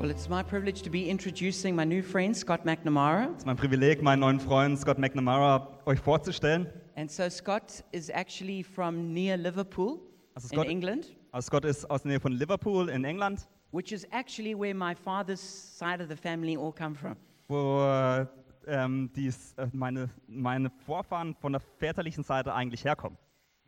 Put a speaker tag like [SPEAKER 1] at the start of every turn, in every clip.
[SPEAKER 1] Well, it's my privilege to be introducing my new friend, Scott McNamara.
[SPEAKER 2] Es ist mein Privileg, meinen neuen Freund Scott McNamara euch vorzustellen.
[SPEAKER 1] And so, Scott is actually from near Liverpool
[SPEAKER 2] Also
[SPEAKER 1] in
[SPEAKER 2] Scott-
[SPEAKER 1] England,
[SPEAKER 2] Also Scott ist aus der Nähe von Liverpool in England,
[SPEAKER 1] which is actually where my father's side of the family all come from.
[SPEAKER 2] wo äh, ähm, dies, äh, meine, meine Vorfahren von der väterlichen Seite eigentlich herkommen.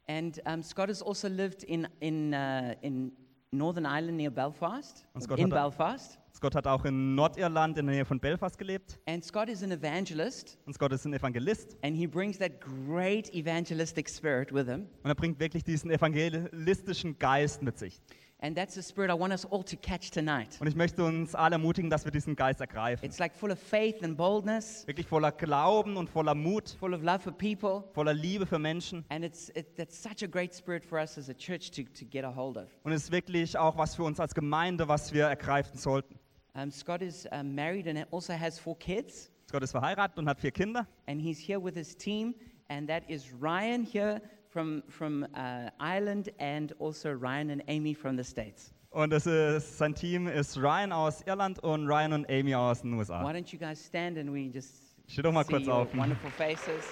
[SPEAKER 1] And um, Scott has also lived in, in, uh, in Northern Ireland near Belfast,
[SPEAKER 2] Und Scott
[SPEAKER 1] in
[SPEAKER 2] hat-
[SPEAKER 1] Belfast.
[SPEAKER 2] Scott hat auch in Nordirland in der Nähe von Belfast gelebt
[SPEAKER 1] And Scott is an evangelist,
[SPEAKER 2] und Scott ist ein Evangelist
[SPEAKER 1] and he brings that great evangelistic spirit with him.
[SPEAKER 2] und er bringt wirklich diesen evangelistischen Geist mit sich.
[SPEAKER 1] And that's the spirit I want us all to catch tonight.
[SPEAKER 2] Und ich möchte uns alle ermutigen, dass wir diesen Geist ergreifen.
[SPEAKER 1] It's like full of faith and boldness,
[SPEAKER 2] Wirklich voller Glauben und voller Mut,
[SPEAKER 1] full of love for people.
[SPEAKER 2] voller Liebe für Menschen.
[SPEAKER 1] And it's it, that's such a great spirit for us as a church to, to get a hold of.
[SPEAKER 2] Und es ist wirklich auch was für uns als Gemeinde, was wir ergreifen sollten.
[SPEAKER 1] Um, Scott is uh, married and also has four kids,
[SPEAKER 2] Scott ist verheiratet und hat vier Kinder.
[SPEAKER 1] and he's here with his team, and that is Ryan here from from uh, Ireland, and also Ryan and Amy from the States.
[SPEAKER 2] Und es ist, sein Team ist Ryan aus Irland und Ryan und Amy aus den
[SPEAKER 1] Why
[SPEAKER 2] USA.
[SPEAKER 1] don't you guys stand and we just
[SPEAKER 2] Steht doch mal
[SPEAKER 1] see
[SPEAKER 2] kurz
[SPEAKER 1] your
[SPEAKER 2] auf.
[SPEAKER 1] wonderful faces.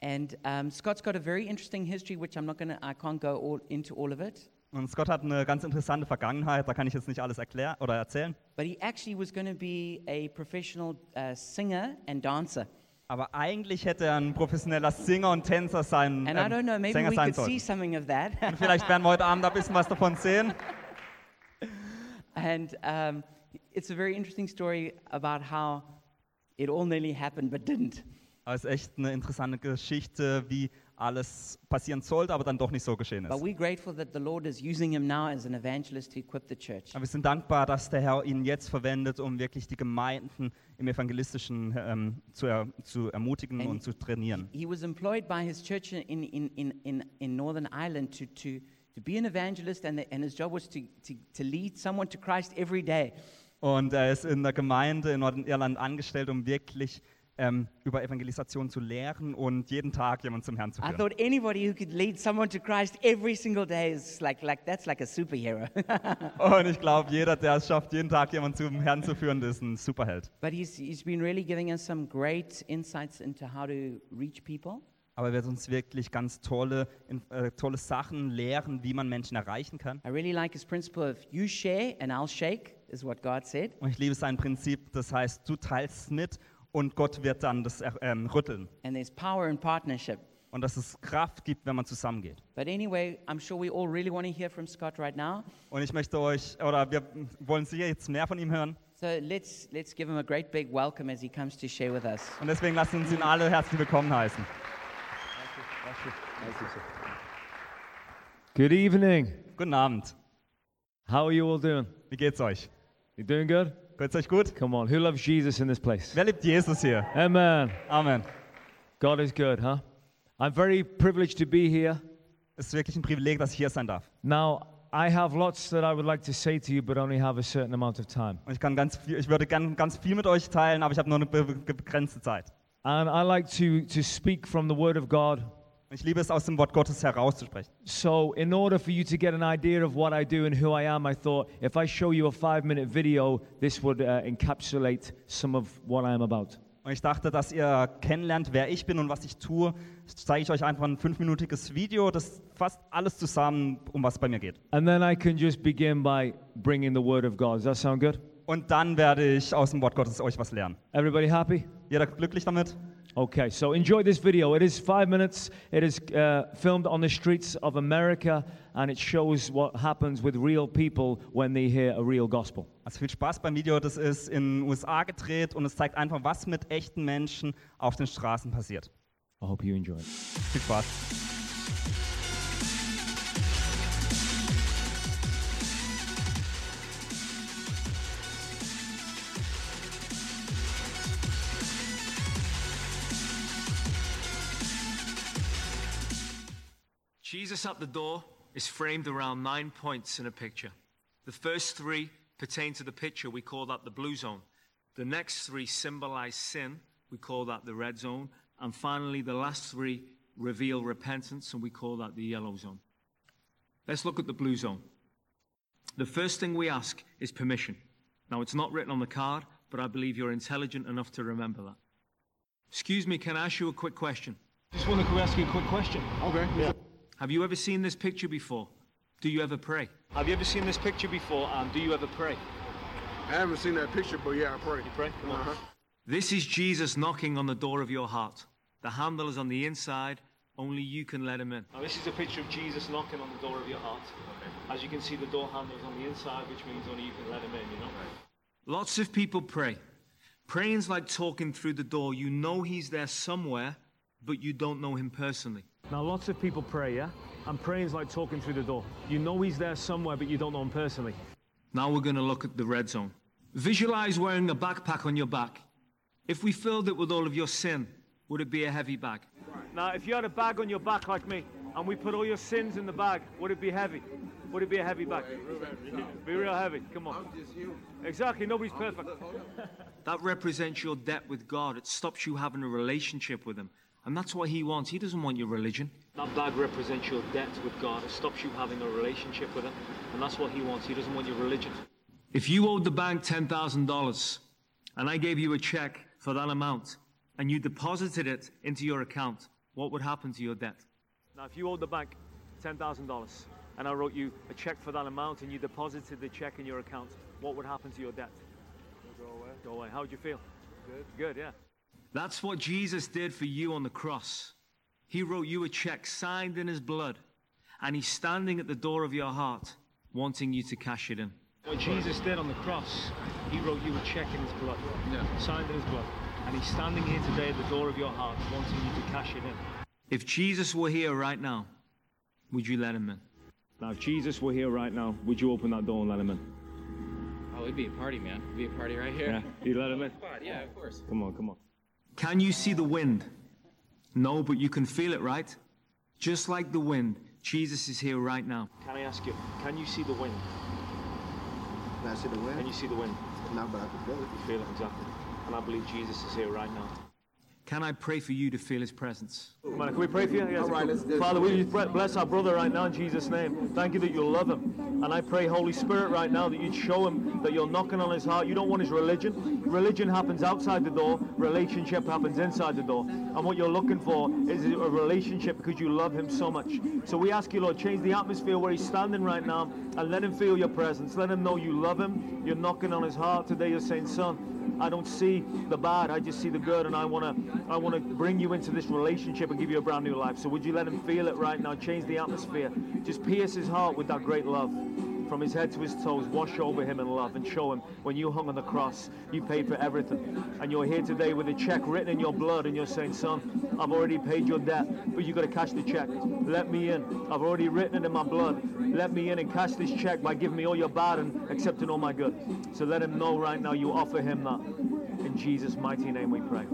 [SPEAKER 1] And um, Scott's got a very interesting history, which I'm not gonna, I can't go all, into all of it.
[SPEAKER 2] Und Scott hat eine ganz interessante Vergangenheit, da kann ich jetzt nicht alles erklären oder erzählen.
[SPEAKER 1] But he actually was going to be a professional uh, singer and dancer.
[SPEAKER 2] Aber eigentlich hätte er ein professioneller Singer und Tänzer sein,
[SPEAKER 1] And I
[SPEAKER 2] ähm,
[SPEAKER 1] don't know, maybe
[SPEAKER 2] Sänger
[SPEAKER 1] we
[SPEAKER 2] sein
[SPEAKER 1] could see
[SPEAKER 2] sollen.
[SPEAKER 1] something of that.
[SPEAKER 2] Und vielleicht werden wir heute Abend ein bisschen was davon sehen.
[SPEAKER 1] and um, it's a very interesting story about how it all nearly happened but didn't.
[SPEAKER 2] Aber es ist echt eine interessante Geschichte, wie alles passieren sollte, aber dann doch nicht so geschehen ist.
[SPEAKER 1] But we're grateful that the Lord is using him now as an evangelist to equip the church.
[SPEAKER 2] Aber wir sind dankbar, dass der Herr ihn jetzt verwendet, um wirklich die Gemeinden im Evangelistischen ähm, zu, er, zu ermutigen
[SPEAKER 1] Ein-
[SPEAKER 2] und zu trainieren.
[SPEAKER 1] He was employed by his church in, in, in, in, in Northern Ireland to, to, to be an evangelist, and, the, and his job was to, to, to lead someone to Christ every day.
[SPEAKER 2] Und er ist in der Gemeinde in Nordirland angestellt, um wirklich ähm, über Evangelisation zu lehren und jeden Tag jemanden zum Herrn zu
[SPEAKER 1] I
[SPEAKER 2] führen.
[SPEAKER 1] thought anybody who could lead someone to Christ every single day is like, like that's like a superhero.
[SPEAKER 2] Und ich glaube, jeder, der es schafft, jeden Tag jemanden zum Herrn zu führen, ist ein Superheld.
[SPEAKER 1] but he's, he's been really giving us some great insights into how to reach people.
[SPEAKER 2] Aber er wird uns wirklich ganz tolle, in- äh, tolle Sachen lehren, wie man Menschen erreichen kann.
[SPEAKER 1] I really like his principle of you share and I'll shake, is what God said.
[SPEAKER 2] Und ich liebe sein Prinzip, das heißt, du teilst mit und Gott wird dann das er- ähm, rütteln.
[SPEAKER 1] And there's power in partnership.
[SPEAKER 2] und dass es Kraft gibt, wenn man zusammengeht.
[SPEAKER 1] But anyway, I'm sure we all really want to hear from Scott right now.
[SPEAKER 2] Und ich möchte euch, oder wir wollen sicher jetzt mehr von ihm hören.
[SPEAKER 1] So let's, let's give him a great big welcome as he comes to share with us.
[SPEAKER 2] Und deswegen lasst uns ihn alle herzlich willkommen heißen.
[SPEAKER 3] Good evening.
[SPEAKER 2] Guten Abend.
[SPEAKER 3] How are you all doing?
[SPEAKER 2] Wie geht's euch?
[SPEAKER 3] You doing good?
[SPEAKER 2] Geht's euch gut?
[SPEAKER 3] Come on, who loves Jesus in this place?
[SPEAKER 2] Wer liebt Jesus hier?
[SPEAKER 3] Amen.
[SPEAKER 2] Amen.
[SPEAKER 3] God is good, huh? I'm very privileged to be here.
[SPEAKER 2] Es ist wirklich ein Privileg, dass ich hier sein darf.
[SPEAKER 3] Now, I have lots that I would like to say to you, but only have a certain amount of time.
[SPEAKER 2] Und ich kann ganz viel, ich würde gern ganz viel mit euch teilen, aber ich habe nur eine be- begrenzte Zeit.
[SPEAKER 3] And I like to, to speak from the Word of God.
[SPEAKER 2] Und ich liebe es, aus dem Wort Gottes herauszusprechen.
[SPEAKER 3] So, in order for you to get an idea of what I do and who I am, I thought if I show you a five minute video, this would uh, encapsulate some of what I am about.
[SPEAKER 2] Und ich dachte, dass ihr kennenlernt, wer ich bin und was ich tue. Zeige ich euch einfach ein fünfminütiges Video, das fasst alles zusammen, um was bei mir geht.
[SPEAKER 3] And then I can just begin by bringing the Word of God. Does that sound good?
[SPEAKER 2] Und dann werde ich aus dem Wort Gottes euch was lernen.
[SPEAKER 3] Everybody happy?
[SPEAKER 2] Jeder glücklich damit?
[SPEAKER 3] Okay, so enjoy this video. It is five minutes. It is uh, filmed on the streets of America, and it shows what happens with real people when they hear a real gospel.
[SPEAKER 2] Also viel Spaß beim Video. Das ist in den USA gedreht und es zeigt einfach, was mit echten Menschen auf den Straßen passiert.
[SPEAKER 3] I hope you enjoy it.
[SPEAKER 2] Viel Spaß.
[SPEAKER 4] Jesus at the door is framed around nine points in a picture. The first three pertain to the picture, we call that the blue zone. The next three symbolize sin, we call that the red zone. And finally, the last three reveal repentance, and we call that the yellow zone.
[SPEAKER 5] Let's look at the blue zone. The first thing we ask is permission. Now, it's not written on the card, but I believe you're intelligent enough to remember that. Excuse me, can I ask you a quick question?
[SPEAKER 3] Just wanted to ask you a quick question.
[SPEAKER 6] Okay. Yeah.
[SPEAKER 5] Have you ever seen this picture before? Do you ever pray?
[SPEAKER 3] Have you ever seen this picture before? And do you ever pray?
[SPEAKER 6] I haven't seen that picture, but yeah, I pray.
[SPEAKER 3] You pray? Come on.
[SPEAKER 6] Uh-huh.
[SPEAKER 5] This is Jesus knocking on the door of your heart. The handle is on the inside, only you can let him in.
[SPEAKER 3] Now, this is a picture of Jesus knocking on the door of your heart. As you can see, the door handle is on the inside, which means only you can let him in, you know?
[SPEAKER 5] Lots of people pray. Praying's like talking through the door. You know he's there somewhere, but you don't know him personally.
[SPEAKER 3] Now, lots of people pray, yeah? And praying's like talking through the door. You know he's there somewhere, but you don't know him personally.
[SPEAKER 5] Now we're going to look at the red zone. Visualize wearing a backpack on your back. If we filled it with all of your sin, would it be a heavy bag?
[SPEAKER 3] Now, if you had a bag on your back like me, and we put all your sins in the bag, would it be heavy? Would it be a heavy bag? Be real heavy. Come on. Exactly. Nobody's perfect.
[SPEAKER 5] That represents your debt with God. It stops you having a relationship with him. And that's what he wants. He doesn't want your religion.
[SPEAKER 3] That bag represents your debt with God. It stops you having a relationship with Him, and that's what He wants. He doesn't want your religion.
[SPEAKER 5] If you owed the bank $10,000 and I gave you a check for that amount and you deposited it into your account, what would happen to your debt?
[SPEAKER 3] Now, if you owed the bank $10,000 and I wrote you a check for that amount and you deposited the check in your account, what would happen to your debt? Go away. Go away. How would you feel? Good. Good, yeah.
[SPEAKER 5] That's what Jesus did for you on the cross. He wrote you a check signed in his blood, and he's standing at the door of your heart wanting you to cash it in.
[SPEAKER 3] What Jesus did on the cross, He wrote you a check in His blood, signed in His blood, and He's standing here today at the door of your heart wanting you to cash it in.
[SPEAKER 5] If Jesus were here right now, would you let him in?
[SPEAKER 3] Now, if Jesus were here right now, would you open that door and let Him in?
[SPEAKER 7] Oh, it'd be a party, man. It'd be a party right here.
[SPEAKER 3] Yeah, you let Him in.
[SPEAKER 7] God, yeah, of course.
[SPEAKER 3] Come on, come on.
[SPEAKER 5] Can you see the wind? No, but you can feel it, right? Just like the wind, Jesus is here right now.
[SPEAKER 3] Can I ask you? Can you see the wind?
[SPEAKER 6] Can I see the
[SPEAKER 3] Can
[SPEAKER 6] wind?
[SPEAKER 3] you see the wind?
[SPEAKER 6] Not but I can feel it.
[SPEAKER 3] You feel it exactly. And I believe Jesus is here right now.
[SPEAKER 5] Can I pray for you to feel his presence?
[SPEAKER 3] Come on, can we pray for you? Yes,
[SPEAKER 6] All right,
[SPEAKER 3] come.
[SPEAKER 6] let's do it.
[SPEAKER 3] Father, we just bre- bless our brother right now in Jesus' name. Thank you that you love him. And I pray, Holy Spirit, right now that you'd show him that you're knocking on his heart. You don't want his religion. Religion happens outside the door, relationship happens inside the door. And what you're looking for is a relationship because you love him so much. So we ask you, Lord, change the atmosphere where he's standing right now and let him feel your presence. Let him know you love him. You're knocking on his heart today. You're saying, son, I don't see the bad. I just see the good, and I wanna, I wanna bring you into this relationship and give you a brand new life. So would you let him feel it right now? Change the atmosphere. Just pierce his heart with that great love. From his head to his toes, wash over him in love and show him when you hung on the cross, you paid for everything. And you're here today with a check written in your blood, and you're saying, Son, I've already paid your debt, but you got to cash the check. Let me in. I've already written it in my blood. Let me in and cash this check by giving me all your bad and accepting all my good. So let him know right now you offer him that. In Jesus' mighty name we pray.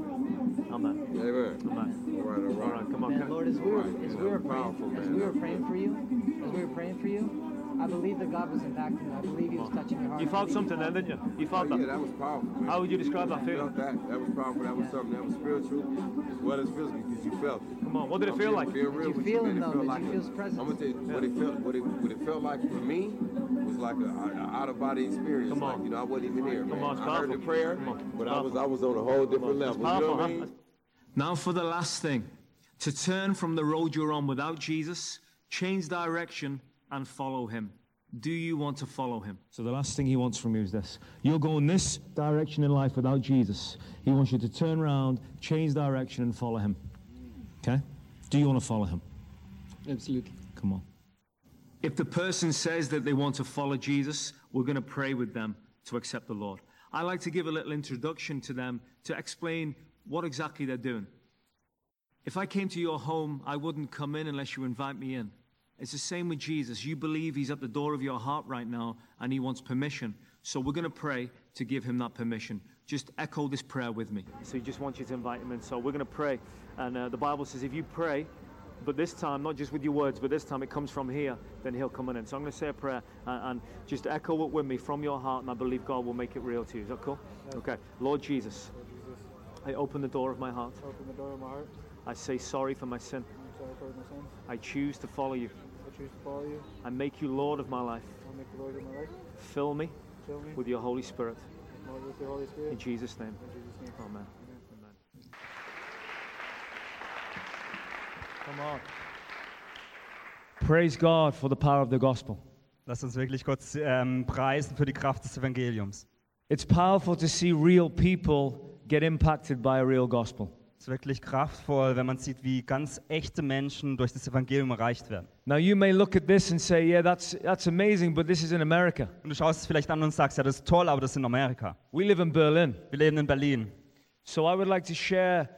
[SPEAKER 3] Amen.
[SPEAKER 6] Amen.
[SPEAKER 3] Amen.
[SPEAKER 6] All right, all
[SPEAKER 3] All
[SPEAKER 6] right.
[SPEAKER 3] right, come on.
[SPEAKER 8] Man,
[SPEAKER 3] come on.
[SPEAKER 8] Lord, as we were,
[SPEAKER 6] Right,
[SPEAKER 8] as
[SPEAKER 6] yeah,
[SPEAKER 8] we were
[SPEAKER 6] powerful,
[SPEAKER 8] praying, as
[SPEAKER 6] man.
[SPEAKER 8] we were praying for you, as we were praying for you, I believe that God was impacting. I believe He was touching your heart.
[SPEAKER 3] You
[SPEAKER 8] I
[SPEAKER 3] felt
[SPEAKER 8] believe
[SPEAKER 3] something then, didn't you? You felt
[SPEAKER 6] Oh, yeah,
[SPEAKER 3] that.
[SPEAKER 6] that was powerful, man.
[SPEAKER 3] How would you describe that
[SPEAKER 6] you
[SPEAKER 3] feeling?
[SPEAKER 6] felt that? That was powerful. That was something. That was spiritual as well as physical because you felt it.
[SPEAKER 3] Come on, what did it feel like?
[SPEAKER 6] Feel real
[SPEAKER 8] you
[SPEAKER 6] with
[SPEAKER 8] feel
[SPEAKER 6] man.
[SPEAKER 8] him,
[SPEAKER 6] It
[SPEAKER 8] though?
[SPEAKER 6] felt
[SPEAKER 8] Did
[SPEAKER 6] like
[SPEAKER 8] you
[SPEAKER 6] a-
[SPEAKER 8] feel his presence?
[SPEAKER 6] I'm gonna tell you what it felt. What it what it felt like for me was like a, a out of body experience.
[SPEAKER 3] Come on.
[SPEAKER 6] Like, you know, I wasn't even there. man.
[SPEAKER 3] on, it's
[SPEAKER 6] I heard the
[SPEAKER 3] powerful.
[SPEAKER 6] prayer,
[SPEAKER 3] Come on,
[SPEAKER 6] but I was I was on a whole different level. You know
[SPEAKER 3] powerful,
[SPEAKER 6] what I
[SPEAKER 3] huh?
[SPEAKER 6] mean?
[SPEAKER 5] Now, for the last thing to turn from the road you're on without Jesus, change direction, and follow him. Do you want to follow him?
[SPEAKER 3] So the last thing he wants from you is this. You're going this direction in life without Jesus. He wants you to turn around, change direction, and follow him. Okay? Do you want to follow him?
[SPEAKER 7] Absolutely.
[SPEAKER 3] Come on.
[SPEAKER 5] If the person says that they want to follow Jesus, we're going to pray with them to accept the Lord. I like to give a little introduction to them to explain what exactly they're doing. If I came to your home, I wouldn't come in unless you invite me in. It's the same with Jesus. You believe he's at the door of your heart right now and he wants permission. So we're going to pray to give him that permission. Just echo this prayer with me.
[SPEAKER 3] So he just wants you to invite him in. So we're going to pray. And uh, the Bible says if you pray, but this time, not just with your words, but this time it comes from here, then he'll come in. So I'm going to say a prayer and, and just echo it with me from your heart, and I believe God will make it real to you. Is that cool? Okay. Lord Jesus, I open the door of my heart.
[SPEAKER 8] Open the door of my heart.
[SPEAKER 3] I say sorry for my sin.
[SPEAKER 8] I'm sorry for my sins.
[SPEAKER 3] I choose to follow you.
[SPEAKER 8] I choose to follow you.
[SPEAKER 9] and make you Lord of my life.
[SPEAKER 8] I'll make the Lord of my life.
[SPEAKER 9] Fill me
[SPEAKER 8] Fill me
[SPEAKER 9] with your Holy Spirit.
[SPEAKER 8] with the Holy
[SPEAKER 9] In
[SPEAKER 8] Spirit.
[SPEAKER 9] Jesus' name.
[SPEAKER 8] In Jesus' name.
[SPEAKER 9] Amen.
[SPEAKER 8] Amen.
[SPEAKER 9] Come on.
[SPEAKER 3] Praise God for the power of the gospel.
[SPEAKER 2] Lasst uns wirklich kurz ähm, preisen für die Kraft des Evangeliums.
[SPEAKER 3] It's powerful to see real people get impacted by a real gospel.
[SPEAKER 2] Es ist wirklich kraftvoll, wenn man sieht, wie ganz echte Menschen durch das Evangelium erreicht werden.
[SPEAKER 3] Now, you may look at this and say, yeah, that's, that's amazing, but this is in America.
[SPEAKER 2] Und du schaust es vielleicht an und sagst, ja, das ist toll, aber das ist in Amerika.
[SPEAKER 3] We live in Berlin.
[SPEAKER 2] Wir leben in Berlin.
[SPEAKER 3] So, I would like to share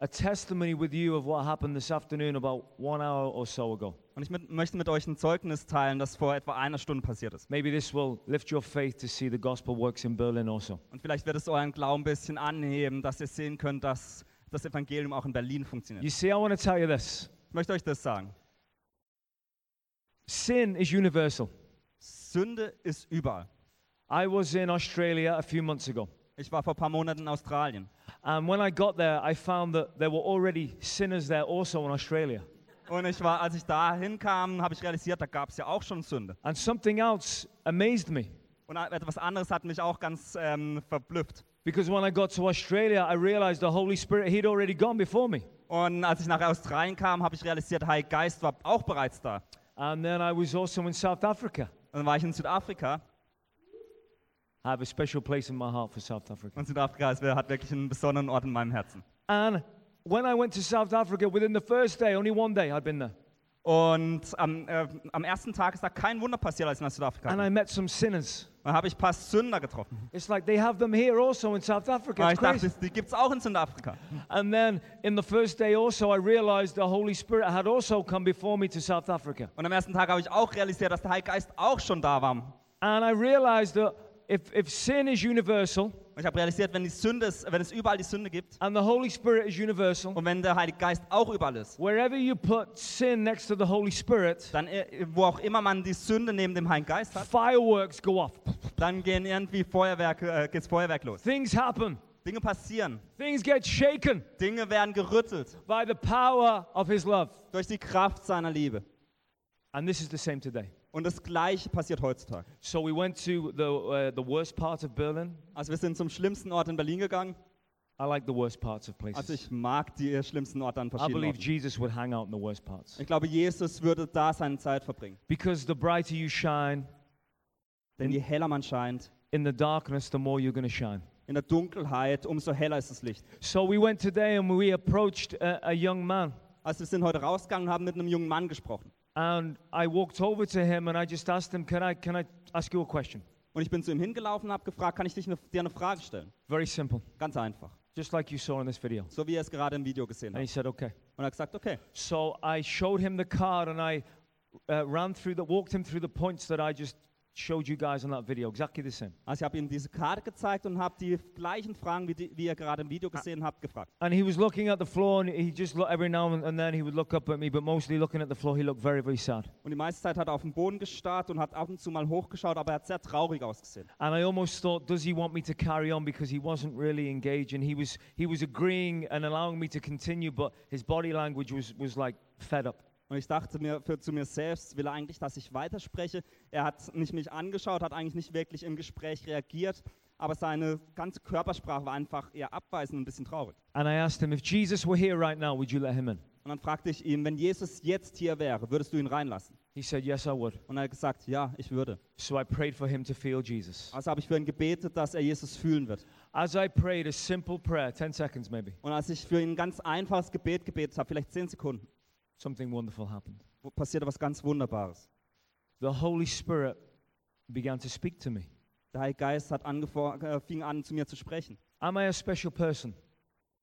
[SPEAKER 3] a testimony with you of what happened this afternoon about one hour or so ago.
[SPEAKER 2] Und ich mit, möchte mit euch ein Zeugnis teilen, das vor etwa einer Stunde passiert ist.
[SPEAKER 3] Maybe this will lift your faith to see the gospel works in Berlin also.
[SPEAKER 2] Und vielleicht wird es euren Glauben ein bisschen anheben, dass ihr sehen könnt, dass das Evangelium auch in Berlin funktioniert.
[SPEAKER 3] You see, I want to tell you this
[SPEAKER 2] Ich möchte euch das sagen.
[SPEAKER 3] sin is universal.
[SPEAKER 2] Sünde ist überall.
[SPEAKER 3] I was in Australia a few months ago.
[SPEAKER 2] Ich war vor ein paar Monaten in Australien.
[SPEAKER 3] And when I got there, I found that there were already sinners there also in Australia.
[SPEAKER 2] Und ich war, als ich da hinkam, habe ich realisiert, da gab es ja auch schon Sünde.
[SPEAKER 3] And something else amazed me
[SPEAKER 2] Und etwas anderes hat mich auch ganz ähm, verblüfft.
[SPEAKER 3] because when I got to Australia, I realized the Holy Spirit, He'd already gone before me.
[SPEAKER 2] Und als ich nach Australien kam, habe ich realisiert, Heil Geist war auch bereits da.
[SPEAKER 3] And then I was also in South Africa.
[SPEAKER 2] Und dann war ich in Südafrika.
[SPEAKER 3] I have a special place in my heart for South Africa.
[SPEAKER 2] Und Südafrika ist, hat wirklich einen besonderen Ort in meinem Herzen.
[SPEAKER 3] And when I went to South Africa, within the first day, only one day I'd been there,
[SPEAKER 2] Und am, äh, am ersten Tag ist da kein Wunder passiert, als ich nach Südafrika
[SPEAKER 3] and
[SPEAKER 2] kam.
[SPEAKER 3] I met some sinners.
[SPEAKER 2] Dann habe ich ein paar Sünder getroffen.
[SPEAKER 3] It's like they have them here also in South Africa.
[SPEAKER 2] Weil
[SPEAKER 3] It's
[SPEAKER 2] Ah, ich dachte,
[SPEAKER 3] crazy.
[SPEAKER 2] die gibt es auch in Südafrika.
[SPEAKER 3] And then in the first day also, I realized the Holy Spirit had also come before me to South Africa.
[SPEAKER 2] Und am ersten Tag habe ich auch realisiert, dass der Heil Geist auch schon da war. Und
[SPEAKER 3] And I realized that if, if sin is universal
[SPEAKER 2] ich habe realisiert, wenn, die Sünde ist, wenn es überall die Sünde gibt
[SPEAKER 3] and the Holy Spirit is universal,
[SPEAKER 2] und wenn der Heilige Geist auch überall ist,
[SPEAKER 3] wherever you put sin next to the Holy Spirit,
[SPEAKER 2] dann, äh, wo auch immer man die Sünde neben dem Heiligen Geist hat,
[SPEAKER 3] fireworks go off.
[SPEAKER 2] dann gehen irgendwie Feuerwerke, äh, geht's Feuerwerk los.
[SPEAKER 3] Things happen.
[SPEAKER 2] Dinge passieren.
[SPEAKER 3] Things get shaken
[SPEAKER 2] Dinge werden gerüttelt
[SPEAKER 3] by the power of His love.
[SPEAKER 2] durch die Kraft seiner Liebe.
[SPEAKER 3] And this is the same today.
[SPEAKER 2] Und das Gleiche passiert heutzutage.
[SPEAKER 3] So we went to the, uh, the worst part of Berlin.
[SPEAKER 2] Also wir sind zum schlimmsten Ort in Berlin gegangen.
[SPEAKER 3] I like the worst parts of
[SPEAKER 2] Also
[SPEAKER 3] places.
[SPEAKER 2] ich mag die schlimmsten Orte an
[SPEAKER 3] I
[SPEAKER 2] verschiedenen
[SPEAKER 3] believe
[SPEAKER 2] Orten.
[SPEAKER 3] Jesus would hang out in the worst parts.
[SPEAKER 2] Ich glaube, Jesus würde da seine Zeit verbringen.
[SPEAKER 3] Because the brighter you shine,
[SPEAKER 2] Denn je heller man scheint,
[SPEAKER 3] in the darkness, the more you're going to shine.
[SPEAKER 2] in der Dunkelheit, umso heller ist das Licht.
[SPEAKER 3] So we went today and we approached a, a young man.
[SPEAKER 2] Also wir sind heute rausgegangen und haben mit einem jungen Mann gesprochen.
[SPEAKER 3] And I walked over to him and I just asked him, Can I, can I ask you a question?
[SPEAKER 2] Und ich bin zu ihm hingelaufen und habe gefragt, kann ich dich ne, dir eine Frage stellen?
[SPEAKER 3] Very simple,
[SPEAKER 2] Ganz einfach.
[SPEAKER 3] just like you saw in this video.
[SPEAKER 2] So wie er es gerade im Video gesehen
[SPEAKER 3] And
[SPEAKER 2] hat.
[SPEAKER 3] he said, Okay.
[SPEAKER 2] Und er hat gesagt, okay.
[SPEAKER 3] So I showed him the card and I uh, ran through the, walked him through the points that I just showed you guys on that video, exactly the same.
[SPEAKER 2] Also ich habe ihm diese Karte gezeigt und habe die gleichen Fragen, wie, die, wie ihr gerade im Video gesehen habt, gefragt.
[SPEAKER 3] And he was looking at the floor and he just looked every now and, and then he would look up at me, but mostly looking at the floor, he looked very, very sad.
[SPEAKER 2] Und die meiste Zeit hat er auf den Boden gestarrt und hat ab und zu mal hochgeschaut, aber er hat sehr traurig ausgesehen.
[SPEAKER 3] And I almost thought, does he want me to carry on? Because he wasn't really engaging. He was, he was agreeing and allowing me to continue, but his body language was, was like fed up.
[SPEAKER 2] Und ich dachte mir für, zu mir selbst, will er eigentlich, dass ich weiterspreche? Er hat nicht mich angeschaut, hat eigentlich nicht wirklich im Gespräch reagiert, aber seine ganze Körpersprache war einfach eher abweisend und ein bisschen traurig.
[SPEAKER 3] And I asked him, if Jesus were here right now, would you let him in?
[SPEAKER 2] Und dann fragte ich ihn, wenn Jesus jetzt hier wäre, würdest du ihn reinlassen?
[SPEAKER 3] He said, yes, I would.
[SPEAKER 2] Und er hat gesagt, ja, ich würde.
[SPEAKER 3] So I prayed for him to feel Jesus.
[SPEAKER 2] Also habe ich für ihn gebetet, dass er Jesus fühlen wird.
[SPEAKER 3] As I prayed, a simple prayer, 10 seconds maybe,
[SPEAKER 2] Und als ich für ihn ein ganz einfaches Gebet gebetet habe, vielleicht zehn Sekunden,
[SPEAKER 3] something wonderful happened.
[SPEAKER 2] wo- passierte was ganz Wunderbares.
[SPEAKER 3] The Holy Spirit began to speak to me.
[SPEAKER 2] Der Heilige Geist hat angefo- äh, fing an, zu mir zu sprechen.
[SPEAKER 3] Am I a special person?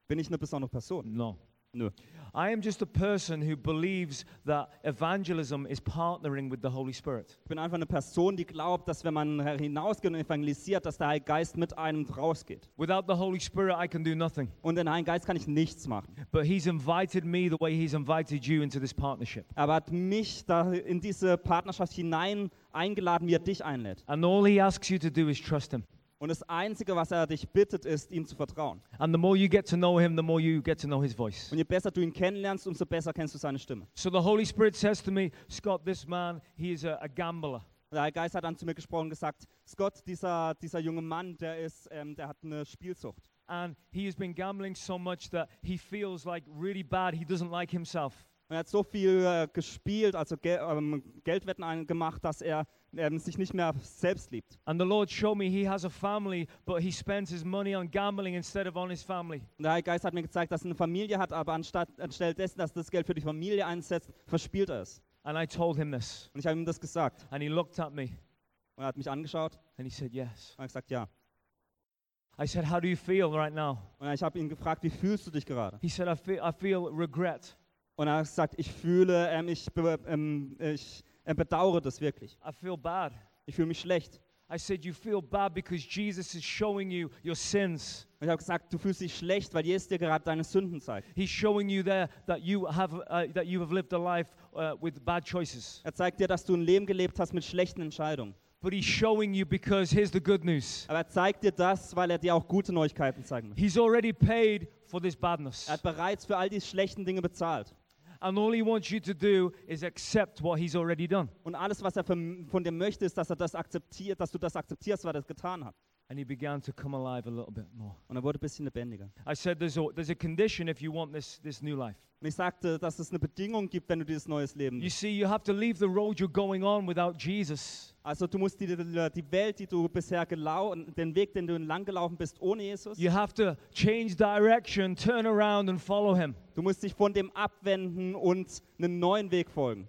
[SPEAKER 2] Bin ich eine besondere Person?
[SPEAKER 3] No.
[SPEAKER 2] Nö.
[SPEAKER 3] I am just a person who believes that evangelism is partnering with the Holy Spirit.
[SPEAKER 2] Ich bin einfach eine Person, die glaubt, dass wenn man hinausgeht und evangelisiert, dass der Heilige Geist mit einem rausgeht.
[SPEAKER 3] Without the Holy Spirit, I can do nothing.
[SPEAKER 2] Und den Heiligen Geist kann ich nichts machen.
[SPEAKER 3] But He's invited me the way He's invited you into this partnership.
[SPEAKER 2] Aber er hat mich da in diese Partnerschaft hinein eingeladen, wie er dich einlädt.
[SPEAKER 3] And all He asks you to do is trust Him.
[SPEAKER 2] Und das Einzige, was er dich bittet, ist, ihm zu vertrauen.
[SPEAKER 3] And the more you get to know him, the more you get to know his voice.
[SPEAKER 2] Und je besser du ihn kennenlernst, umso besser kennst du seine Stimme.
[SPEAKER 3] So the Holy Spirit says to me, Scott, this man, he is a, a gambler.
[SPEAKER 2] Der Heilige Geist hat dann zu mir gesprochen und gesagt, Scott, dieser, dieser junge Mann, der, ist, ähm, der hat eine Spielsucht.
[SPEAKER 3] And he has been gambling so much that he feels like really bad. He doesn't like himself.
[SPEAKER 2] Und er hat so viel äh, gespielt, also Gel ähm, Geldwetten ein- gemacht, dass er ähm, sich nicht mehr selbst liebt.
[SPEAKER 3] And the Lord showed me he has a family, but he spends his money on gambling instead of on his family.
[SPEAKER 2] Und der Heilige Geist hat mir gezeigt, dass er eine Familie hat, aber anstatt, anstelle dessen, dass er das Geld für die Familie einsetzt, verspielt er es.
[SPEAKER 3] And I told him this.
[SPEAKER 2] Und ich habe ihm das gesagt.
[SPEAKER 3] And he looked at me
[SPEAKER 2] Und er hat mich angeschaut und
[SPEAKER 3] and he said, Yes.
[SPEAKER 2] er hat gesagt, ja.
[SPEAKER 3] I said, How do you feel right now?
[SPEAKER 2] Und ich habe ihn gefragt, wie fühlst du dich gerade?
[SPEAKER 3] He said, I feel, I feel regret.
[SPEAKER 2] Und er hat gesagt, ich fühle, ähm, ich, be ähm, ich äh, bedauere das wirklich.
[SPEAKER 3] I feel bad.
[SPEAKER 2] Ich fühle mich schlecht.
[SPEAKER 3] I said, You feel bad because Jesus is showing you your sins.
[SPEAKER 2] Und ich habe gesagt, du fühlst dich schlecht, weil Jesus dir gerade deine Sünden zeigt.
[SPEAKER 3] He's showing you there that you have, uh, that you have lived a life uh, with bad choices.
[SPEAKER 2] Er zeigt dir, dass du ein Leben gelebt hast mit schlechten Entscheidungen.
[SPEAKER 3] But he's showing you because here's the good news
[SPEAKER 2] Aber er zeigt dir das, weil er dir auch gute Neuigkeiten zeigen möchte.
[SPEAKER 3] He's already paid for this badness.
[SPEAKER 2] Er hat bereits für all die schlechten Dinge bezahlt.
[SPEAKER 3] And all he wants you to do is accept what he's already done.
[SPEAKER 2] Und alles, was er von, von dir möchte, ist, dass er das akzeptiert, dass du das akzeptierst, was er getan hat.
[SPEAKER 3] And he began to come alive a little bit more.
[SPEAKER 2] Und er wurde ein bisschen lebendiger.
[SPEAKER 3] I said, There's a, there's a condition if you want this, this new life.
[SPEAKER 2] Und ich sagte, dass es eine Bedingung gibt, wenn du dieses neues Leben
[SPEAKER 3] You see, you have to leave the road you're going on without Jesus.
[SPEAKER 2] Also du musst die, die die Welt, die du bisher gelaufen, den Weg, den du entlang gelaufen bist, ohne Jesus,
[SPEAKER 3] You have to change direction, turn around, and follow him.
[SPEAKER 2] du musst dich von dem abwenden und einen neuen Weg folgen.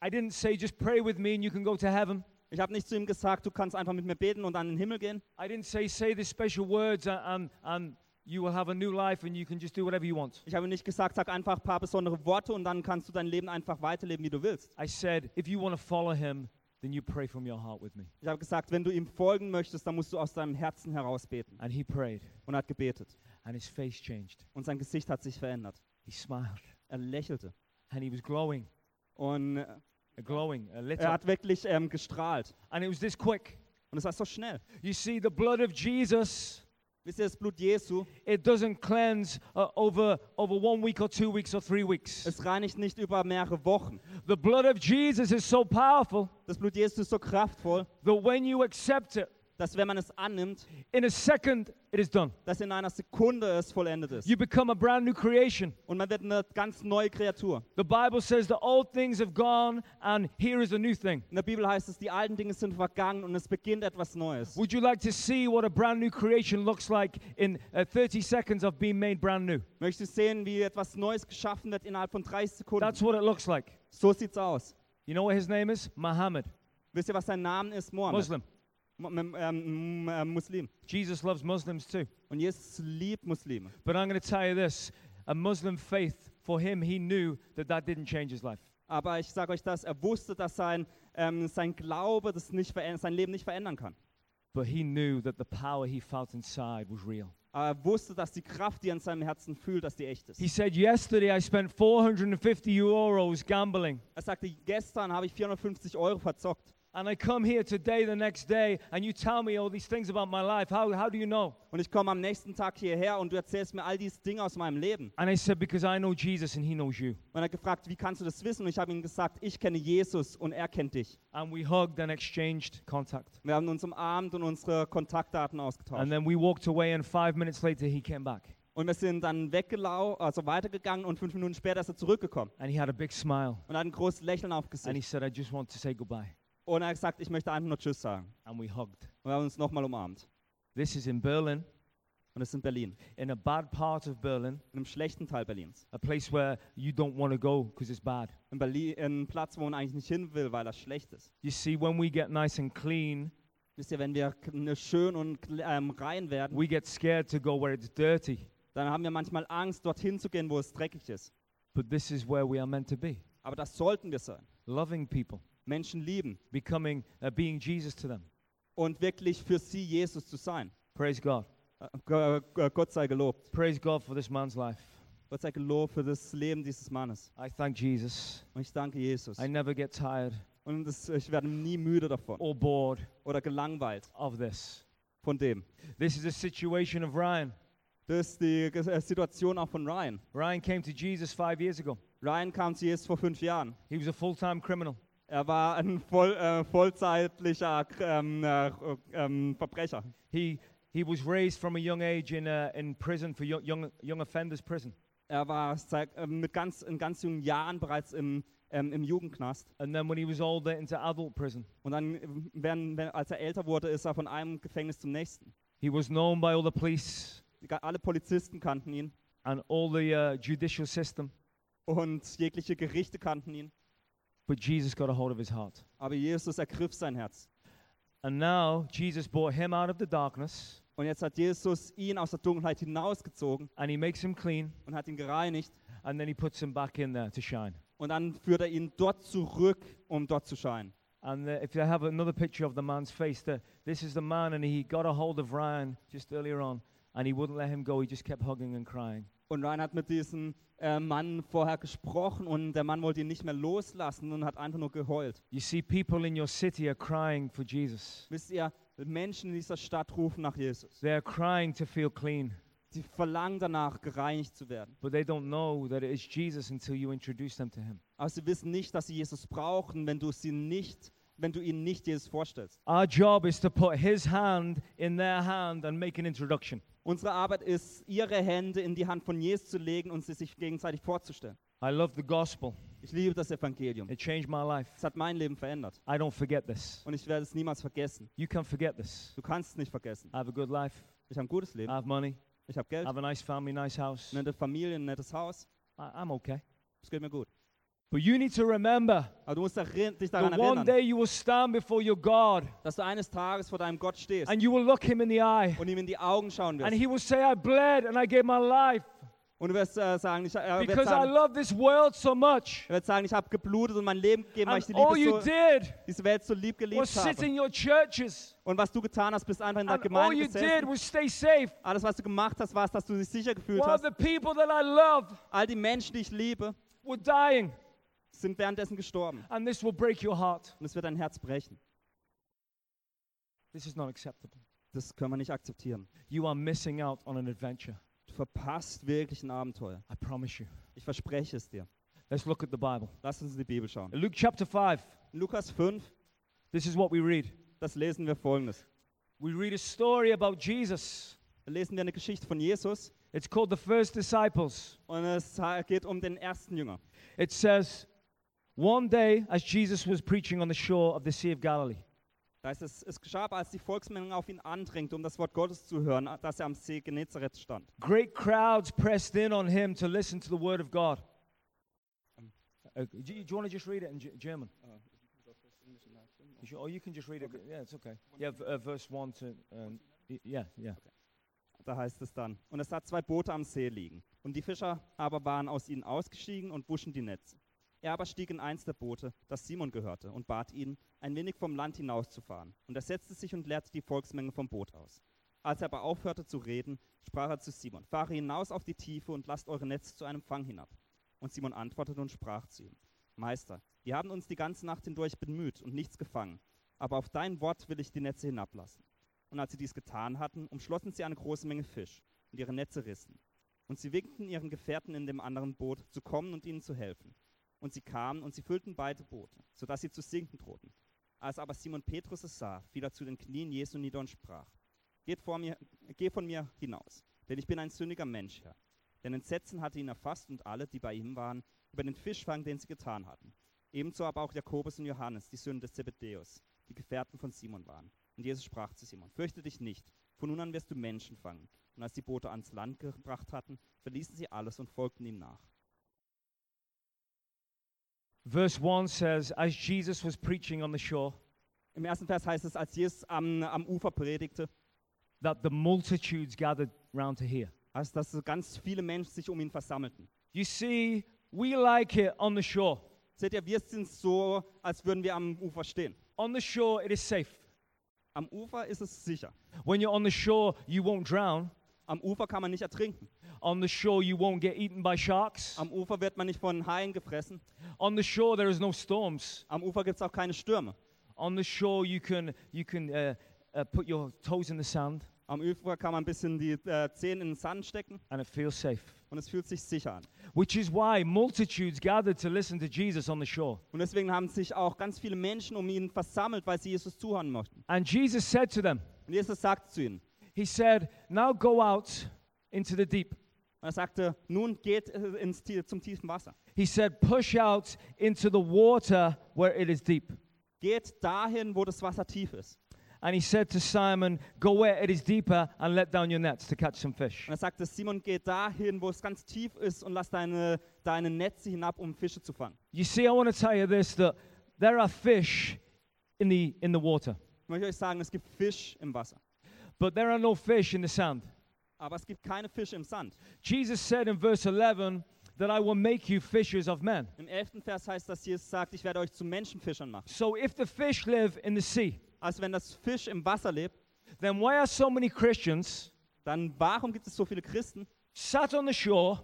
[SPEAKER 3] I didn't say just pray with me and you can go to heaven.
[SPEAKER 2] Ich habe nicht zu ihm gesagt, du kannst einfach mit mir beten und an den Himmel gehen.
[SPEAKER 3] I didn't say say these special words a- and, and you will have a new life and you can just do whatever you want.
[SPEAKER 2] Ich habe ihm nicht gesagt, sag einfach ein paar besondere Worte und dann kannst du dein Leben einfach weiterleben, wie du willst.
[SPEAKER 3] I said, if you want to follow him, then you pray from your heart with me.
[SPEAKER 2] Ich habe gesagt, wenn du ihm folgen möchtest, dann musst du aus deinem Herzen heraus beten.
[SPEAKER 3] And he prayed,
[SPEAKER 2] Und er hat gebetet.
[SPEAKER 3] and his face changed.
[SPEAKER 2] Und sein Gesicht hat sich verändert.
[SPEAKER 3] He smiled,
[SPEAKER 2] Er lächelte.
[SPEAKER 3] and he was glowing,
[SPEAKER 2] Und äh,
[SPEAKER 3] uh, glowing, a little.
[SPEAKER 2] er hat wirklich ähm, gestrahlt.
[SPEAKER 3] and it was this quick.
[SPEAKER 2] Und es war so schnell.
[SPEAKER 3] You see, the blood of Jesus,
[SPEAKER 2] Wisst ihr, das Blut Jesu
[SPEAKER 3] it doesn't cleanse uh, over, over one week or two weeks or three weeks.
[SPEAKER 2] Es reinigt nicht über mehrere Wochen.
[SPEAKER 3] The blood of Jesus is so powerful
[SPEAKER 2] Das Blut Jesu ist so kraftvoll,
[SPEAKER 3] that when you accept it,
[SPEAKER 2] dass wenn man es annimmt,
[SPEAKER 3] in a second, it is done.
[SPEAKER 2] dass in einer Sekunde es vollendet ist.
[SPEAKER 3] You become a brand new creation.
[SPEAKER 2] Und man wird eine ganz neue Kreatur.
[SPEAKER 3] The Bible says the old things have gone and here is a new thing.
[SPEAKER 2] In der Bibel heißt es, die alten Dinge sind vergangen und es beginnt etwas Neues.
[SPEAKER 3] Would you like to see what a brand new creation looks like in uh, 30 seconds of being made brand new?
[SPEAKER 2] Möchtest du sehen, wie etwas Neues geschaffen wird innerhalb von 30 Sekunden?
[SPEAKER 3] That's what it looks like.
[SPEAKER 2] so sieht's aus.
[SPEAKER 3] You know what his name is? Muhammad,
[SPEAKER 2] Wisst ihr, was sein Name ist? Mohammed.
[SPEAKER 3] Muslim.
[SPEAKER 2] Mu- ähm, ähm, äh, Muslim.
[SPEAKER 3] Jesus loves Muslims too.
[SPEAKER 2] Und Jesus liebt Muslime.
[SPEAKER 3] But I'm going to tell you this a Muslim faith, for him, he knew that that didn't change his life.
[SPEAKER 2] Aber ich sage euch das, er wusste, dass sein, ähm, sein Glaube das nicht verändern- sein Leben nicht verändern kann.
[SPEAKER 3] But he knew that the power he felt inside was real.
[SPEAKER 2] Aber er wusste, dass die Kraft, die er in seinem Herzen fühlt, dass die echt ist.
[SPEAKER 3] He said, Yesterday I spent 450 euros gambling.
[SPEAKER 2] Er sagte, gestern habe ich 450 Euro verzockt.
[SPEAKER 3] And I come here today, the next day, and you tell me all these things about my life. How, how do you know?
[SPEAKER 2] Und ich komme am nächsten Tag hierher und du erzählst mir all diese Dinge aus meinem Leben.
[SPEAKER 3] And I said, Because I know Jesus and he knows you.
[SPEAKER 2] Und er hat gefragt, wie kannst du das wissen? Und ich habe ihm gesagt, ich kenne Jesus und er kennt dich.
[SPEAKER 3] And we hugged and exchanged contact.
[SPEAKER 2] Wir haben uns umarmt und unsere Kontaktdaten
[SPEAKER 3] And
[SPEAKER 2] ausgetauscht.
[SPEAKER 3] then we walked away, and five minutes later, he came back.
[SPEAKER 2] Und wir sind dann weggelaufen, also weitergegangen und fünf Minuten später ist er zurückgekommen.
[SPEAKER 3] And he had a big smile.
[SPEAKER 2] Und hat ein großes Lächeln auf
[SPEAKER 3] And he
[SPEAKER 2] Gesicht.
[SPEAKER 3] said, I just want to say goodbye.
[SPEAKER 2] Und er hat gesagt, ich möchte einfach nur Tschüss sagen.
[SPEAKER 3] And we hugged.
[SPEAKER 2] Und wir haben uns nochmal umarmt.
[SPEAKER 3] This is in Berlin,
[SPEAKER 2] Und das ist in Berlin,
[SPEAKER 3] in a bad part of Berlin,
[SPEAKER 2] in einem schlechten Teil Berlins.
[SPEAKER 3] a place where you don't want to go because it's bad.
[SPEAKER 2] In Berlin, in einem Platz, wo man eigentlich nicht hin will, weil das schlecht ist.
[SPEAKER 3] You see, when we get nice and clean,
[SPEAKER 2] Wisst ihr, wenn wir k- ne schön und kl- ähm, rein werden,
[SPEAKER 3] we get scared to go where it's dirty.
[SPEAKER 2] dann haben wir manchmal Angst, dorthin zu gehen, wo es dreckig ist.
[SPEAKER 3] But this is where we are meant to be
[SPEAKER 2] Aber das sollten wir sein.
[SPEAKER 3] loving people,
[SPEAKER 2] Menschen lieben
[SPEAKER 3] becoming, uh, being Jesus to them.
[SPEAKER 2] und wirklich für sie Jesus zu sein.
[SPEAKER 3] Praise God.
[SPEAKER 2] Äh, G- G- Gott sei gelobt.
[SPEAKER 3] Praise God for this man's life.
[SPEAKER 2] Gott sei gelobt für das Leben dieses Mannes.
[SPEAKER 3] I thank Jesus.
[SPEAKER 2] Und ich danke Jesus.
[SPEAKER 3] I never get tired Oh.
[SPEAKER 2] Und das, ich werde nie müde davon
[SPEAKER 3] or bored
[SPEAKER 2] oder gelangweilt
[SPEAKER 3] of this.
[SPEAKER 2] von dem.
[SPEAKER 3] This is the situation of Ryan.
[SPEAKER 2] Das ist die Ge- äh, Situation auch von Ryan.
[SPEAKER 3] Ryan came to Jesus five years ago.
[SPEAKER 2] Ryan kam zu Jesus vor fünf Jahren.
[SPEAKER 3] He was a full time criminal.
[SPEAKER 2] Er war ein voll, äh, vollzeitlicher ähm, äh, ähm, Verbrecher.
[SPEAKER 3] He, he was raised from a young age in, uh, in prison for young, young, young offenders prison.
[SPEAKER 2] Er war seit, ähm, mit ganz, in ganz jungen Jahren bereits im, ähm, im Jugendknast.
[SPEAKER 3] And then when he was older, into adult prison.
[SPEAKER 2] Und dann, ähm, während, wenn- als er älter wurde, ist er von einem Gefängnis zum nächsten.
[SPEAKER 3] He was known by all the police
[SPEAKER 2] Die ga- Alle Polizisten kannten ihn
[SPEAKER 3] and all the uh, judicial system,
[SPEAKER 2] und jegliche Gerichte kannten ihn.
[SPEAKER 3] but Jesus got a hold of his heart.
[SPEAKER 2] Aber Jesus ergriff sein Herz.
[SPEAKER 3] And now Jesus brought him out of the darkness
[SPEAKER 2] Und jetzt hat Jesus ihn aus der Dunkelheit hinausgezogen
[SPEAKER 3] and he makes him clean
[SPEAKER 2] und hat ihn gereinigt.
[SPEAKER 3] and then he puts him back in there to shine.
[SPEAKER 2] Und dann führt er ihn dort zurück, um dort zu scheinen.
[SPEAKER 3] And uh, if you have another picture of the man's face, there, this is the man, and he got a hold of Ryan just earlier on, and he wouldn't let him go. He just kept hugging and crying.
[SPEAKER 2] Und Ryan hat mit diesem äh, Mann vorher gesprochen und der Mann wollte ihn nicht mehr loslassen und hat einfach nur geheult.
[SPEAKER 3] You see, people in your city are crying for Jesus.
[SPEAKER 2] Wisst ihr, Menschen in dieser Stadt rufen nach Jesus.
[SPEAKER 3] They're crying to feel clean,
[SPEAKER 2] Sie verlangen danach, gereinigt zu werden.
[SPEAKER 3] but they don't know that it is Jesus until you introduce them to him.
[SPEAKER 2] Aber sie wissen nicht, dass sie Jesus brauchen, wenn du sie nicht, wenn du ihnen nicht Jesus vorstellst.
[SPEAKER 3] Our job is to put his hand in their hand and make an introduction.
[SPEAKER 2] Unsere Arbeit ist, ihre Hände in die Hand von Jesus zu legen und sie sich gegenseitig vorzustellen.
[SPEAKER 3] I love the gospel,
[SPEAKER 2] Ich liebe das Evangelium.
[SPEAKER 3] it changed my life.
[SPEAKER 2] Es hat mein Leben verändert
[SPEAKER 3] I don't forget this.
[SPEAKER 2] und ich werde es niemals vergessen.
[SPEAKER 3] You can't forget this.
[SPEAKER 2] Du kannst es nicht vergessen.
[SPEAKER 3] I have a good life.
[SPEAKER 2] Ich habe ein gutes Leben.
[SPEAKER 3] I have money.
[SPEAKER 2] Ich habe
[SPEAKER 3] I
[SPEAKER 2] Geld,
[SPEAKER 3] have a nice family, nice house.
[SPEAKER 2] nette Familie, ein nettes Haus.
[SPEAKER 3] I, I'm okay.
[SPEAKER 2] Es geht mir gut.
[SPEAKER 3] But you need to remember
[SPEAKER 2] Aber du musst errin- dich daran
[SPEAKER 3] that one
[SPEAKER 2] erinnern,
[SPEAKER 3] day you will stand before your God
[SPEAKER 2] dass du eines Tages vor deinem Gott stehst
[SPEAKER 3] and you will look him in the eye
[SPEAKER 2] und ihm in die Augen schauen
[SPEAKER 3] and
[SPEAKER 2] wirst.
[SPEAKER 3] he will say, I bled and I gave my life
[SPEAKER 2] Und du wirst äh, sagen, ich, äh, wird
[SPEAKER 3] because I
[SPEAKER 2] sagen,
[SPEAKER 3] love this world so much.
[SPEAKER 2] er wird sagen, ich habe geblutet und mein Leben gegeben, weil
[SPEAKER 3] And
[SPEAKER 2] ich die
[SPEAKER 3] all you
[SPEAKER 2] Liebe so,
[SPEAKER 3] did
[SPEAKER 2] diese Welt so lieb
[SPEAKER 3] was
[SPEAKER 2] geliebt
[SPEAKER 3] sit
[SPEAKER 2] habe.
[SPEAKER 3] in your churches.
[SPEAKER 2] Und was du getan hast, bist einfach in der
[SPEAKER 3] And all
[SPEAKER 2] Gemeinde
[SPEAKER 3] you did
[SPEAKER 2] gesessen.
[SPEAKER 3] was stay safe.
[SPEAKER 2] Alles, was du gemacht hast, war es, dass du dich sicher gefühlt
[SPEAKER 3] While
[SPEAKER 2] hast.
[SPEAKER 3] the people that I love
[SPEAKER 2] All die Menschen, die ich liebe,
[SPEAKER 3] were dying.
[SPEAKER 2] sind währenddessen gestorben.
[SPEAKER 3] And this will break your heart.
[SPEAKER 2] Und es wird dein Herz brechen.
[SPEAKER 3] This is not acceptable.
[SPEAKER 2] Das können wir nicht akzeptieren.
[SPEAKER 3] You are missing out on an adventure.
[SPEAKER 2] Du verpasst wirklich ein Abenteuer.
[SPEAKER 3] I promise you.
[SPEAKER 2] Ich verspreche es dir.
[SPEAKER 3] Let's look at the Bible.
[SPEAKER 2] Lass uns in die Bibel schauen.
[SPEAKER 3] Luke chapter 5,
[SPEAKER 2] In Lukas 5,
[SPEAKER 3] this is what we read.
[SPEAKER 2] das lesen wir folgendes.
[SPEAKER 3] We read a story about Jesus.
[SPEAKER 2] Da lesen wir eine Geschichte von Jesus
[SPEAKER 3] It's called the first disciples.
[SPEAKER 2] und es ha- geht um den ersten Jünger.
[SPEAKER 3] It says, One day, as Jesus was preaching on the shore of the Sea of Galilee,
[SPEAKER 2] Da heißt es, es geschah, aber, als die Volksmenge auf ihn andrängte, um das Wort Gottes zu hören, dass er am See Genezareth stand.
[SPEAKER 3] great crowds pressed in on him to listen to the word of God. Uh, do you, want to just read it in G- German? You sure? Or you can just read it. Yeah, it's okay. Yeah, v- uh, verse 1 to. Um, y- yeah, yeah.
[SPEAKER 2] Da heißt es dann, und es sah zwei Boote am See liegen. Und die Fischer aber waren aus ihnen ausgestiegen und wuschen die Netze. Er aber stieg in eins der Boote, das Simon gehörte, und bat ihn, ein wenig vom Land hinauszufahren. Und er setzte sich und leerte die Volksmenge vom Boot aus. Als er aber aufhörte zu reden, sprach er zu Simon, fahre hinaus auf die Tiefe und lasst eure Netze zu einem Fang hinab. Und Simon antwortete und sprach zu ihm, Meister, wir haben uns die ganze Nacht hindurch bemüht und nichts gefangen, aber auf dein Wort will ich die Netze hinablassen. Und als sie dies getan hatten, umschlossen sie eine große Menge Fisch und ihre Netze rissen. Und sie winkten ihren Gefährten in dem anderen Boot, zu kommen und ihnen zu helfen. Und sie kamen und sie füllten beide Boote, sodass sie zu sinken drohten. Als aber Simon Petrus es sah, fiel er zu den Knien Jesu nieder und sprach, Geht vor mir, geh von mir hinaus, denn ich bin ein sündiger Mensch, Herr. Denn Entsetzen hatte ihn erfasst und alle, die bei ihm waren, über den Fischfang, den sie getan hatten. Ebenso aber auch Jakobus und Johannes, die Söhne des Zebedäus, die Gefährten von Simon waren. Und Jesus sprach zu Simon, fürchte dich nicht, von nun an wirst du Menschen fangen. Und als die Boote ans Land gebracht hatten, verließen sie alles und folgten ihm nach.
[SPEAKER 3] Verse 1 says, As Jesus was preaching on the shore,
[SPEAKER 2] Im ersten Vers heißt es, als Jesus am, am Ufer predigte,
[SPEAKER 3] that the multitudes gathered round to hear.
[SPEAKER 2] heißt, dass so ganz viele Menschen sich um ihn versammelten.
[SPEAKER 3] You see, we like it on the shore.
[SPEAKER 2] Seht ihr, wir sind so, als würden wir am Ufer stehen.
[SPEAKER 3] On the shore, it is safe.
[SPEAKER 2] Am Ufer ist es sicher.
[SPEAKER 3] When you're on the shore, you won't drown.
[SPEAKER 2] Am Ufer kann man nicht ertrinken.
[SPEAKER 3] On the shore, you won't get eaten by sharks.
[SPEAKER 2] Am Ufer wird man nicht von Haien gefressen.
[SPEAKER 3] On the shore, there is no storms.
[SPEAKER 2] Am Ufer gibt es auch keine Stürme.
[SPEAKER 3] On the shore, you can you can uh, uh, put your toes in the sand
[SPEAKER 2] Am Ölfeuer kann man ein bisschen die äh, Zehen in den Sand stecken
[SPEAKER 3] and it feels safe.
[SPEAKER 2] und es fühlt sich sicher an.
[SPEAKER 3] Which is why multitudes gathered to listen to Jesus on the shore.
[SPEAKER 2] Und deswegen haben sich auch ganz viele Menschen um ihn versammelt, weil sie Jesus zuhören möchten.
[SPEAKER 3] And Jesus said to them,
[SPEAKER 2] Und Jesus sagt zu ihnen,
[SPEAKER 3] He said, Now go out into the deep.
[SPEAKER 2] und er sagte, nun geht äh, ins, Tie- zum tiefen Wasser.
[SPEAKER 3] He said, Push out into the water where it is deep.
[SPEAKER 2] Geht dahin, wo das Wasser tief ist.
[SPEAKER 3] And he said to Simon, Go where it is deeper and let down your nets to catch some fish.
[SPEAKER 2] Und er sagte, Simon, geh dahin, wo es ganz tief ist und lass deine, deine Netze hinab, um Fische zu fangen.
[SPEAKER 3] You see, I want to tell you this that there are fish in the, in the water,
[SPEAKER 2] Ich möchte euch sagen, es gibt Fisch im Wasser,
[SPEAKER 3] but there are no fish in the sand.
[SPEAKER 2] aber es gibt keine Fische im Sand.
[SPEAKER 3] Jesus said in verse 11 that I will make you fishers of men.
[SPEAKER 2] Im 11. Vers heißt, dass Jesus sagt, ich werde euch zu Menschenfischern machen.
[SPEAKER 3] So if the fish live in the sea,
[SPEAKER 2] Also wenn das Fisch im Wasser lebt,
[SPEAKER 3] then why are so many Christians
[SPEAKER 2] dann warum gibt es so viele Christen,
[SPEAKER 3] sat on the shore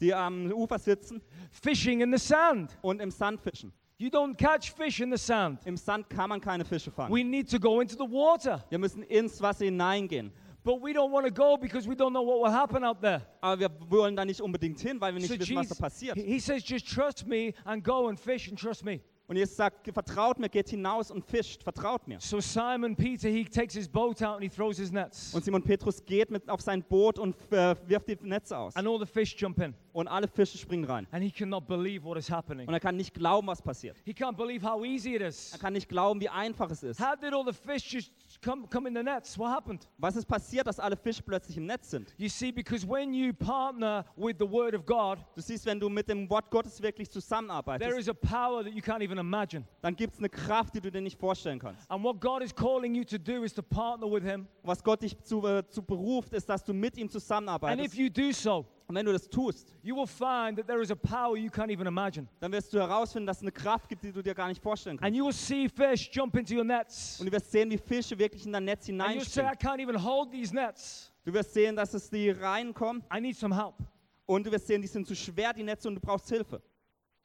[SPEAKER 2] die am Ufer sitzen
[SPEAKER 3] fishing in the sand?
[SPEAKER 2] und im Sand fischen?
[SPEAKER 3] You don't catch fish in the sand.
[SPEAKER 2] Im Sand kann man keine Fische fangen.
[SPEAKER 3] We need to go into the water.
[SPEAKER 2] wir müssen ins Wasser hineingehen.
[SPEAKER 3] But we don't want to go because we don't know what will happen out there.
[SPEAKER 2] Aber wir wollen da nicht unbedingt hin, weil wir nicht
[SPEAKER 3] So
[SPEAKER 2] wissen, was da
[SPEAKER 3] Jesus,
[SPEAKER 2] passiert.
[SPEAKER 3] he, he says, just trust me and go and fish and trust me.
[SPEAKER 2] Und Jesus sagt, vertraut mir, geht hinaus und fischt, vertraut mir.
[SPEAKER 3] So Simon Peter, he takes his boat out and he throws his nets.
[SPEAKER 2] Und Simon Petrus geht mit auf sein Boot und äh, wirft die Netze aus.
[SPEAKER 3] And all the fish jump in.
[SPEAKER 2] Und alle Fische springen rein.
[SPEAKER 3] And he cannot believe what is happening.
[SPEAKER 2] Und er kann nicht glauben, was passiert.
[SPEAKER 3] He can't believe how easy it is.
[SPEAKER 2] Er kann nicht glauben, wie einfach es ist.
[SPEAKER 3] How did all the fish just come, come in the nets? What happened?
[SPEAKER 2] Was ist passiert, dass alle Fische plötzlich im Netz sind?
[SPEAKER 3] You see, because when you partner with the Word of God,
[SPEAKER 2] Du siehst, wenn du mit dem Wort Gottes wirklich
[SPEAKER 3] there
[SPEAKER 2] zusammenarbeitest,
[SPEAKER 3] is a power that you can't even imagine.
[SPEAKER 2] dann gibt es eine Kraft, die du dir nicht vorstellen kannst.
[SPEAKER 3] And what God is calling you to do is to partner with Him.
[SPEAKER 2] Und Was Gott dich zu, äh, zu beruft, ist, dass du mit ihm
[SPEAKER 3] And if
[SPEAKER 2] zusammenarbeitest.
[SPEAKER 3] you do so,
[SPEAKER 2] Und wenn du das tust,
[SPEAKER 3] you will find that there is a power you can't even imagine.
[SPEAKER 2] dann wirst du herausfinden, dass es eine Kraft gibt, die du dir gar nicht vorstellen
[SPEAKER 3] And
[SPEAKER 2] kannst.
[SPEAKER 3] you will see fish jump into your nets.
[SPEAKER 2] Und du wirst sehen, wie Fische wirklich in dein Netz
[SPEAKER 3] And you'll say, I
[SPEAKER 2] hineinspringen.
[SPEAKER 3] can't even hold these nets.
[SPEAKER 2] Du wirst sehen, dass es die reinkommen.
[SPEAKER 3] I need some help.
[SPEAKER 2] Und du wirst sehen, die sind zu schwer, die Netze, und du brauchst Hilfe.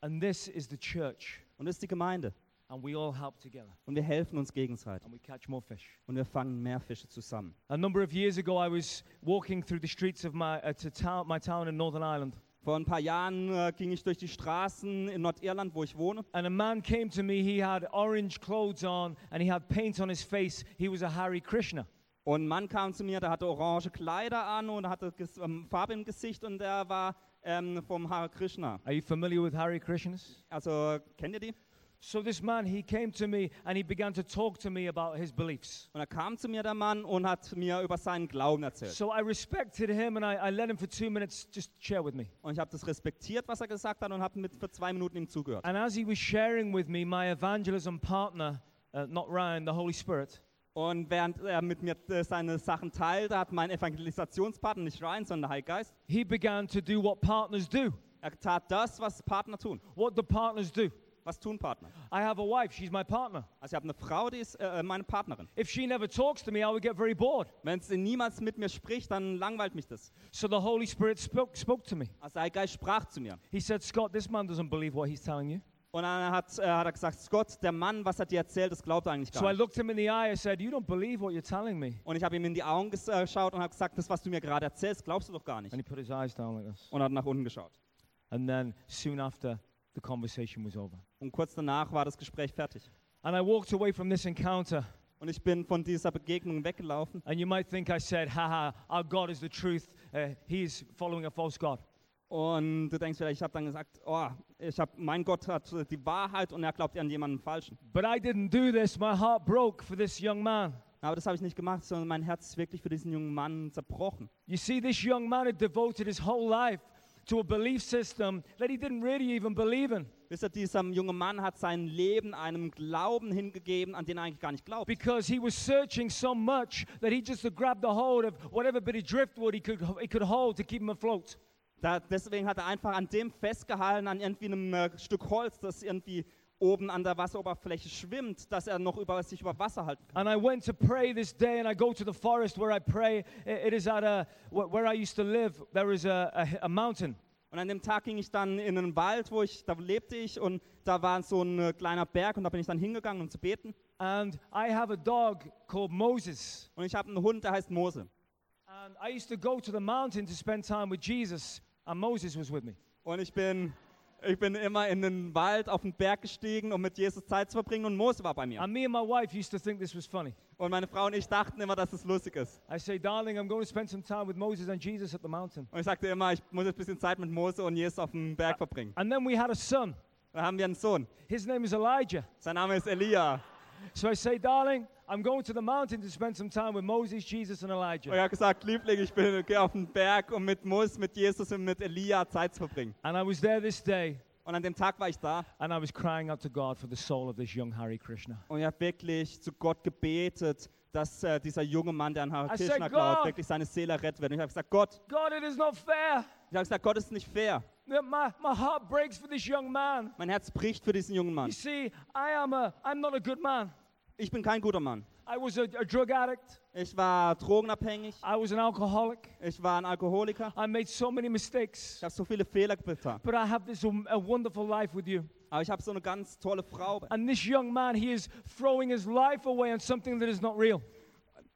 [SPEAKER 3] And this is the church.
[SPEAKER 2] Und das ist die Gemeinde.
[SPEAKER 3] And we all help together
[SPEAKER 2] Und wir helfen uns gegenseitig.
[SPEAKER 3] and we catch more fish.
[SPEAKER 2] Und wir fangen mehr Fische zusammen.
[SPEAKER 3] A number of years ago, I was walking through the streets of my, uh, to town, my town in Northern Ireland.
[SPEAKER 2] Vor ein paar Jahren äh, ging ich durch die Straßen in Nordirland, wo ich wohne.
[SPEAKER 3] And a man came to me. He had orange clothes on and he had paint on his face. He was a Hare Krishna.
[SPEAKER 2] Und ein Mann kam zu mir, der hatte orange Kleider an und hatte ges ähm, Farbe im Gesicht und der war ähm, vom Hare Krishna.
[SPEAKER 3] Are you familiar with Hare Krishnas?
[SPEAKER 2] Also, kennt ihr die?
[SPEAKER 3] So this man, he came to me and he began to talk to me about his beliefs.
[SPEAKER 2] Und er kam zu mir, der Mann, und hat mir über seinen Glauben erzählt.
[SPEAKER 3] So I respected him and I, I let him for two minutes just share with me.
[SPEAKER 2] Und ich habe das respektiert, was er gesagt hat, und habe mit für zwei Minuten ihm zugehört.
[SPEAKER 3] And as he was sharing with me, my evangelism partner, uh, not Ryan, the Holy Spirit,
[SPEAKER 2] Und während er mit mir äh, seine Sachen teilte, hat mein Evangelisationspartner, nicht Ryan, sondern der Heilige Geist,
[SPEAKER 3] he began to do what partners do.
[SPEAKER 2] er tat das, was Partner tun.
[SPEAKER 3] What do partners do?
[SPEAKER 2] Was tun Partner?
[SPEAKER 3] I have a wife, she's my partner.
[SPEAKER 2] Also ich habe eine Frau, die ist äh, meine Partnerin.
[SPEAKER 3] If she never talks to me, I would get very bored.
[SPEAKER 2] Wenn sie niemals mit mir spricht, dann langweilt mich das.
[SPEAKER 3] So the Holy Spirit spoke, spoke to me.
[SPEAKER 2] Also der Heilige Geist sprach zu mir.
[SPEAKER 3] He said, Scott, this man doesn't believe what he's telling you.
[SPEAKER 2] Und dann hat, äh, hat er gesagt, Scott, der Mann, was er dir erzählt, das glaubt er eigentlich
[SPEAKER 3] So I
[SPEAKER 2] gar nicht.
[SPEAKER 3] looked him in the eye, I said, You don't believe what you're telling me.
[SPEAKER 2] Und ich habe ihm in die Augen ges- äh, geschaut und habe gesagt, das, was du mir gerade erzählst, glaubst du doch gar nicht.
[SPEAKER 3] And he put his eyes down like this.
[SPEAKER 2] Und hat nach unten geschaut.
[SPEAKER 3] And then soon after, the conversation was over.
[SPEAKER 2] Und kurz danach war das Gespräch fertig.
[SPEAKER 3] And I walked away from this encounter.
[SPEAKER 2] Und ich bin von dieser Begegnung weggelaufen.
[SPEAKER 3] And you might think I said, haha, our God is the truth. Uh, he is following a false God.
[SPEAKER 2] Und du denkst vielleicht, ich habe dann gesagt, oh, ich hab, mein Gott hat äh, die Wahrheit und er glaubt an jemanden Falschen.
[SPEAKER 3] But I didn't do this. My heart broke for this young man.
[SPEAKER 2] Aber das habe ich nicht gemacht, sondern mein Herz ist wirklich für diesen jungen Mann zerbrochen.
[SPEAKER 3] You see, this young man had devoted his whole life to a belief system that he didn't really even believe in
[SPEAKER 2] Wisst ihr, dieser junge Mann hat sein Leben einem Glauben hingegeben, an den er eigentlich gar nicht glaubt.
[SPEAKER 3] because he was searching so much that he just grabbed a hold of whatever bit of driftwood he could, he could hold to keep him afloat.
[SPEAKER 2] Da, deswegen hat er einfach an dem festgehalten, an irgendwie einem äh, Stück Holz, das irgendwie oben an der Wasseroberfläche schwimmt, dass er noch über sich über Wasser halten kann.
[SPEAKER 3] And I went to pray this day, and I go to the forest where I pray. I- It is at a wh- where I used to live. There is a, a, hi- a mountain,
[SPEAKER 2] Und an dem Tag ging ich dann in einen Wald, wo ich, da lebte ich und da war so ein äh, kleiner Berg und da bin ich dann hingegangen, um zu beten.
[SPEAKER 3] And I have a dog called Moses.
[SPEAKER 2] Und ich habe einen Hund, der heißt Mose.
[SPEAKER 3] And I used to go to the mountain to spend time with Jesus, and Moses was with me.
[SPEAKER 2] Und ich bin, ich bin immer in den Wald auf den Berg gestiegen, um mit Jesus Zeit zu verbringen und Mose war bei mir.
[SPEAKER 3] And me and my wife used to think this was funny.
[SPEAKER 2] Und meine Frau und ich dachten immer, dass es lustig ist.
[SPEAKER 3] I say, darling, I'm going to spend some time with Moses and Jesus at the mountain.
[SPEAKER 2] Und ich sagte immer, ich muss jetzt ein bisschen Zeit mit Mose und Jesus auf dem Berg verbringen.
[SPEAKER 3] And then we had a son.
[SPEAKER 2] Dann haben wir einen Sohn.
[SPEAKER 3] His name is Elijah.
[SPEAKER 2] Sein Name ist Elia.
[SPEAKER 3] So I say, darling, I'm going to the mountain to spend some time with Moses, Jesus, and
[SPEAKER 2] Und ich
[SPEAKER 3] Elijah.
[SPEAKER 2] habe gesagt, Liebling, ich bin gehe auf den Berg, um mit Mose, mit Jesus und mit Elia Zeit zu verbringen.
[SPEAKER 3] And I was there this day,
[SPEAKER 2] Und an dem Tag war ich da
[SPEAKER 3] and I was crying out to God for the soul of this young Hare Krishna.
[SPEAKER 2] und ich habe wirklich zu Gott gebetet, dass äh, dieser junge Mann, der an Hare
[SPEAKER 3] I said,
[SPEAKER 2] Krishna glaubt,
[SPEAKER 3] "God."
[SPEAKER 2] wirklich seine Seele rettet wird. Und ich habe gesagt, Gott,
[SPEAKER 3] God, it is not fair.
[SPEAKER 2] ich habe gesagt, Gott ist nicht fair.
[SPEAKER 3] that My, my heart breaks for this young man.
[SPEAKER 2] Mein Herz bricht für diesen jungen Mann.
[SPEAKER 3] You see, I am a, I'm not a good man.
[SPEAKER 2] Ich bin kein guter Mann.
[SPEAKER 3] I was a, a drug addict.
[SPEAKER 2] Ich war drogenabhängig,
[SPEAKER 3] I was an alcoholic.
[SPEAKER 2] ich war ein Alkoholiker,
[SPEAKER 3] I made so many mistakes.
[SPEAKER 2] ich habe so viele Fehler getan.
[SPEAKER 3] But I have this um, a wonderful life with you.
[SPEAKER 2] Aber ich habe so eine ganz tolle Frau.
[SPEAKER 3] And this young man, he is throwing his life away on something that is not real.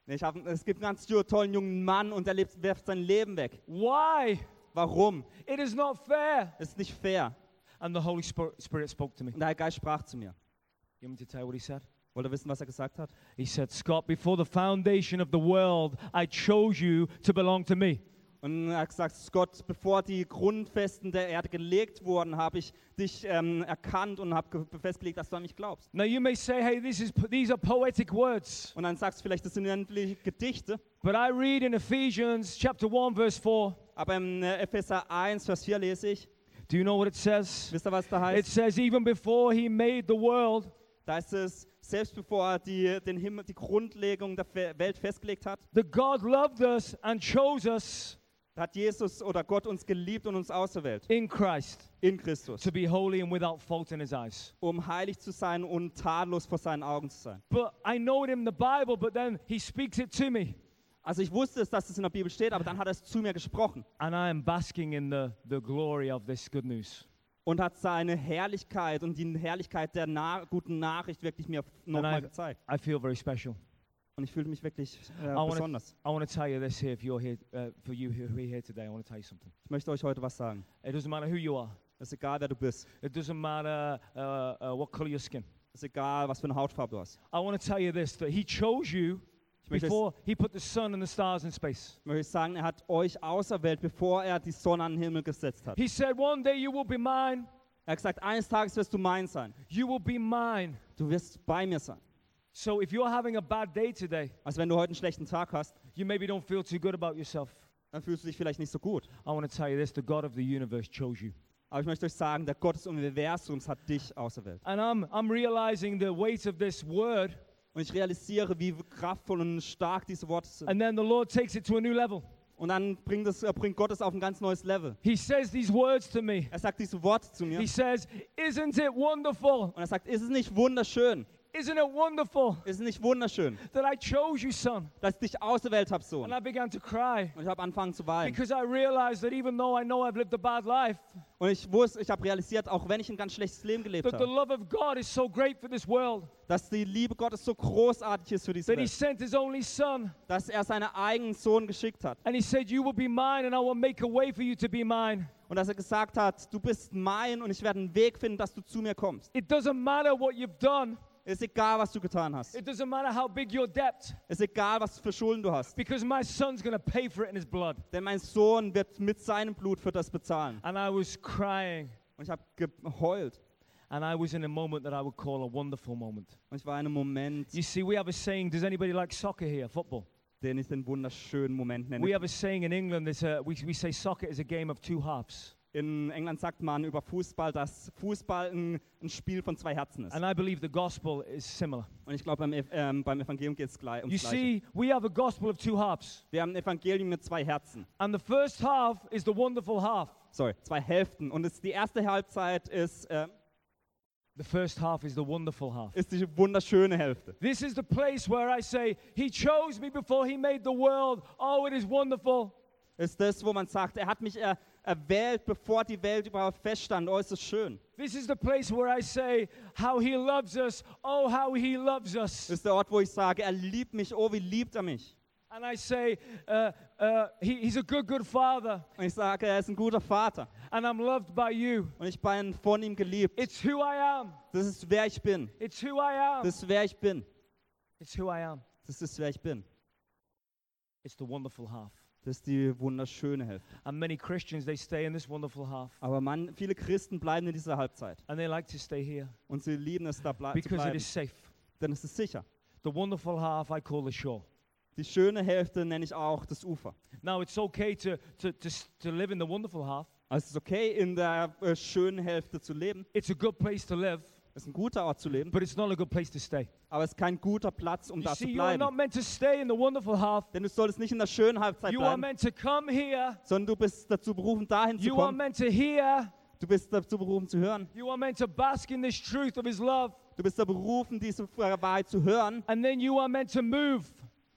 [SPEAKER 2] Ich hab, es gibt einen ganz tollen jungen Mann und er lebt, wirft sein Leben weg.
[SPEAKER 3] Why?
[SPEAKER 2] Warum?
[SPEAKER 3] It is not fair.
[SPEAKER 2] Das ist nicht fair.
[SPEAKER 3] And the Holy Spirit, Spirit spoke to me.
[SPEAKER 2] Und der Herr Geist sprach zu mir.
[SPEAKER 3] You want me to tell you what he said?
[SPEAKER 2] Wollt ihr wissen, was er gesagt hat?
[SPEAKER 3] He said, Scott, before the foundation of the world, I chose you to belong to me.
[SPEAKER 2] Und er hat gesagt, Gott, bevor die Grundfesten der Erde gelegt wurden, habe ich dich ähm, erkannt und habe festgelegt, dass du an mich glaubst.
[SPEAKER 3] Now you may say, hey, this is po- these are poetic words.
[SPEAKER 2] Und dann sagst du vielleicht, das sind endlich Gedichte.
[SPEAKER 3] But I read in Ephesians chapter 1, verse 4.
[SPEAKER 2] Aber in äh, Epheser 1, Vers 4 lese ich,
[SPEAKER 3] Do you know what it says?
[SPEAKER 2] wisst ihr, was da heißt?
[SPEAKER 3] It says, even before he made the world,
[SPEAKER 2] Da ist es, selbst bevor er die, den Himmel, die Grundlegung der Fe- Welt festgelegt hat,
[SPEAKER 3] that God loved us and chose us
[SPEAKER 2] hat Jesus oder Gott uns geliebt und uns auserwählt
[SPEAKER 3] in Christ
[SPEAKER 2] in Christus,
[SPEAKER 3] to be holy and without fault in his eyes.
[SPEAKER 2] um heilig zu sein und tadellos vor seinen Augen zu sein.
[SPEAKER 3] But I know it in the Bible, but then he speaks it to me.
[SPEAKER 2] Also ich wusste es, dass es in der Bibel steht, aber dann hat er es zu mir gesprochen
[SPEAKER 3] And I am basking in the, the glory of this good news.
[SPEAKER 2] und hat seine Herrlichkeit und die Herrlichkeit der na guten Nachricht wirklich mir nochmal
[SPEAKER 3] I've-
[SPEAKER 2] gezeigt.
[SPEAKER 3] I feel very special.
[SPEAKER 2] Und ich fühle mich wirklich äh,
[SPEAKER 3] I want
[SPEAKER 2] besonders.
[SPEAKER 3] to tell you this here, if you're here, uh, for you who who are here today, I want to tell you something.
[SPEAKER 2] Ich möchte euch heute was sagen.
[SPEAKER 3] It doesn't matter who you are.
[SPEAKER 2] Es ist egal, wer du bist.
[SPEAKER 3] It doesn't matter uh, uh, what color your skin.
[SPEAKER 2] Es ist egal, was für eine Hautfarbe du hast.
[SPEAKER 3] I want to tell you this, that he chose you
[SPEAKER 2] möchte es-
[SPEAKER 3] before he put the sun and the stars in space.
[SPEAKER 2] Ich möchte sagen, er hat euch auserwählt, bevor er die Sonne an den Himmel gesetzt hat.
[SPEAKER 3] He said, One day you will be mine.
[SPEAKER 2] Er hat gesagt, eines Tages wirst du mein sein.
[SPEAKER 3] You will be mine.
[SPEAKER 2] Du wirst bei mir sein.
[SPEAKER 3] So if you're having a bad day today,
[SPEAKER 2] Also wenn du heute einen schlechten Tag hast,
[SPEAKER 3] you maybe don't feel too good about yourself.
[SPEAKER 2] dann fühlst du dich vielleicht nicht so gut.
[SPEAKER 3] I want to tell you this the God of the universe chose you.
[SPEAKER 2] Aber ich möchte euch sagen, der Gott des Universums hat dich auserwählt.
[SPEAKER 3] And I'm, I'm realizing the weight of this word.
[SPEAKER 2] Und ich realisiere, wie kraftvoll und stark diese Worte sind.
[SPEAKER 3] And then the Lord takes it to a new level.
[SPEAKER 2] Und dann bringt, es, äh, bringt Gott es auf ein ganz neues Level.
[SPEAKER 3] He says these words to me.
[SPEAKER 2] Er sagt diese Worte zu mir.
[SPEAKER 3] He
[SPEAKER 2] Und
[SPEAKER 3] says, Isn't it wonderful?
[SPEAKER 2] er sagt, ist es nicht wunderschön?
[SPEAKER 3] Isn't it wonderful
[SPEAKER 2] Ist es nicht wunderschön,
[SPEAKER 3] that I chose you, son?
[SPEAKER 2] dass ich dich auserwählt habe, Sohn?
[SPEAKER 3] And I began to cry
[SPEAKER 2] Und ich habe angefangen zu weinen.
[SPEAKER 3] because I realized that even though I know I've lived a bad life,
[SPEAKER 2] Und ich wusste, ich habe realisiert, auch wenn ich ein ganz schlechtes Leben gelebt
[SPEAKER 3] that the
[SPEAKER 2] habe,
[SPEAKER 3] love of God is so great for this world
[SPEAKER 2] dass die Liebe Gottes so großartig ist für diese
[SPEAKER 3] that He
[SPEAKER 2] Welt,
[SPEAKER 3] sent His only Son
[SPEAKER 2] dass er seinen eigenen Sohn geschickt hat
[SPEAKER 3] And he said, You will be mine, and I will make a way for you to be mine.
[SPEAKER 2] und dass er gesagt hat, du bist mein und ich werde einen Weg finden, dass du zu mir kommst.
[SPEAKER 3] It doesn't matter what you've done,
[SPEAKER 2] Ist egal, was du getan hast.
[SPEAKER 3] it doesn't matter how big your debt,
[SPEAKER 2] Ist egal, was für Schulden du hast.
[SPEAKER 3] because my son's going to pay for it in his blood.
[SPEAKER 2] Denn mein Sohn wird mit seinem Blut für das bezahlen.
[SPEAKER 3] And I was crying,
[SPEAKER 2] Und ich habe geheult.
[SPEAKER 3] and I was in a moment that I would call a wonderful moment.
[SPEAKER 2] Und ich war in einem Moment,
[SPEAKER 3] You see, we have a saying, does anybody like soccer here, football?
[SPEAKER 2] den ich den wunderschönen Moment
[SPEAKER 3] We
[SPEAKER 2] nenne.
[SPEAKER 3] have a saying in England, it's a, we, we say soccer is a game of two halves.
[SPEAKER 2] In England sagt man über Fußball, dass Fußball ein, ein Spiel von zwei Herzen ist.
[SPEAKER 3] And I believe the gospel is similar.
[SPEAKER 2] Und ich glaube, beim, Ev- ähm, beim Evangelium geht es gleich
[SPEAKER 3] You
[SPEAKER 2] ums Gleiche.
[SPEAKER 3] see, we have a gospel of two halves.
[SPEAKER 2] Wir haben ein Evangelium mit zwei Herzen.
[SPEAKER 3] And the first half is the wonderful half.
[SPEAKER 2] Sorry, zwei Hälften. Und es, die erste Halbzeit ist, ähm,
[SPEAKER 3] The first half is the wonderful half.
[SPEAKER 2] ist die wunderschöne Hälfte.
[SPEAKER 3] This is the place where I say, He chose me before He made the world. Oh, it is wonderful.
[SPEAKER 2] Ist das, wo man sagt, er hat mich, er, erwählt, bevor die Welt überhaupt feststand. Oh, ist es schön.
[SPEAKER 3] This is the place where I say, How he loves us. Oh, how he loves us.
[SPEAKER 2] Das ist der Ort, wo ich sage, er liebt mich. Oh, wie liebt er mich.
[SPEAKER 3] And I say, uh, uh, he, He's a good, good father.
[SPEAKER 2] Und ich sage, er ist ein guter Vater.
[SPEAKER 3] And I'm loved by you.
[SPEAKER 2] Und ich bin von ihm geliebt.
[SPEAKER 3] It's who I am.
[SPEAKER 2] Das ist, wer ich bin.
[SPEAKER 3] It's who I am.
[SPEAKER 2] Das ist, wer ich bin.
[SPEAKER 3] It's who I am.
[SPEAKER 2] Das ist, wer ich bin.
[SPEAKER 3] It's the wonderful half.
[SPEAKER 2] Das ist die wunderschöne Hälfte.
[SPEAKER 3] And many Christians, they stay in this wonderful half.
[SPEAKER 2] Aber man, viele Christen bleiben in dieser Halbzeit.
[SPEAKER 3] And they like to stay here
[SPEAKER 2] Und sie lieben es, da ble zu
[SPEAKER 3] because it
[SPEAKER 2] bleiben.
[SPEAKER 3] is safe.
[SPEAKER 2] Denn es ist sicher.
[SPEAKER 3] The wonderful half I call the shore.
[SPEAKER 2] Die schöne Hälfte nenne ich auch das Ufer.
[SPEAKER 3] Now, it's okay to, to, to, s- to live in the wonderful half.
[SPEAKER 2] Also es ist okay, in der äh, schönen Hälfte zu leben.
[SPEAKER 3] It's a good place to live,
[SPEAKER 2] Es ist ein guter Ort zu leben.
[SPEAKER 3] but it's not a good place to stay.
[SPEAKER 2] Aber es ist kein guter Platz, um
[SPEAKER 3] You
[SPEAKER 2] da zu
[SPEAKER 3] see, you are not
[SPEAKER 2] bleiben.
[SPEAKER 3] meant to stay in the wonderful half.
[SPEAKER 2] Denn du solltest nicht in der schönen Halbzeit
[SPEAKER 3] You are
[SPEAKER 2] bleiben,
[SPEAKER 3] meant to come here.
[SPEAKER 2] sondern du bist dazu berufen, dahin zu
[SPEAKER 3] You are
[SPEAKER 2] kommen.
[SPEAKER 3] meant to hear.
[SPEAKER 2] Du bist dazu berufen, zu hören.
[SPEAKER 3] You are meant to bask in this truth of His love.
[SPEAKER 2] Du bist da berufen, diese Wahrheit zu hören.
[SPEAKER 3] And then you are meant to move.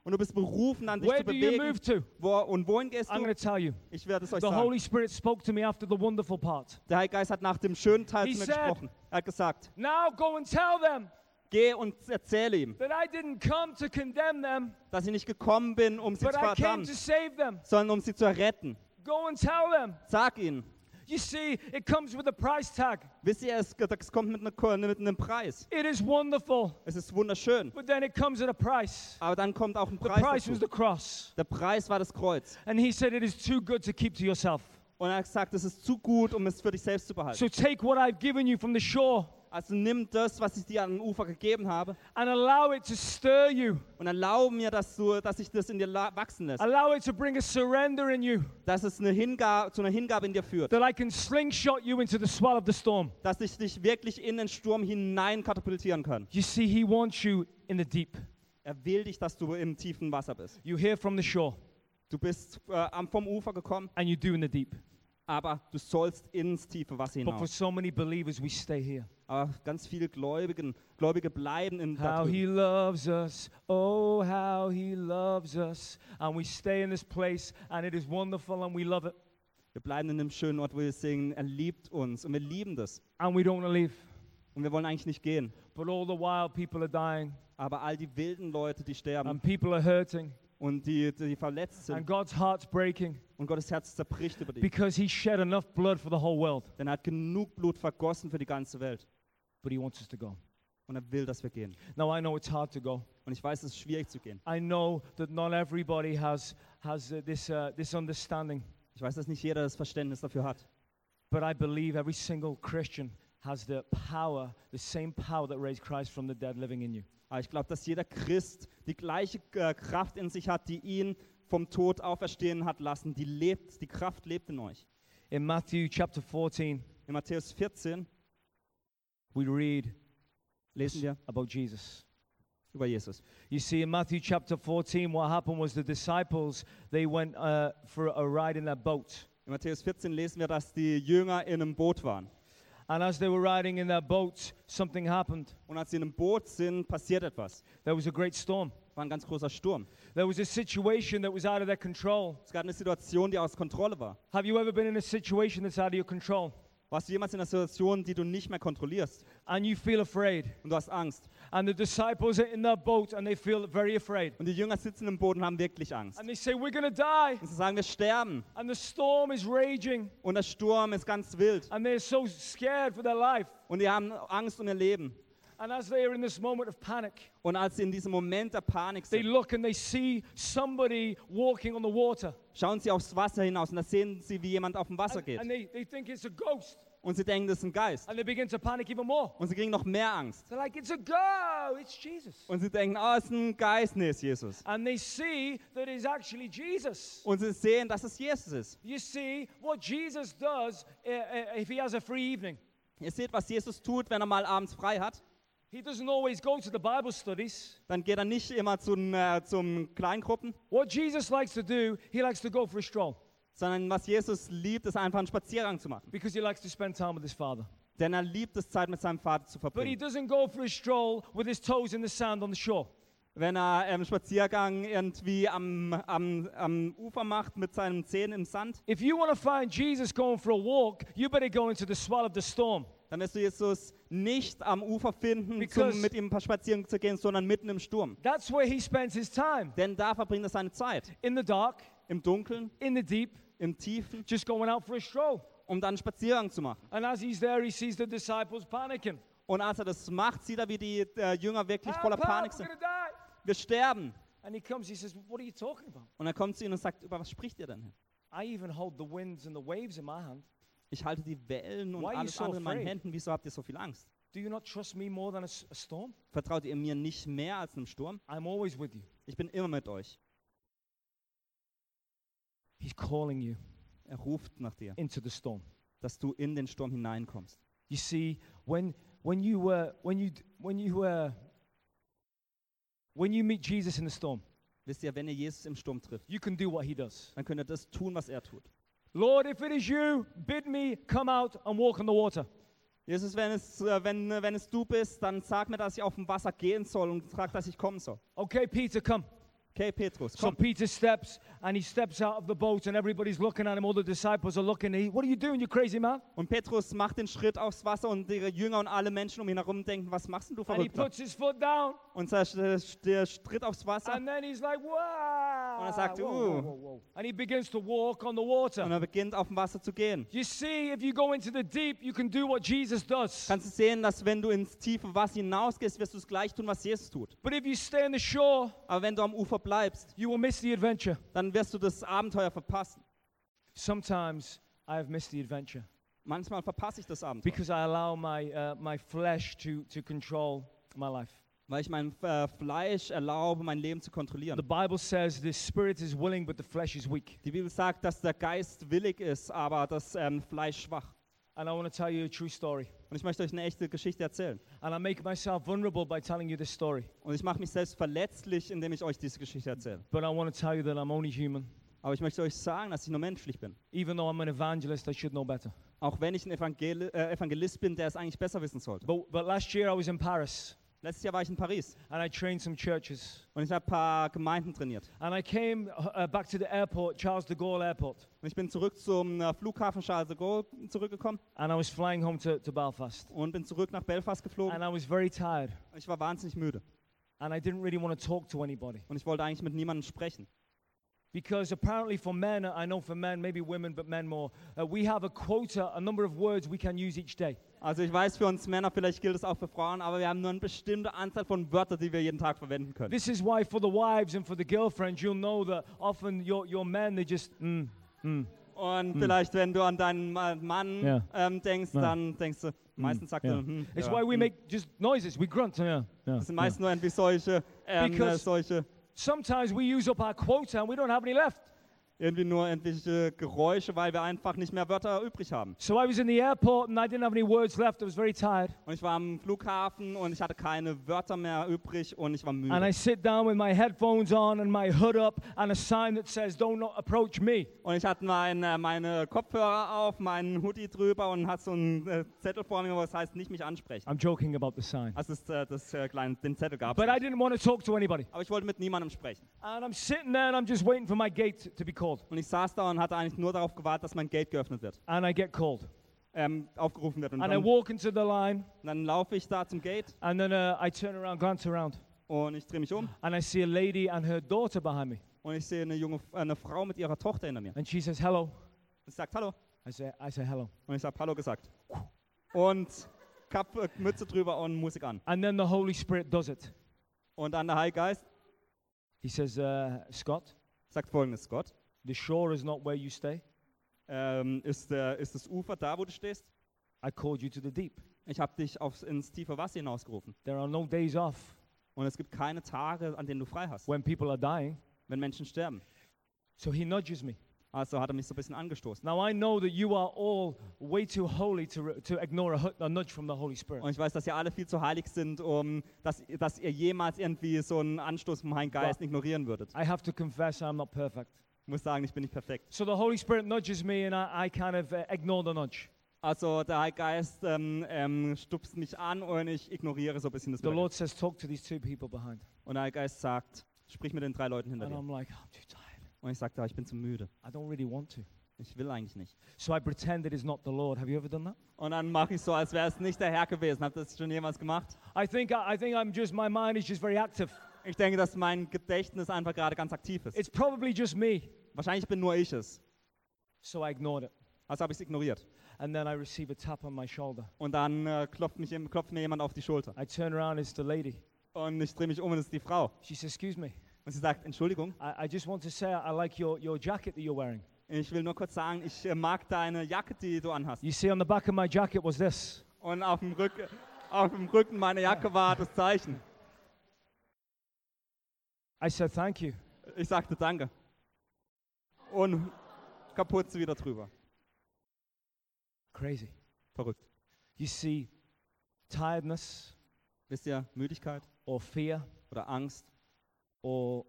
[SPEAKER 2] Und du bist berufen, an dich
[SPEAKER 3] Where
[SPEAKER 2] zu
[SPEAKER 3] do you
[SPEAKER 2] bewegen.
[SPEAKER 3] move to?
[SPEAKER 2] Wo, und wohin gehst
[SPEAKER 3] I'm going
[SPEAKER 2] du?
[SPEAKER 3] to tell you.
[SPEAKER 2] Ich werde es euch
[SPEAKER 3] The
[SPEAKER 2] sagen.
[SPEAKER 3] Holy Spirit spoke to me after the wonderful part.
[SPEAKER 2] Der Heilige Geist hat nach dem schönen Teil
[SPEAKER 3] He
[SPEAKER 2] zu mir
[SPEAKER 3] said-
[SPEAKER 2] gesprochen. Er hat gesagt,
[SPEAKER 3] Now go and tell them
[SPEAKER 2] geh und erzähle ihm,
[SPEAKER 3] that I didn't come to condemn them,
[SPEAKER 2] dass ich nicht gekommen bin, um sie
[SPEAKER 3] but
[SPEAKER 2] zu
[SPEAKER 3] I came
[SPEAKER 2] verdammen,
[SPEAKER 3] to save them.
[SPEAKER 2] sondern um sie zu retten.
[SPEAKER 3] Go and tell them.
[SPEAKER 2] Sag ihnen.
[SPEAKER 3] You see, it comes with a price tag.
[SPEAKER 2] Wisst ihr, es, es kommt mit, einer, Ko- mit einem Preis.
[SPEAKER 3] It is wonderful,
[SPEAKER 2] Es ist wunderschön.
[SPEAKER 3] but then it comes at a price.
[SPEAKER 2] Aber dann kommt auch ein
[SPEAKER 3] The
[SPEAKER 2] Preis.
[SPEAKER 3] price was
[SPEAKER 2] Dazu.
[SPEAKER 3] the cross.
[SPEAKER 2] Der Preis war das Kreuz.
[SPEAKER 3] And he said, It is too good to keep to yourself.
[SPEAKER 2] Und er hat gesagt, es ist zu gut, um es für dich selbst zu behalten.
[SPEAKER 3] So take what I've given you from the shore
[SPEAKER 2] Also nimm das, was ich dir am Ufer gegeben habe
[SPEAKER 3] and allow it to stir you,
[SPEAKER 2] und erlaube mir, dass, du, dass ich das in dir la- wachsen lässt.
[SPEAKER 3] allow it to bring a surrender in you
[SPEAKER 2] Dass es eine Hingabe, zu einer Hingabe in dir führt.
[SPEAKER 3] that I can slingshot you into the swell of the storm.
[SPEAKER 2] Dass ich dich wirklich in den Sturm hinein katapultieren kann.
[SPEAKER 3] You see, he wants you in the deep.
[SPEAKER 2] Er will dich, dass du im tiefen Wasser bist.
[SPEAKER 3] You hear from the shore
[SPEAKER 2] Du bist äh, am- vom Ufer gekommen,
[SPEAKER 3] and you do in the deep.
[SPEAKER 2] aber du sollst ins tiefe Wasser
[SPEAKER 3] But for
[SPEAKER 2] hinaus.
[SPEAKER 3] so many believers, we stay here.
[SPEAKER 2] Aber ganz viele Gläubigen, Gläubige bleiben im da
[SPEAKER 3] How
[SPEAKER 2] drüben.
[SPEAKER 3] he loves us. Oh, how he loves us. And we stay in this place and it is wonderful and we love it.
[SPEAKER 2] Wir bleiben in einem schönen Ort, wo wir singen, er liebt uns und wir lieben das.
[SPEAKER 3] And we don't want to leave.
[SPEAKER 2] Und wir wollen eigentlich nicht gehen.
[SPEAKER 3] But all the while, people are dying
[SPEAKER 2] Aber all die wilden Leute, die sterben
[SPEAKER 3] and people are hurting
[SPEAKER 2] und die, die verletzt
[SPEAKER 3] and
[SPEAKER 2] sind
[SPEAKER 3] God's heart's breaking
[SPEAKER 2] und Gottes Herz zerbricht über die,
[SPEAKER 3] because he shed enough blood for the whole world.
[SPEAKER 2] denn er hat genug Blut vergossen für die ganze Welt.
[SPEAKER 3] But he wants us to go.
[SPEAKER 2] Und er will, dass wir gehen.
[SPEAKER 3] Now, I know it's hard to go.
[SPEAKER 2] Und ich weiß, es ist schwierig zu gehen.
[SPEAKER 3] I know that not everybody has, has uh, this, uh, this understanding.
[SPEAKER 2] Ich weiß, dass nicht jeder das Verständnis dafür hat.
[SPEAKER 3] But I believe every single Christian has the power, the same power that raised Christ from the dead living in you.
[SPEAKER 2] Aber ich glaube, dass jeder Christ die gleiche äh, Kraft in sich hat, die ihn vom Tod auferstehen hat lassen. Die lebt, die Kraft lebt in euch.
[SPEAKER 3] In Matthew chapter 14,
[SPEAKER 2] In Matthäus 14
[SPEAKER 3] we read
[SPEAKER 2] lesen wir
[SPEAKER 3] about Jesus.
[SPEAKER 2] über Jesus.
[SPEAKER 3] You see, in Matthew chapter 14, what happened was the disciples, they went uh, for a ride in their boat.
[SPEAKER 2] In Matthäus 14 lesen wir, dass die Jünger in einem Boot waren.
[SPEAKER 3] And as they were riding in their boat, something happened.
[SPEAKER 2] Und als sie in einem Boot sind, passiert etwas.
[SPEAKER 3] There was a great storm.
[SPEAKER 2] War ein ganz großer Sturm.
[SPEAKER 3] There was a situation that was out of their control.
[SPEAKER 2] Es gab eine Situation, die aus Kontrolle war.
[SPEAKER 3] Have you ever been in a situation that's out of your control?
[SPEAKER 2] Warst du jemals in einer Situation, die du nicht mehr kontrollierst
[SPEAKER 3] And you feel afraid.
[SPEAKER 2] und du hast Angst?
[SPEAKER 3] And the disciples are in their boat and they feel very afraid.
[SPEAKER 2] Und die Jünger sitzen im Boot und haben wirklich Angst.
[SPEAKER 3] And they say, We're going to die.
[SPEAKER 2] Und sie sagen, wir sterben.
[SPEAKER 3] And the storm is raging.
[SPEAKER 2] Und der Sturm ist ganz wild.
[SPEAKER 3] And they're so scared for their life.
[SPEAKER 2] Und die haben Angst um ihr Leben.
[SPEAKER 3] And as they are in this moment of panic,
[SPEAKER 2] Und als sie in diesem Moment der Panik
[SPEAKER 3] they
[SPEAKER 2] sind,
[SPEAKER 3] look and they see somebody walking on the water.
[SPEAKER 2] schauen sie aufs Wasser hinaus und da sehen sie, wie jemand auf dem Wasser
[SPEAKER 3] And, and
[SPEAKER 2] geht.
[SPEAKER 3] they, they think it's a ghost.
[SPEAKER 2] Und sie denken, das ist ein Geist.
[SPEAKER 3] And they begin to panic even more.
[SPEAKER 2] Und sie kriegen noch mehr Angst.
[SPEAKER 3] They're like, It's a go. It's Jesus.
[SPEAKER 2] Und sie denken, oh, es ist ein Geist. Nee, es ist Jesus.
[SPEAKER 3] And they see that it's actually Jesus.
[SPEAKER 2] Und sie sehen, dass es Jesus ist.
[SPEAKER 3] You see, what Jesus does uh, uh, if he has a free evening,
[SPEAKER 2] Ihr seht, was Jesus tut, wenn er mal abends frei hat.
[SPEAKER 3] he doesn't always go to the Bible studies.
[SPEAKER 2] Dann geht er nicht immer zu, den, äh, zum Kleingruppen,
[SPEAKER 3] What Jesus likes to do, he likes to go for a stroll
[SPEAKER 2] sondern was Jesus liebt, ist einfach einen Spaziergang zu machen.
[SPEAKER 3] because he likes to spend time with his father.
[SPEAKER 2] Denn er liebt es, Zeit mit seinem Vater zu
[SPEAKER 3] But he
[SPEAKER 2] verbringen.
[SPEAKER 3] doesn't go for a stroll with his toes in the sand on the shore.
[SPEAKER 2] wenn er im Spaziergang irgendwie am, am, am Ufer macht mit seinen Zehen im Sand,
[SPEAKER 3] If you want to find Jesus going for a walk, you better go into the swell of the storm.
[SPEAKER 2] dann wirst du Jesus nicht am Ufer finden,
[SPEAKER 3] Because-
[SPEAKER 2] um mit ihm ein paar spazieren zu gehen, sondern mitten im Sturm.
[SPEAKER 3] That's where he spends his time
[SPEAKER 2] Denn da verbringt er seine Zeit.
[SPEAKER 3] in the dark,
[SPEAKER 2] Im Dunkeln,
[SPEAKER 3] in the deep,
[SPEAKER 2] im Tiefen,
[SPEAKER 3] just going out for a stroll.
[SPEAKER 2] um dann einen Spaziergang zu machen.
[SPEAKER 3] And as he's there, he sees the disciples panicking.
[SPEAKER 2] Und als er das macht, sieht er, wie die äh, Jünger wirklich
[SPEAKER 3] "Ah,
[SPEAKER 2] voller
[SPEAKER 3] Pop,
[SPEAKER 2] Panik
[SPEAKER 3] we're
[SPEAKER 2] sind.
[SPEAKER 3] gonna die."
[SPEAKER 2] Wir sterben.
[SPEAKER 3] And he comes, he says, What are you talking about?
[SPEAKER 2] Und er kommt zu ihnen und sagt, über was spricht ihr denn?
[SPEAKER 3] I even hold the winds and the waves in my hand.
[SPEAKER 2] Ich halte die Wellen und
[SPEAKER 3] Why are you
[SPEAKER 2] alles
[SPEAKER 3] so
[SPEAKER 2] andere in meinen
[SPEAKER 3] afraid?
[SPEAKER 2] Händen. Wieso habt ihr so viel Angst?
[SPEAKER 3] Do you not trust me more than a, s- a storm?
[SPEAKER 2] Vertraut ihr mir nicht mehr als einem Sturm?
[SPEAKER 3] I'm always with you.
[SPEAKER 2] Ich bin immer mit euch.
[SPEAKER 3] He's calling you
[SPEAKER 2] Er ruft nach dir,
[SPEAKER 3] into the storm.
[SPEAKER 2] dass du in den Sturm hineinkommst.
[SPEAKER 3] You see, when when you uh, when you d- when you uh, when you meet Jesus in the storm,
[SPEAKER 2] Wisst ihr, wenn ihr Jesus im Sturm trifft,
[SPEAKER 3] you can do what he does.
[SPEAKER 2] dann könnt ihr das tun, was er tut.
[SPEAKER 3] Lord, if it is you, bid me come out and walk on the water.
[SPEAKER 2] Jesus, wenn es, äh, wenn, äh, wenn es du bist, dann sag mir, dass ich auf dem Wasser gehen soll und frag, dass ich kommen soll.
[SPEAKER 3] Okay, Peter, come.
[SPEAKER 2] Okay, Petrus,
[SPEAKER 3] So
[SPEAKER 2] komm.
[SPEAKER 3] Peter steps and he steps out of the boat and everybody's looking at him. All the disciples are looking. He, what are you doing, you crazy man?
[SPEAKER 2] Und Petrus macht den Schritt aufs Wasser und die Jünger und alle Menschen um ihn herum denken, was machst denn du
[SPEAKER 3] And he
[SPEAKER 2] verrückt?
[SPEAKER 3] puts his foot down
[SPEAKER 2] Und er sch- der Schritt aufs Wasser
[SPEAKER 3] and then he's like, wow.
[SPEAKER 2] Und er sagt,
[SPEAKER 3] whoa,
[SPEAKER 2] "Uh."
[SPEAKER 3] whoa, whoa. And he begins to walk on the
[SPEAKER 2] und
[SPEAKER 3] water.
[SPEAKER 2] er beginnt auf dem Wasser zu gehen.
[SPEAKER 3] You see, if you go into the deep, you can do what Jesus does.
[SPEAKER 2] Kannst du sehen, dass wenn du ins tiefe Wasser hinausgehst, wirst du es gleich tun, was Jesus tut.
[SPEAKER 3] But if you stay on the shore,
[SPEAKER 2] Aber wenn du am Ufer bleibst,
[SPEAKER 3] you will miss the adventure.
[SPEAKER 2] dann wirst du das Abenteuer verpassen.
[SPEAKER 3] Sometimes I have missed the adventure
[SPEAKER 2] Manchmal verpasse ich das Abenteuer,
[SPEAKER 3] because I allow my, uh, my flesh to, to control my life.
[SPEAKER 2] weil ich meinem äh, Fleisch erlaube, mein Leben zu
[SPEAKER 3] The
[SPEAKER 2] kontrollieren.
[SPEAKER 3] Bible says the spirit is willing, but the flesh is weak.
[SPEAKER 2] Die Bibel sagt, dass der Geist willig ist, aber das ähm, Fleisch schwach.
[SPEAKER 3] And I want to tell you a true story.
[SPEAKER 2] Und ich möchte euch eine echte Geschichte erzählen.
[SPEAKER 3] And I make myself vulnerable by telling you this story.
[SPEAKER 2] Und ich mache mich selbst verletzlich, indem ich euch diese Geschichte erzähle.
[SPEAKER 3] But I want to tell you that I'm only human.
[SPEAKER 2] Aber ich möchte euch sagen, dass ich nur menschlich bin.
[SPEAKER 3] Even though I'm an evangelist, I should know better.
[SPEAKER 2] Auch wenn ich ein Evangel äh, Evangelist bin, der es eigentlich besser wissen sollte.
[SPEAKER 3] But, but last year I was in Paris
[SPEAKER 2] Letztes Jahr war ich in Paris
[SPEAKER 3] and I trained some churches.
[SPEAKER 2] und ich habe ein paar Gemeinden trainiert.
[SPEAKER 3] And I came uh, uh, back to the airport, Charles de Gaulle Airport.
[SPEAKER 2] Und ich bin zurück zum äh, Flughafen Charles de Gaulle zurückgekommen
[SPEAKER 3] And I was flying home to, to Belfast.
[SPEAKER 2] und bin zurück nach Belfast geflogen.
[SPEAKER 3] And I was very tired.
[SPEAKER 2] Ich war wahnsinnig müde
[SPEAKER 3] And I didn't really want to talk to anybody.
[SPEAKER 2] und ich wollte eigentlich mit niemandem sprechen.
[SPEAKER 3] Because apparently, for men, I know for men, maybe women, but men more, uh, we have a quota, a number of words we can use each day.
[SPEAKER 2] Also ich weiß, für uns Männer, vielleicht gilt es auch für Frauen, aber wir haben nur eine bestimmte Anzahl von Wörtern, die wir jeden Tag verwenden können.
[SPEAKER 3] This is why, for the wives and for the girlfriends, you'll know that often your, your men, they just, mm,
[SPEAKER 2] Und vielleicht, wenn du an deinen Ma- Mann
[SPEAKER 3] Hm. Ja. Hm.
[SPEAKER 2] ähm, denkst, dann denkst du, meistens sagt
[SPEAKER 3] yeah.
[SPEAKER 2] er, hm,
[SPEAKER 3] It's
[SPEAKER 2] ja,
[SPEAKER 3] why we
[SPEAKER 2] hm.
[SPEAKER 3] make just noises, we grunt. Yeah, yeah,
[SPEAKER 2] Das sind
[SPEAKER 3] yeah.
[SPEAKER 2] meist nur irgendwie solche, ähm, äh,
[SPEAKER 3] Because-
[SPEAKER 2] solche,
[SPEAKER 3] Sometimes we use up our quota and we don't have any left.
[SPEAKER 2] irgendwie nur irgendwelche Geräusche, weil wir einfach nicht mehr Wörter übrig haben.
[SPEAKER 3] So I was in the airport and I didn't have any words left. I was very tired.
[SPEAKER 2] Und ich war am Flughafen und ich hatte keine Wörter mehr übrig und ich war müde.
[SPEAKER 3] And I sit down with my headphones on and my hood up and a sign that says, Don't not approach me.
[SPEAKER 2] und ich hatte mein, äh, meine Kopfhörer auf, meinen Hoodie drüber und hatte so einen äh, Zettel vor mir, was heißt, nicht mich ansprechen.
[SPEAKER 3] I'm joking about the sign.
[SPEAKER 2] Also es, äh, das äh, kleine, den Zettel gab
[SPEAKER 3] But I
[SPEAKER 2] es.
[SPEAKER 3] didn't want to talk to anybody.
[SPEAKER 2] Aber ich wollte mit niemandem sprechen.
[SPEAKER 3] And I'm sitting there and I'm just waiting for my gate to be called.
[SPEAKER 2] Und ich saß da und hatte eigentlich nur darauf gewartet, dass mein Gate geöffnet wird,
[SPEAKER 3] And I get called.
[SPEAKER 2] ähm, aufgerufen wird. Und
[SPEAKER 3] And I
[SPEAKER 2] dann,
[SPEAKER 3] walk into the line
[SPEAKER 2] dann laufe ich da zum Gate
[SPEAKER 3] and then uh, I turn around, glance around,
[SPEAKER 2] und ich drehe mich um
[SPEAKER 3] and I see a lady and her daughter behind me.
[SPEAKER 2] und ich sehe eine junge, äh, eine Frau mit ihrer Tochter hinter mir.
[SPEAKER 3] And she says, Hello.
[SPEAKER 2] Sie sagt Hallo
[SPEAKER 3] I say, I say, Hello.
[SPEAKER 2] und ich habe Hallo gesagt. Und Kap, äh, Mütze drüber und Musik an.
[SPEAKER 3] And then the Holy Spirit does it.
[SPEAKER 2] Und dann der Heilgeist
[SPEAKER 3] He says, uh, Scott,
[SPEAKER 2] sagt folgendes, Gott,
[SPEAKER 3] the shore is not where you stay.
[SPEAKER 2] ähm, ist, der, ist das Ufer da, wo du stehst?
[SPEAKER 3] I called you to the deep.
[SPEAKER 2] Ich habe dich aufs, ins tiefe Wasser hinausgerufen.
[SPEAKER 3] There are no days off
[SPEAKER 2] Und es gibt keine Tage, an denen du frei hast,
[SPEAKER 3] when people are dying.
[SPEAKER 2] wenn Menschen sterben.
[SPEAKER 3] So he nudges me.
[SPEAKER 2] Also hat er mich so ein bisschen angestoßen.
[SPEAKER 3] Now I know that you are all way too holy to, re- to ignore a, hu- a nudge from the Holy Spirit.
[SPEAKER 2] Und ich weiß, dass ihr alle viel zu heilig sind, um dass, dass ihr jemals irgendwie so einen Anstoß vom Heiligen Geist ignorieren würdet.
[SPEAKER 3] I have to confess I'm not perfect.
[SPEAKER 2] Ich muss sagen, ich bin nicht perfekt.
[SPEAKER 3] So the Holy Spirit nudges me and I, I kind of uh, ignore the nudge.
[SPEAKER 2] Also der Heilige Geist ähm, ähm, stupst mich an und ich ignoriere so ein bisschen das
[SPEAKER 3] The
[SPEAKER 2] Blöde.
[SPEAKER 3] Lord says, Talk to these two people behind.
[SPEAKER 2] Und der Heilige Geist sagt, sprich mit den drei Leuten hinter
[SPEAKER 3] And
[SPEAKER 2] dir.
[SPEAKER 3] I'm like, I'm too tired.
[SPEAKER 2] Und ich sagte, ich bin zu müde.
[SPEAKER 3] I don't really want to.
[SPEAKER 2] Ich will eigentlich nicht.
[SPEAKER 3] So I pretend it is not the Lord. Have you ever done that?
[SPEAKER 2] Und dann mache ich so, als wäre es nicht der Herr gewesen. Habt ihr das schon jemals gemacht?
[SPEAKER 3] I think, I, I think I'm just, my mind is just very active.
[SPEAKER 2] Ich denke, dass mein Gedächtnis einfach gerade ganz aktiv ist.
[SPEAKER 3] It's probably just me.
[SPEAKER 2] Wahrscheinlich bin nur ich es.
[SPEAKER 3] So I ignored it.
[SPEAKER 2] Also habe ich es ignoriert.
[SPEAKER 3] And then I receive a tap on my shoulder.
[SPEAKER 2] Und dann äh, klopft, mich, jem- klopft mir jemand auf die Schulter.
[SPEAKER 3] I turn around, it's the lady.
[SPEAKER 2] Und ich drehe mich um und es ist die Frau.
[SPEAKER 3] She says, Excuse me.
[SPEAKER 2] Und sie sagt, Entschuldigung,
[SPEAKER 3] I, I just want to say I like your, your jacket that you're wearing.
[SPEAKER 2] ich will nur kurz sagen, ich äh, mag deine Jacke, die du anhast.
[SPEAKER 3] You see, on the back of my jacket was this.
[SPEAKER 2] Und auf dem, Rück, auf dem Rücken meiner Jacke war das Zeichen.
[SPEAKER 3] I said, Thank you.
[SPEAKER 2] Ich sagte Danke. Und kaputt wieder drüber.
[SPEAKER 3] Crazy.
[SPEAKER 2] Verrückt.
[SPEAKER 3] You see, tiredness
[SPEAKER 2] Wisst ihr, Müdigkeit
[SPEAKER 3] or fear
[SPEAKER 2] oder Angst
[SPEAKER 3] or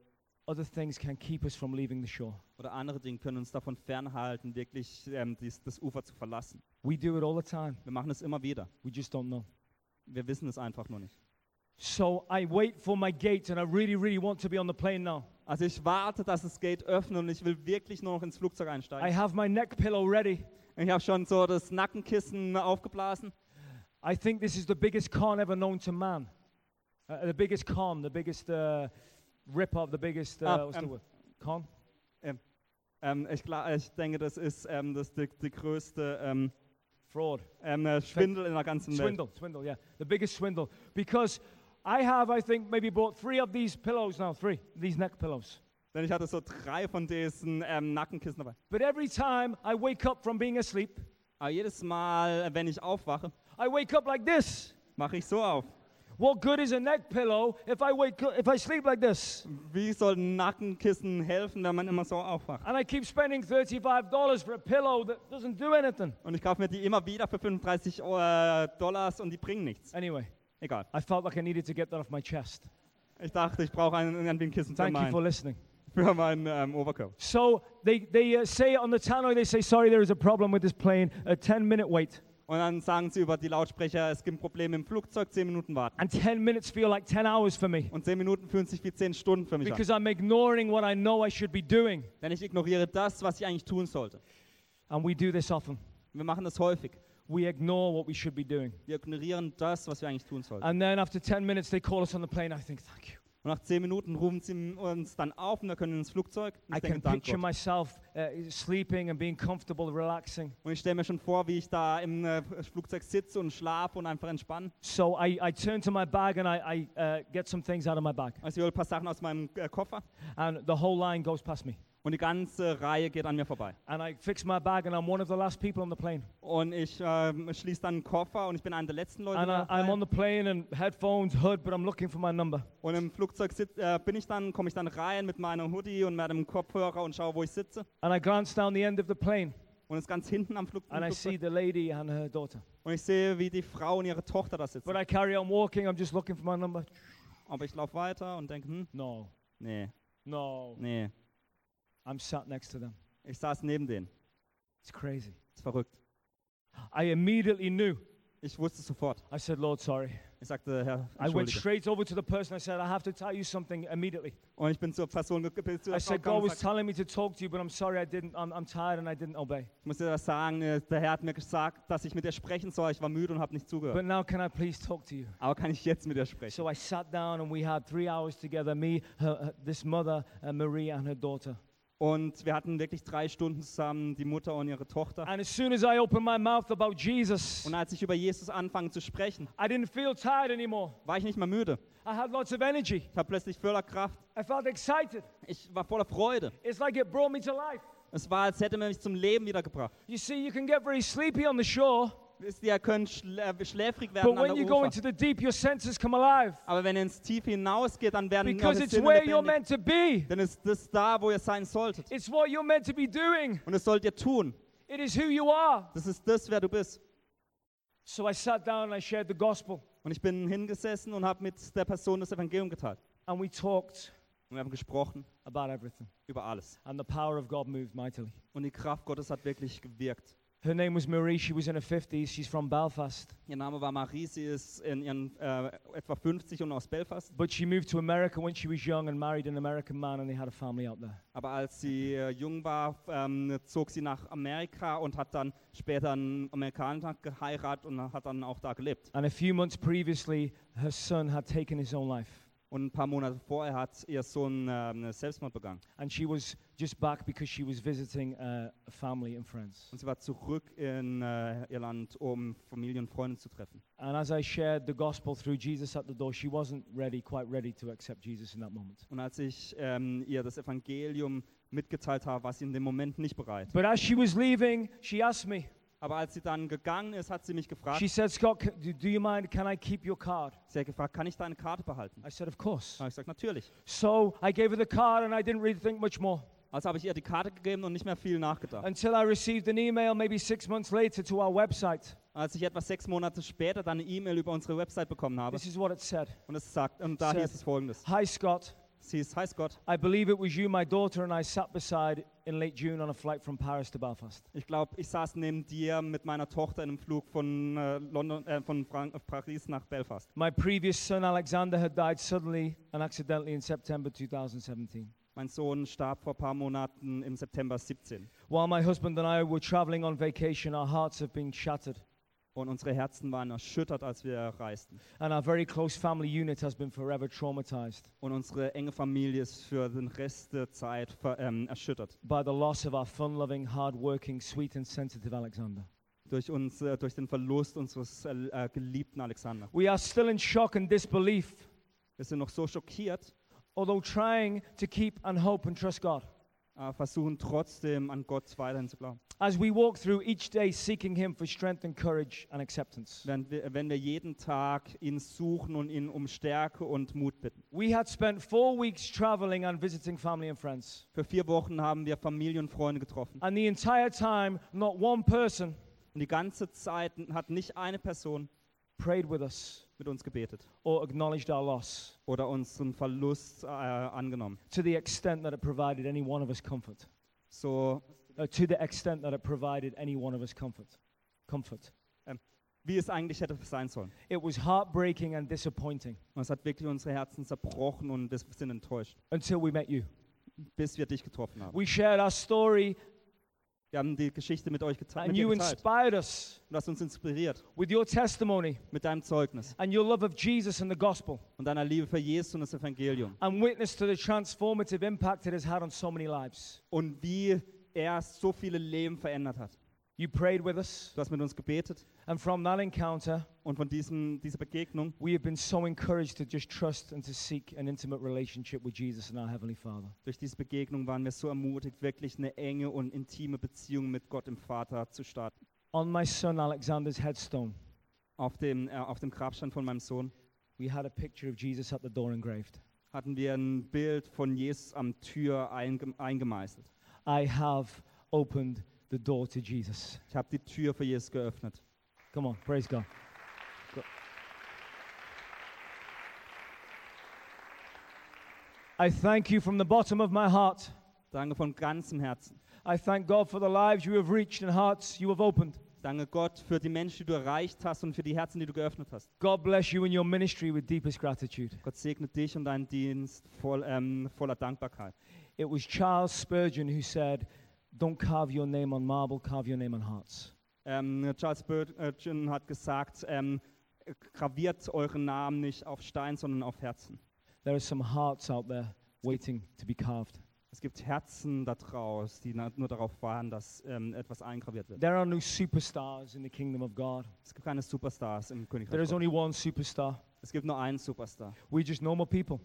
[SPEAKER 3] other things can keep us from leaving the shore.
[SPEAKER 2] oder andere Dinge können uns davon fernhalten, wirklich ähm, dies, das Ufer zu verlassen.
[SPEAKER 3] We do it all the time,
[SPEAKER 2] Wir machen es immer wieder.
[SPEAKER 3] we just don't know.
[SPEAKER 2] Wir wissen es einfach nur nicht.
[SPEAKER 3] So I wait for my gate and I really, really want to be on the plane now.
[SPEAKER 2] Also ich warte, dass das Gate öffnet und ich will wirklich nur noch ins Flugzeug
[SPEAKER 3] I
[SPEAKER 2] einsteigen.
[SPEAKER 3] have my neck pillow ready.
[SPEAKER 2] Ich habe schon so das Nackenkissen aufgeblasen.
[SPEAKER 3] I think this is the biggest con ever known to man. Uh, the biggest con, the biggest uh, rip off, the biggest. Uh,
[SPEAKER 2] Ah,
[SPEAKER 3] what's the
[SPEAKER 2] um,
[SPEAKER 3] word? Con?
[SPEAKER 2] Ähm, ich, gla- ich denke, das ist ähm, das die, die größte ähm,
[SPEAKER 3] Fraud.
[SPEAKER 2] ähm, äh, Schwindel in der ganzen Welt.
[SPEAKER 3] Swindle, swindle, yeah. The biggest swindle. Because I have, I think, maybe bought three of these pillows now, three, these neck pillows.
[SPEAKER 2] Denn ich hatte so drei von diesen ähm, Nackenkissen dabei.
[SPEAKER 3] But every time I wake up from being asleep,
[SPEAKER 2] Aber jedes Mal, äh, wenn ich aufwache,
[SPEAKER 3] I wake up like this.
[SPEAKER 2] mache ich so auf.
[SPEAKER 3] What good is a neck pillow if I wake up, if I sleep like this?
[SPEAKER 2] Wie soll ein Nackenkissen helfen, wenn man immer so aufwacht?
[SPEAKER 3] And I keep spending $35 for a pillow that doesn't do anything.
[SPEAKER 2] Und ich kaufe mir die immer wieder für 35 Euro, äh, Dollars und die bringen nichts.
[SPEAKER 3] Anyway,
[SPEAKER 2] Egal.
[SPEAKER 3] I felt like I needed to get that off my chest.
[SPEAKER 2] Ich dachte, ich brauche ein, irgendwie ein Kissen für
[SPEAKER 3] Thank you for
[SPEAKER 2] meinen,
[SPEAKER 3] listening.
[SPEAKER 2] für meinen ähm, Oberkörper.
[SPEAKER 3] So they, they uh, say on the tannoy, they say, sorry, there is a problem with this plane, a 10 minute wait.
[SPEAKER 2] Und dann sagen sie über die Lautsprecher, es gibt Probleme im Flugzeug, 10 Minuten warten.
[SPEAKER 3] And 10 minutes feel like 10 hours for me
[SPEAKER 2] Und 10 Minuten fühlen sich wie 10 Stunden für mich an.
[SPEAKER 3] because I'm ignoring what I know I should be doing.
[SPEAKER 2] Denn ich ignoriere das, was ich eigentlich tun sollte.
[SPEAKER 3] And we do this often.
[SPEAKER 2] Wir machen das häufig.
[SPEAKER 3] We ignore what we should be doing.
[SPEAKER 2] Wir ignorieren das, was wir eigentlich tun sollten.
[SPEAKER 3] And then after 10 minutes, they call us on the plane. I think, thank you.
[SPEAKER 2] Und nach 10 Minuten rufen sie uns dann auf und wir können ins Flugzeug. Und
[SPEAKER 3] I
[SPEAKER 2] ich, denke,
[SPEAKER 3] can
[SPEAKER 2] Dank
[SPEAKER 3] picture
[SPEAKER 2] Gott.
[SPEAKER 3] myself uh, sleeping and being comfortable, relaxing.
[SPEAKER 2] und ich stelle mir schon vor, wie ich da im äh, Flugzeug sitze und schlafe und einfach entspanne.
[SPEAKER 3] So I, I turn to my bag and I, I uh, get some things out of my bag.
[SPEAKER 2] Also ich hole ein paar Sachen aus meinem äh, Koffer
[SPEAKER 3] And the whole line goes past me.
[SPEAKER 2] und die ganze Reihe geht an mir vorbei.
[SPEAKER 3] And I fix my bag and I'm one of the last people on the plane.
[SPEAKER 2] Und ich ähm, schließe dann den Koffer und ich bin einer der letzten Leute.
[SPEAKER 3] And I,
[SPEAKER 2] da
[SPEAKER 3] Ah, I'm
[SPEAKER 2] rein.
[SPEAKER 3] on the plane and headphones, hood, but I'm looking for my number.
[SPEAKER 2] Und im Flugzeug sitz, äh, bin ich dann, komme ich dann rein mit meinem Hoodie und meinem Kopfhörer und schaue, wo ich sitze.
[SPEAKER 3] And I glance down the end of the plane
[SPEAKER 2] Und es ist ganz hinten am Flug.
[SPEAKER 3] and I see
[SPEAKER 2] Flugzeug.
[SPEAKER 3] the lady and her daughter.
[SPEAKER 2] Und ich sehe, wie die Frau und ihre Tochter da
[SPEAKER 3] But
[SPEAKER 2] sitzen.
[SPEAKER 3] I carry on walking. I'm just looking for my number.
[SPEAKER 2] Aber ich laufe weiter und denke, hm,
[SPEAKER 3] No,
[SPEAKER 2] nee,
[SPEAKER 3] no.
[SPEAKER 2] nee.
[SPEAKER 3] I'm sat next to them.
[SPEAKER 2] Ich saß neben denen.
[SPEAKER 3] It's crazy.
[SPEAKER 2] Ist verrückt.
[SPEAKER 3] I immediately knew.
[SPEAKER 2] Ich wusste sofort.
[SPEAKER 3] I said, Lord, sorry.
[SPEAKER 2] Ich sagte, Herr,
[SPEAKER 3] I went
[SPEAKER 2] entschuldige.
[SPEAKER 3] straight over to the person. I said, I have to tell you something immediately.
[SPEAKER 2] Und ich bin zur Person ge- bin zu
[SPEAKER 3] I
[SPEAKER 2] der Frau
[SPEAKER 3] said,
[SPEAKER 2] gegangen.
[SPEAKER 3] God
[SPEAKER 2] und
[SPEAKER 3] was
[SPEAKER 2] sagte,
[SPEAKER 3] telling me to talk to you, but I'm sorry I didn't. I'm, I'm tired and I didn't obey.
[SPEAKER 2] Ich muss dir das sagen, äh, der Herr hat mir gesagt, dass ich mit dir sprechen soll. Ich war müde und habe nicht zugehört.
[SPEAKER 3] But now, can I please talk to you?
[SPEAKER 2] Aber kann ich jetzt mit dir sprechen?
[SPEAKER 3] So I sat down and we had three hours together me, her, her- this mother, uh, Maria, and her daughter.
[SPEAKER 2] Und wir hatten wirklich drei Stunden zusammen, die Mutter und ihre Tochter.
[SPEAKER 3] And as soon as I opened my mouth about Jesus,
[SPEAKER 2] Und als ich über Jesus anfangen zu sprechen,
[SPEAKER 3] I didn't feel tired anymore.
[SPEAKER 2] war ich nicht mehr müde.
[SPEAKER 3] I had lots of energy.
[SPEAKER 2] Ich habe plötzlich voller Kraft.
[SPEAKER 3] I felt excited.
[SPEAKER 2] Ich war voller Freude.
[SPEAKER 3] It's like it brought me to life.
[SPEAKER 2] Es war, als hätte man mich zum Leben wiedergebracht.
[SPEAKER 3] You see, you can get very sleepy on the shore,
[SPEAKER 2] Wisst ihr, ihr könnt schlä äh, schläfrig werden
[SPEAKER 3] but
[SPEAKER 2] an
[SPEAKER 3] when you
[SPEAKER 2] der
[SPEAKER 3] go
[SPEAKER 2] Ufer.
[SPEAKER 3] into the deep, your senses come alive
[SPEAKER 2] Aber wenn ihr ins Tiefe hinausgeht, dann werden eure
[SPEAKER 3] because it's
[SPEAKER 2] Sinne
[SPEAKER 3] where you're
[SPEAKER 2] lebendig.
[SPEAKER 3] meant to be.
[SPEAKER 2] Denn es ist das da, wo ihr sein solltet.
[SPEAKER 3] It's what you're meant to be doing.
[SPEAKER 2] Und das sollt ihr tun.
[SPEAKER 3] It is who you are.
[SPEAKER 2] Das ist das, wer du bist.
[SPEAKER 3] So I sat down and I shared the gospel
[SPEAKER 2] Und ich bin hingesessen und habe mit der Person das Evangelium geteilt.
[SPEAKER 3] and we talked
[SPEAKER 2] Und wir haben gesprochen
[SPEAKER 3] about everything.
[SPEAKER 2] über alles.
[SPEAKER 3] And the power of God moved mightily.
[SPEAKER 2] Und die Kraft Gottes hat wirklich gewirkt.
[SPEAKER 3] Her name was Marie. She was in her 50s. She's from Belfast.
[SPEAKER 2] Ihr Name war Marie, sie ist in ihren äh, etwa 50 und aus Belfast.
[SPEAKER 3] But she moved to America when she was young and married an American man, and they had a family out there.
[SPEAKER 2] Aber als sie äh, jung war, f- ähm, zog sie nach Amerika und hat dann später einen Amerikaner geheiratet und hat dann auch da gelebt.
[SPEAKER 3] And a few months previously, her son had taken his own life.
[SPEAKER 2] Und ein paar Monate vorher hat ihr Sohn ähm, Selbstmord begangen.
[SPEAKER 3] And she was just back because she was visiting uh, a family and friends.
[SPEAKER 2] Und sie war zurück in äh, Irland, um Familie und Freunde zu treffen.
[SPEAKER 3] And as I shared the gospel through Jesus at the door, she wasn't ready, quite ready to accept Jesus in that moment.
[SPEAKER 2] Und als ich ähm, ihr das Evangelium mitgeteilt habe, war sie in dem Moment nicht bereit.
[SPEAKER 3] But as she was leaving, she asked me,
[SPEAKER 2] Aber als sie dann gegangen ist, hat sie mich gefragt,
[SPEAKER 3] she said, Scott, c- do- do you mind? Can I keep your card?
[SPEAKER 2] sie hat gefragt, kann ich deine Karte behalten?
[SPEAKER 3] I said, Of course.
[SPEAKER 2] Da habe ich gesagt, natürlich.
[SPEAKER 3] So I gave her the card and I didn't really think much more
[SPEAKER 2] Also habe ich ihr die Karte gegeben und nicht mehr viel nachgedacht.
[SPEAKER 3] until I received an email maybe six months later to our website.
[SPEAKER 2] Als ich etwa sechs Monate später dann eine E-Mail über unsere Website bekommen habe
[SPEAKER 3] This is what it said
[SPEAKER 2] und es sagt, und da
[SPEAKER 3] Said-
[SPEAKER 2] hieß es folgendes.
[SPEAKER 3] Hi, Scott.
[SPEAKER 2] Sie ist, heißt Gott,
[SPEAKER 3] I believe it was you, my daughter, and I sat beside in late June on a flight from Paris to Belfast.
[SPEAKER 2] ich glaube, ich saß neben dir mit meiner Tochter in einem Flug von, äh, London, äh, von Fran äh, Paris nach Belfast.
[SPEAKER 3] My previous son, Alexander, had died suddenly and accidentally in September 2017.
[SPEAKER 2] Mein Sohn starb vor ein paar Monaten im September 17
[SPEAKER 3] While my husband and I were traveling on vacation, our hearts have been shattered
[SPEAKER 2] und unsere Herzen waren erschüttert, als wir reisten.
[SPEAKER 3] and our very close family unit has been forever traumatized
[SPEAKER 2] Und unsere enge Familie ist für den Rest der Zeit ver ähm, erschüttert
[SPEAKER 3] by the loss of our fun loving, hard working, sweet, and sensitive Alexander.
[SPEAKER 2] durch, uns, äh, durch den Verlust unseres äh, äh, geliebten Alexander.
[SPEAKER 3] We are still in shock and disbelief,
[SPEAKER 2] Wir sind noch so schockiert,
[SPEAKER 3] although trying to keep and hope and trust God.
[SPEAKER 2] aber versuchen trotzdem an Gott weiterhin zu glauben.
[SPEAKER 3] As we walk through each day seeking Him for strength and courage and acceptance,
[SPEAKER 2] Wenn wir, wenn wir jeden Tag ihn suchen und ihn um Stärke und Mut bitten.
[SPEAKER 3] we had spent four weeks traveling and visiting family and friends.
[SPEAKER 2] Für vier Wochen haben wir Familie und Freunde getroffen.
[SPEAKER 3] And the entire time, not one person
[SPEAKER 2] Und die ganze Zeit hat nicht eine Person
[SPEAKER 3] prayed with us
[SPEAKER 2] mit uns gebetet
[SPEAKER 3] or acknowledged our loss
[SPEAKER 2] oder unseren Verlust äh, angenommen.
[SPEAKER 3] to the extent that it provided any one of us comfort.
[SPEAKER 2] So,
[SPEAKER 3] Uh, to the extent that it provided any one of us comfort. Comfort.
[SPEAKER 2] wie es eigentlich hätte sein sollen.
[SPEAKER 3] It was heartbreaking and disappointing
[SPEAKER 2] Und es hat wirklich unsere Herzen zerbrochen und wir sind enttäuscht,
[SPEAKER 3] until we met you.
[SPEAKER 2] bis wir dich getroffen haben.
[SPEAKER 3] We shared our story
[SPEAKER 2] Wir haben die Geschichte mit euch gete
[SPEAKER 3] and
[SPEAKER 2] mit dir
[SPEAKER 3] you
[SPEAKER 2] geteilt.
[SPEAKER 3] inspired us
[SPEAKER 2] Du hast uns inspiriert
[SPEAKER 3] with your testimony
[SPEAKER 2] mit deinem Zeugnis
[SPEAKER 3] and your love of Jesus and the gospel
[SPEAKER 2] und deiner Liebe für Jesus und das Evangelium.
[SPEAKER 3] and witness to the transformative impact it has had on so many lives.
[SPEAKER 2] und wie er so viele Leben verändert hat.
[SPEAKER 3] You prayed with us,
[SPEAKER 2] Du hast mit uns gebetet
[SPEAKER 3] and from that encounter,
[SPEAKER 2] und von diesem, dieser Begegnung
[SPEAKER 3] We have been so encouraged to just trust and to seek an intimate relationship with Jesus and our Heavenly Father.
[SPEAKER 2] Durch diese Begegnung waren wir so ermutigt, wirklich eine enge und intime Beziehung mit Gott, dem Vater, zu starten.
[SPEAKER 3] On my son Alexander's headstone,
[SPEAKER 2] Auf dem, äh, auf dem Grabstein von meinem Sohn
[SPEAKER 3] we had a picture of Jesus at the door engraved.
[SPEAKER 2] hatten wir ein Bild von Jesus am Tür einge eingemeißelt.
[SPEAKER 3] I have opened the door to Jesus.
[SPEAKER 2] Ich habe die Tür für Jesus geöffnet.
[SPEAKER 3] Come on, praise God. Go- I thank you from the bottom of my heart.
[SPEAKER 2] Danke von ganzem Herzen.
[SPEAKER 3] I thank God for the lives you have reached and hearts you have opened.
[SPEAKER 2] Danke Gott für die Menschen, die du erreicht hast und für die Herzen, die du geöffnet hast.
[SPEAKER 3] God bless you in your ministry with deepest gratitude.
[SPEAKER 2] Gott segne dich und deinen Dienst voll, ähm, voller Dankbarkeit.
[SPEAKER 3] It was Charles Spurgeon who said, Don't carve your name on marble, carve your name on hearts.
[SPEAKER 2] Ähm, Charles Spurgeon hat gesagt, ähm, graviert euren Namen nicht auf Stein, sondern auf Herzen.
[SPEAKER 3] There are some hearts out there waiting to be carved.
[SPEAKER 2] Es gibt Herzen da draus, die na- nur darauf warten, dass ähm, etwas eingraviert wird.
[SPEAKER 3] There are no superstars in the kingdom of God.
[SPEAKER 2] Es gibt keine Superstars im
[SPEAKER 3] There
[SPEAKER 2] Königreich.
[SPEAKER 3] is
[SPEAKER 2] Gottes.
[SPEAKER 3] only one superstar.
[SPEAKER 2] Es gibt nur einen Superstar.
[SPEAKER 3] We're just normal people.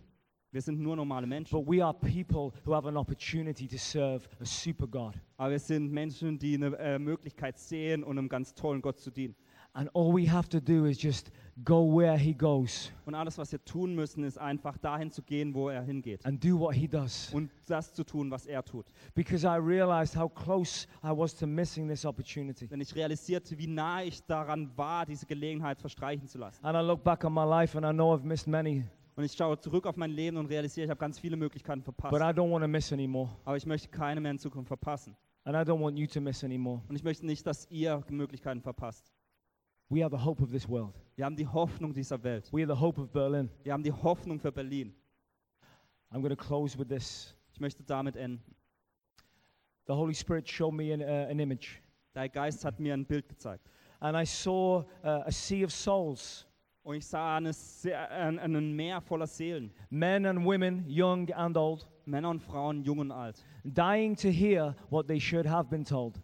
[SPEAKER 2] Wir sind nur normale
[SPEAKER 3] But
[SPEAKER 2] Menschen,
[SPEAKER 3] we are people who have an opportunity to serve a super God.
[SPEAKER 2] aber wir sind Menschen, die eine äh, Möglichkeit sehen, um einem ganz tollen Gott zu dienen.
[SPEAKER 3] And all we have to do is just go where He goes
[SPEAKER 2] Und alles, was wir tun müssen, ist einfach dahin zu gehen, wo er hingeht.
[SPEAKER 3] and do what He does.
[SPEAKER 2] Und das zu tun, was er tut.
[SPEAKER 3] Because I realized how close I was to missing this opportunity.
[SPEAKER 2] Denn ich realisierte, wie nah ich daran war, diese Gelegenheit verstreichen zu lassen.
[SPEAKER 3] And I look back on my life and I know I've missed many,
[SPEAKER 2] Und ich schaue zurück auf mein Leben und realisiere, ich habe ganz viele Möglichkeiten verpasst.
[SPEAKER 3] but I don't want to miss anymore.
[SPEAKER 2] aber ich möchte keine mehr in Zukunft verpassen.
[SPEAKER 3] And I don't want you to miss any more.
[SPEAKER 2] Und ich möchte nicht, dass ihr Möglichkeiten verpasst.
[SPEAKER 3] We are the hope of this world.
[SPEAKER 2] Wir haben die Hoffnung dieser Welt.
[SPEAKER 3] We are the hope of Berlin.
[SPEAKER 2] Wir haben die Hoffnung für Berlin.
[SPEAKER 3] I'm going to close with this.
[SPEAKER 2] Ich möchte damit enden.
[SPEAKER 3] The Holy Spirit showed me an, uh, an image,
[SPEAKER 2] Der Geist hat mir ein Bild gezeigt.
[SPEAKER 3] and I saw uh, a sea of souls,
[SPEAKER 2] Und ich sah eine, Se- ein, ein Meer voller Seelen.
[SPEAKER 3] men and women, young and old,
[SPEAKER 2] Männer und Frauen, jung und alt.
[SPEAKER 3] dying to hear what they should have been told.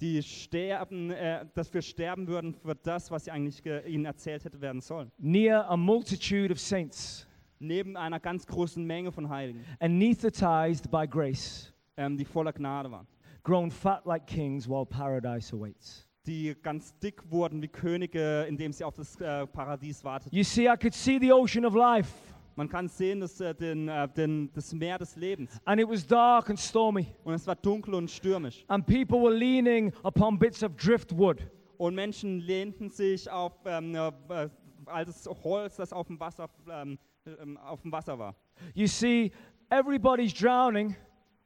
[SPEAKER 2] Die sterben, äh, dass wir sterben würden für das, was sie eigentlich ge- ihnen erzählt hätte werden sollen.
[SPEAKER 3] Near a multitude of saints,
[SPEAKER 2] Neben einer ganz großen Menge von Heiligen,
[SPEAKER 3] anesthetized by grace,
[SPEAKER 2] ähm, die voller Gnade waren.
[SPEAKER 3] grown fat like kings while paradise awaits.
[SPEAKER 2] Die ganz dick wurden wie Könige, indem sie auf das äh, Paradies warteten.
[SPEAKER 3] You see, I could see the ocean of life,
[SPEAKER 2] Man kann sehen, dass, äh, den, äh, den, das Meer des Lebens.
[SPEAKER 3] and it was dark and stormy,
[SPEAKER 2] Und es war dunkel und stürmisch.
[SPEAKER 3] and people were leaning upon bits of driftwood.
[SPEAKER 2] Und Menschen lehnten sich auf ähm, äh, äh, altes Holz, das auf dem Wasser, ähm, ähm, auf dem Wasser war.
[SPEAKER 3] You see, everybody's drowning.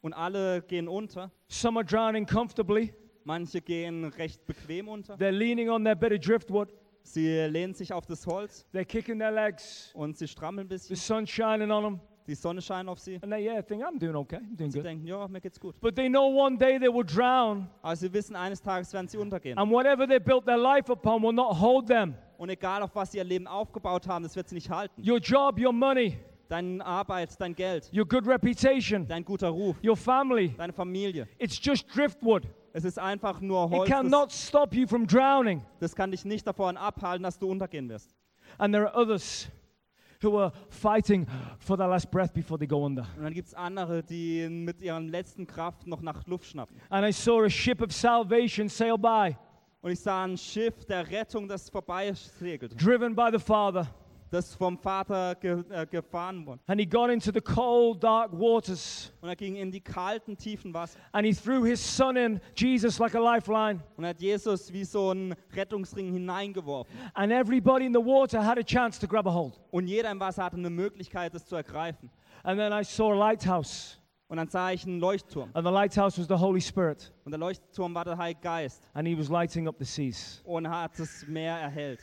[SPEAKER 2] Und alle gehen unter.
[SPEAKER 3] Some are drowning comfortably.
[SPEAKER 2] Manche gehen recht bequem unter.
[SPEAKER 3] They're leaning on their bit of driftwood.
[SPEAKER 2] Sie lehnen sich auf das Holz
[SPEAKER 3] They're kicking their legs.
[SPEAKER 2] und sie strammeln ein
[SPEAKER 3] The
[SPEAKER 2] bisschen.
[SPEAKER 3] sun's shining on them.
[SPEAKER 2] Die Sonne scheint auf sie.
[SPEAKER 3] And they, yeah, think, I'm doing okay. I'm doing
[SPEAKER 2] Sie
[SPEAKER 3] good.
[SPEAKER 2] denken, ja, mir geht's gut.
[SPEAKER 3] But they know one day they will drown.
[SPEAKER 2] Aber sie wissen, eines Tages werden sie untergehen.
[SPEAKER 3] And whatever they built their life upon will not hold them.
[SPEAKER 2] Und egal, auf was sie ihr Leben aufgebaut haben, das wird sie nicht halten.
[SPEAKER 3] Your job, your money,
[SPEAKER 2] Deine Arbeit, dein Geld,
[SPEAKER 3] your good reputation,
[SPEAKER 2] dein guter Ruf,
[SPEAKER 3] your family,
[SPEAKER 2] deine Familie.
[SPEAKER 3] it's just driftwood.
[SPEAKER 2] Es ist einfach nur
[SPEAKER 3] It
[SPEAKER 2] Holz.
[SPEAKER 3] cannot
[SPEAKER 2] Das,
[SPEAKER 3] stop you from drowning.
[SPEAKER 2] das kann dich nicht davon abhalten, dass du untergehen wirst.
[SPEAKER 3] And there are others who are fighting for their last breath before they go under.
[SPEAKER 2] Und dann gibt es andere, die mit ihren letzten Kraft noch nach Luft schnappen.
[SPEAKER 3] And I saw a ship of salvation sail by,
[SPEAKER 2] Und ich sah ein Schiff der Rettung, das vorbeisegelt,
[SPEAKER 3] driven by the Father.
[SPEAKER 2] das vom Vater ge äh, gefahren wurde.
[SPEAKER 3] And he got into the cold, dark waters.
[SPEAKER 2] Und er ging in die kalten, tiefen Wasser.
[SPEAKER 3] And he threw his son in, Jesus, like a lifeline.
[SPEAKER 2] Und er hat Jesus wie so einen Rettungsring hineingeworfen.
[SPEAKER 3] And everybody in the water had a chance to grab a hold.
[SPEAKER 2] Und jeder im Wasser hatte eine Möglichkeit, das zu ergreifen.
[SPEAKER 3] And then I saw a lighthouse.
[SPEAKER 2] Und dann sah ich einen Leuchtturm.
[SPEAKER 3] And the lighthouse was the Holy Spirit.
[SPEAKER 2] Und der Leuchtturm war der Heilige Geist
[SPEAKER 3] And he was lighting up the seas.
[SPEAKER 2] und hat das Meer erhellt.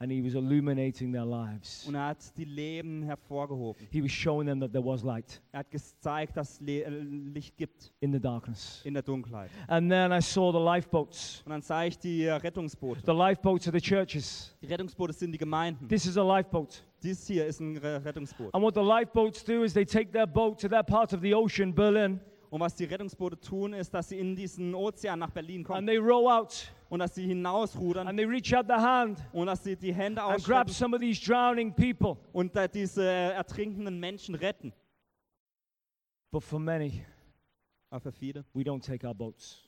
[SPEAKER 3] And he was illuminating their lives.
[SPEAKER 2] Und er hat die Leben hervorgehoben.
[SPEAKER 3] He was showing them that there was light
[SPEAKER 2] Er hat gezeigt, dass es Le äh, Licht gibt
[SPEAKER 3] in the darkness.
[SPEAKER 2] in der Dunkelheit.
[SPEAKER 3] And then I saw the lifeboats.
[SPEAKER 2] Und dann sah ich die äh, Rettungsboote.
[SPEAKER 3] The lifeboats are the churches.
[SPEAKER 2] Die Rettungsboote sind die Gemeinden.
[SPEAKER 3] This is a lifeboat.
[SPEAKER 2] Dies hier ist ein Re- Rettungsboot.
[SPEAKER 3] And what the lifeboats do is they take their boat to that part of the ocean, Berlin,
[SPEAKER 2] Und was die Rettungsboote tun, ist, dass sie in diesen Ozean nach Berlin
[SPEAKER 3] and
[SPEAKER 2] kommen
[SPEAKER 3] they row out
[SPEAKER 2] und dass sie hinausrudern
[SPEAKER 3] and they reach out their hand
[SPEAKER 2] und dass sie die Hände
[SPEAKER 3] and grab
[SPEAKER 2] ausstrecken
[SPEAKER 3] some of these drowning people.
[SPEAKER 2] und da diese äh, ertrinkenden Menschen retten.
[SPEAKER 3] But for many,
[SPEAKER 2] Aber für viele,
[SPEAKER 3] we don't take our boats.